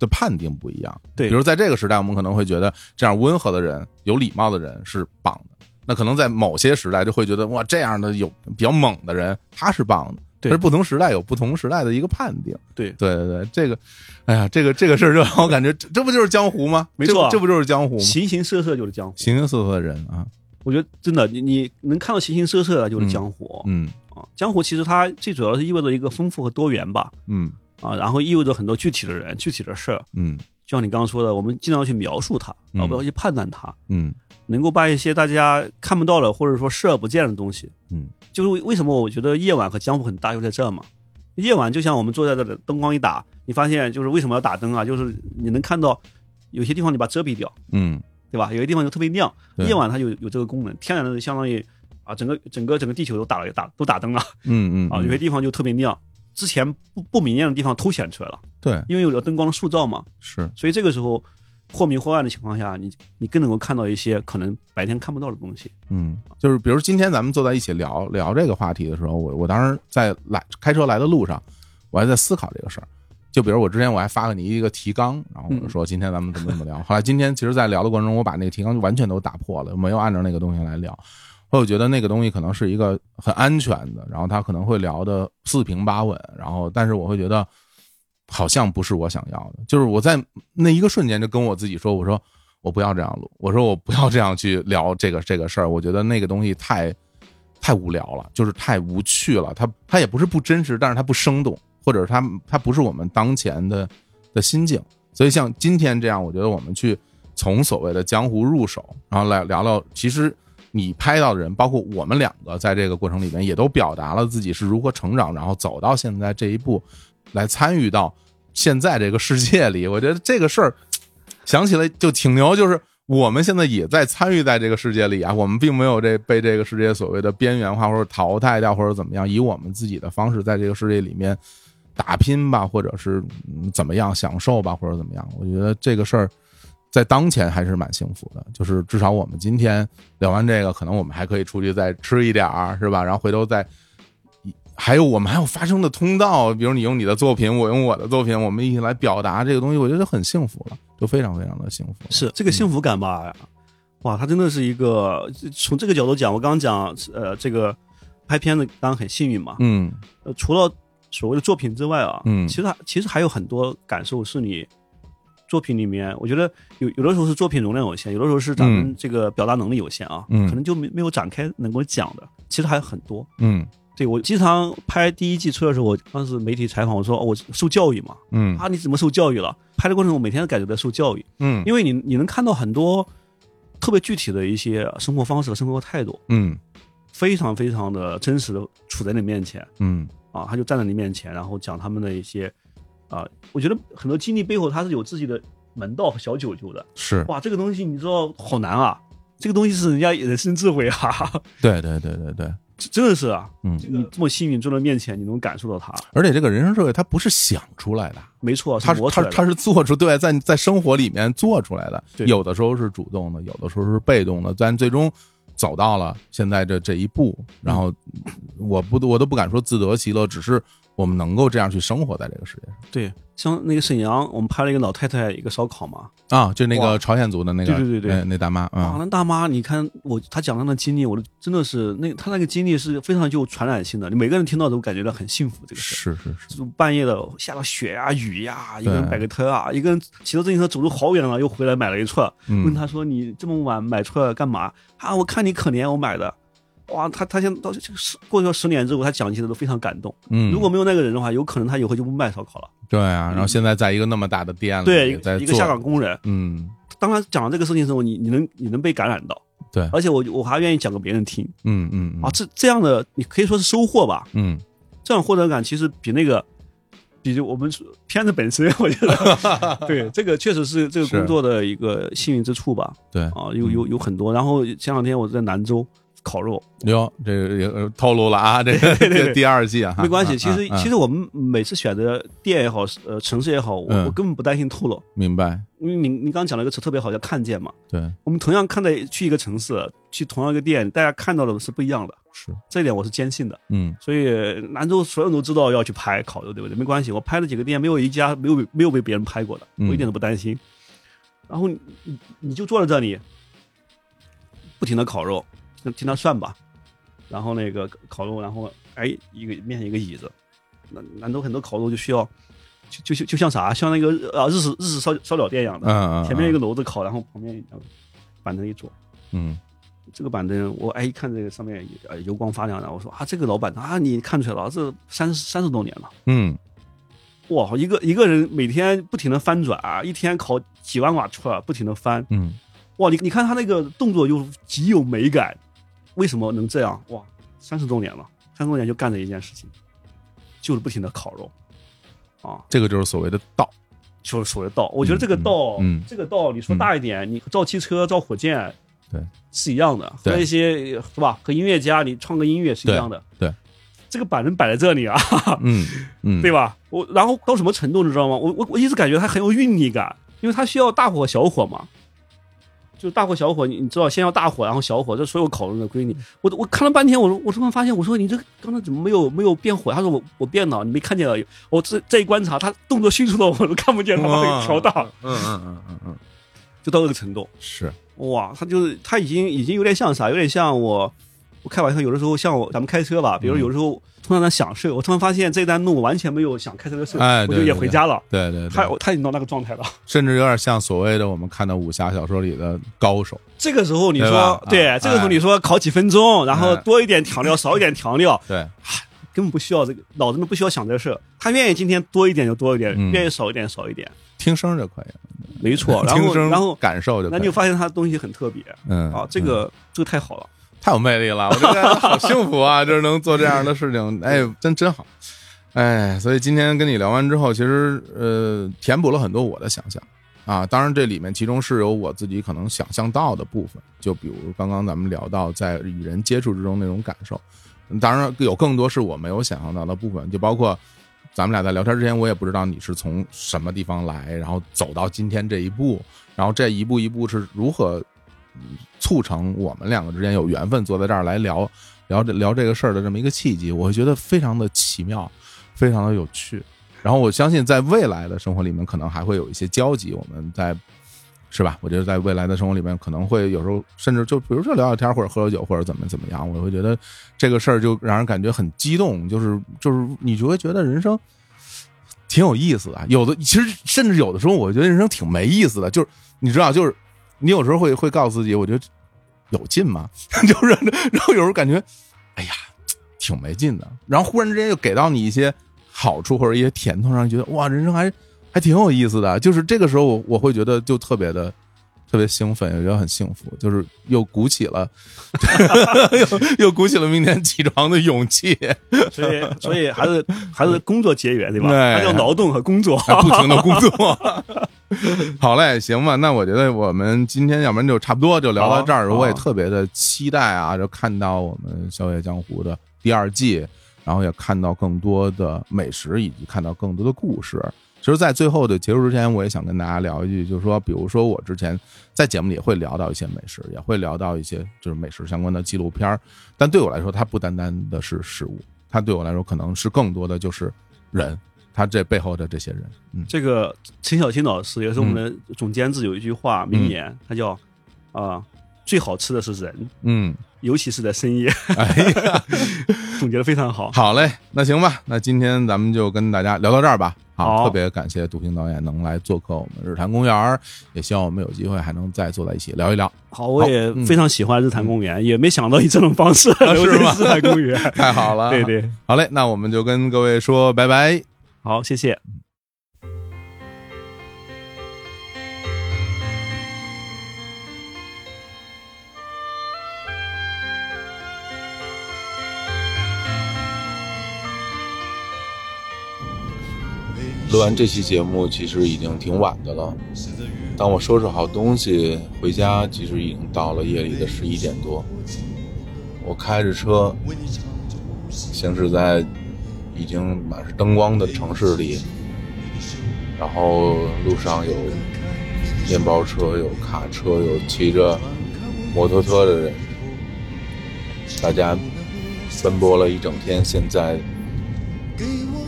的判定不一样，
对
比如在这个时代，我们可能会觉得这样温和的人、有礼貌的人是棒的，那可能在某些时代就会觉得哇，这样的有比较猛的人他是棒的。
对
但是不同时代有不同时代的一个判定，
对
对对对，这个，哎呀，这个这个事儿就让我感觉，这这不就是江湖吗？
没
这不
错
这不就是江湖吗？
形形色色就是江湖。
形形色色的人啊，
我觉得真的，你你能看到形形色色的就是江湖、
嗯
啊。江湖其实它最主要是意味着一个丰富和多元吧，
嗯
啊，然后意味着很多具体的人、具体的事儿。
嗯
就像你刚刚说的，我们尽量去描述它，
嗯
而不要去判断它，
嗯
能够把一些大家看不到的或者说视而不见的东西，
嗯，
就是为为什么我觉得夜晚和江湖很搭，就在这儿嘛。夜晚就像我们坐在这里，灯光一打，你发现就是为什么要打灯啊？就是你能看到有些地方你把遮蔽掉，
嗯，
对吧？有些地方就特别亮，
对
夜晚它有有这个功能，天然的就相当于啊，整个整个整个地球都打了打都打灯了
嗯嗯
[LAUGHS] 啊，有些地方就特别亮，之前不不明亮的地方凸显出来了，
对
因为有了灯光的塑造嘛，
是
所以这个时候或明或暗的情况下，你你更能够看到一些可能白天看不到的东西。
嗯，就是比如今天咱们坐在一起聊聊这个话题的时候，我我当时在来开车来的路上，我还在思考这个事儿。就比如我之前我还发给你一个提纲，然后我就说今天咱 [LAUGHS] 们怎么怎么聊。后来今天其实，在聊的过程中，我把那个提纲就完全都打破了，没有按照那个东西来聊。会有觉得那个东西可能是一个很安全的，然后他可能会聊的四平八稳，然后但是我会觉得好像不是我想要的，就是我在那一个瞬间就跟我自己说，我说我不要这样录，我说我不要这样去聊这个这个事儿，我觉得那个东西太太无聊了，就是太无趣了，它它也不是不真实，但是它不生动，或者它它不是我们当前的的心境，所以像今天这样，我觉得我们去从所谓的江湖入手，然后来聊聊，其实你拍到的人，包括我们两个在这个过程里面，也都表达了自己是如何成长，然后走到现在这一步，来参与到现在这个世界里。我觉得这个事儿想起来就挺牛，就是我们现在也在参与在这个世界里啊，我们并没有这被这个世界所谓的边缘化或者淘汰掉或者怎么样，以我们自己的方式在这个世界里面打拼吧，或者是嗯怎么样享受吧，或者怎么样。我觉得这个事儿在当前还是蛮幸福的，就是至少我们今天聊完这个，可能我们还可以出去再吃一点儿，是吧？然后回头再。还有我们还有发声的通道，比如你用你的作品，我用我的作品，我们一起来表达这个东西，我觉得很幸福了，就非常非常的幸福了。
是这个幸福感吧？哇，它真的是一个从这个角度讲，我刚刚讲，呃，这个拍片子当然很幸运嘛。
嗯，
呃，除了所谓的作品之外啊，
嗯
其实还其实还有很多感受是你作品里面，我觉得有有的时候是作品容量有限，有的时候是咱们
嗯
这个表达能力有限啊，
嗯
可能就没没有展开能够讲的，其实还有很多。
嗯
对我经常拍第一季出来的时候，我当时媒体采访我说、哦我受教育嘛，
嗯
啊你怎么受教育了？拍的过程我每天都感觉在受教育，
嗯
因为你你能看到很多特别具体的一些生活方式、生活态度，
嗯
非常非常的真实的处在你面前。
嗯
啊，他就站在你面前，然后讲他们的一些啊，我觉得很多经历背后他是有自己的门道和小九九的。
是
哇，这个东西你知道好难啊，这个东西是人家人生智慧啊，
对对对对对，
这真的是啊，
嗯
你这么幸运坐在面前，你能感受到它，
而且这个人生智慧它不是想出来的，
没错，啊
它是
磨出
它
来
它
的。
是做出对，在在生活里面做出来的，
对
有的时候是主动的，有的时候是被动的，但最终走到了现在这这一步，
嗯
然后我不我都不敢说自得其乐，只是我们能够这样去生活在这个世界上
对，像那个沈阳，我们拍了一个老太太一个烧烤嘛，
啊，就那个
哇
朝鲜族的那个
对对对对
那那大妈
啊，
啊，
那大妈，你看我她讲她的经历，我都真的是那她那个经历是非常具有传染性的，你每个人听到都感觉到很幸福，这个事。
是是是，
就半夜的下了雪呀、雨呀、一
对
个人摆个摊啊，一个人骑着自行车走路好远了，又回来买了一串。问
嗯
他说：“你这么晚买串干嘛？”啊，我看你可怜，我买的。哇，他他现在到这十过去了十年之后，他讲起来都非常感动。
嗯，
如果没有那个人的话，有可能他以后就不卖烧烤了。
对啊，然后现在在一个那么大的店里，
对，一
嗯在
个一个
做
下岗，工人，
嗯，
当他讲到这个事情的时候，你你能你能被感染到，
对，
而且我我还愿意讲给别人听
嗯嗯
啊。这这样的你可以说是收获吧，
嗯，
这种获得感其实比那个，比我们片子本身， [LAUGHS] 我觉
[LAUGHS]
得，对，这个确实是这个工作的一个幸运之处吧。
对
啊，有有有很多。然后前两天我在兰州烤肉，
哟，这个也呃透露了啊，这个
对对
[LAUGHS] 这第二季啊，
没关系。其实
啊啊啊
其实我们每次选择店也好，呃，城市也好，我
嗯
我根本不担心透露，
明白，
因为你你刚讲了一个词特别好，叫看见嘛。
对，
我们同样看待去一个城市，去同样一个店，大家看到的是不一样的，
是，
这一点我是坚信的。
嗯
所以兰州所有人都知道要去拍烤肉，对不对？没关系，我拍了几个店，没有一家没有没有被别人拍过的，
嗯
我一点都不担心。然后你你你就坐在这里，不停的烤肉，就听他涮吧，然后那个烤肉，然后哎一个面一个椅子，兰兰州很多烤肉就需要，就就就像啥，像那个呃日式日式烧烧鸟店一样
嗯
的，
嗯，
前面一
个，
个炉子烤，然后旁边一张板凳一坐，
嗯
这个板凳，我哎一看这个上面呃油光发亮的，我说啊，这个老板啊，你看出来了，这三三十多年了，
嗯，
哇，一个一个人每天不停的翻转啊，一天烤几万瓦出来，不停的翻，
嗯
哇，你你看他那个动作就极有美感，为什么能这样？哇，三十多年了，三十多年就干这一件事情，就是不停的烤肉，啊，
这个就是所谓的道，
就是所谓的道，我觉得这个
嗯
道，
嗯
这个道，你说大一点，你造汽车、造火箭，
对，
是一样的，
对
和一些是吧？和音乐家你创个音乐是一样的，
对对
这个板凳摆在这里啊，
嗯嗯，
[LAUGHS] 对吧？我然后到什么程度你知道吗？我我我一直感觉它很有韵律感，因为它需要大火小火嘛。就大火小火，你你知道，先要大火，然后小火，这所有烤肉的规律。我我看了半天，我说我突然发现，我说你这个刚才怎么没有没有变火？他说我我变了，你没看见了。我这这一观察，他动作迅速到我都看不见，他把那个调大，
嗯嗯嗯嗯嗯，
就到这个程度。
是，
哇，他就是他已经已经有点像啥？有点像我我开玩笑，有的时候像我咱们开车
嗯
吧，比如有的时候通常在想睡，我突然发现这一单路我完全没有想开车的事，
哎
我
对
就也
对
回
对
家了。
对对
他
[LAUGHS] 对，
他已经到那个状态了。
甚至有点像所谓的我们看到武侠小说里的高手，
这个时候你
对吧
说
啊
对，这个时候你说烤几分钟，然后
哎
多一点调料，少一点调料，
对，
根本不需要这个，脑子们不需要想这事儿。他愿意今天多一点就多一点
嗯，
愿意少一点少一点，
听声就可以了，[LAUGHS]
没错。然
听
后
声
然后
感受就可
那
以
你
了
就，发现他的东西很特别
嗯
啊，这
嗯
个这个太好了。
太有魅力了，我觉得好幸福啊，就是能做这样的事情，哎，真真好，哎，所以今天跟你聊完之后，其实呃，填补了很多我的想象啊，当然这里面其中是有我自己可能想象到的部分，就比如刚刚咱们聊到在与人接触之中那种感受，当然有更多是我没有想象到的部分，就包括。咱们俩在聊天之前，我也不知道你是从什么地方来，然后走到今天这一步，然后这一步一步是如何促成我们两个之间有缘分坐在这儿来聊聊这聊这个事儿的这么一个契机，我会觉得非常的奇妙，非常的有趣。然后我相信在未来的生活里面，可能还会有一些交集，我们在是吧？我觉得在未来的生活里面，可能会有时候甚至就比如说聊聊天儿或者喝喝酒或者怎么怎么样，我会觉得这个事儿就让人感觉很激动，就是就是你就会觉得人生。挺有意思的，啊有的其实甚至有的时候，我觉得人生挺没意思的，就是你知道，就是你有时候会会告诉自己，我觉得有劲吗？ [LAUGHS] 就是，然后有时候感觉，哎呀，挺没劲的。然后忽然之间又给到你一些好处或者一些甜头，让你觉得哇，人生还还挺有意思的。就是这个时候我，我会觉得就特别的。特别兴奋，也觉得很幸福，就是又鼓起了， [LAUGHS] 又又鼓起了明天起床的勇气，
所以所以还是还是工作结缘对吧？
哎
还是要劳动和工作。
还不停的工作。 [LAUGHS] 好嘞，行吧，那我觉得我们今天要不然就差不多就聊到这儿。
好啊
我也特别的期待啊，就看到我们《笑夜江湖》的第二季，然后也看到更多的美食，以及看到更多的故事。其实，在最后的结束之前，我也想跟大家聊一句，就是说，比如说我之前在节目里也会聊到一些美食，也会聊到一些就是美食相关的纪录片儿，但对我来说，它不单单的是食物，它对我来说可能是更多的就是人，它这背后的这些人，嗯。
这个陈小青老师也是我们的总监制，有一句话名言，他叫啊，最好吃的是人，
嗯，
尤其是在深夜，
哎呀，
[LAUGHS] 总结的非常好。
好嘞，那行吧，那今天咱们就跟大家聊到这儿吧。好，
好
特别感谢杜平导演能来做客我们日坛公园儿，也希望我们有机会还能再坐在一起聊一聊。
好，我也
好嗯
非常喜欢日坛公园，也没想到以这种方式 [LAUGHS] 留
是吗啊
在日坛公
[LAUGHS]
园。
太好了，
对，对，
好嘞，那我们就跟各位说拜拜。
好，谢谢。
录完这期节目其实已经挺晚的了，当我收拾好东西回家，其实已经到了夜里的十一点多。我开着车，行驶在已经满是灯光的城市里，然后路上有面包车，有卡车，有骑着摩托车的人，大家奔波了一整天，现在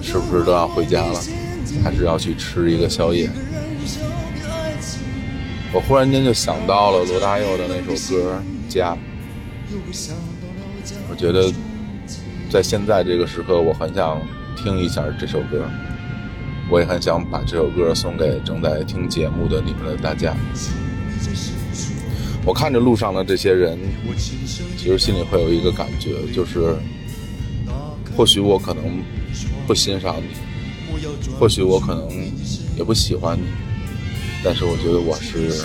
是不是都要回家了？还是要去吃一个宵夜？我忽然间就想到了罗大佑的那首歌《家》，我觉得在现在这个时刻，我很想听一下这首歌，我也很想把这首歌送给正在听节目的你们的大家。我看着路上的这些人，其实心里会有一个感觉，就是或许我可能不欣赏你，或许我可能也不喜欢你，但是我觉得我是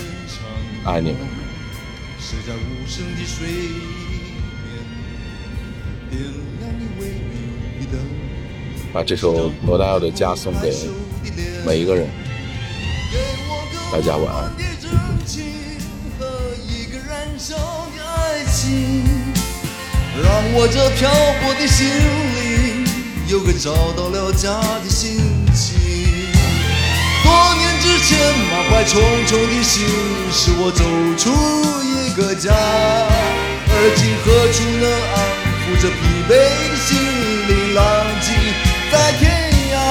爱你们的。
是在无声的水面，点亮你微雨的
把这首罗大佑的《家》送给每一个人。大家晚安。
让我这漂泊的心灵有个找到了家的心情。多年之前，满怀重重的心，使我走出一个家。而今何处能安抚这疲惫的心灵？浪迹在天涯。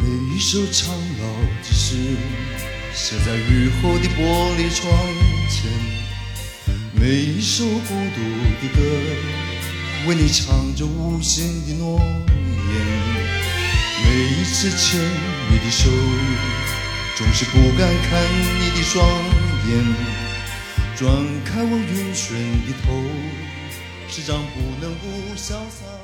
一首苍老的诗，写在雨后的玻璃窗前。每一首孤独的歌，为你唱着无形的诺言。每一次牵你的手，总是不敢看你的双眼。转开我晕眩的头，是张不能不潇洒。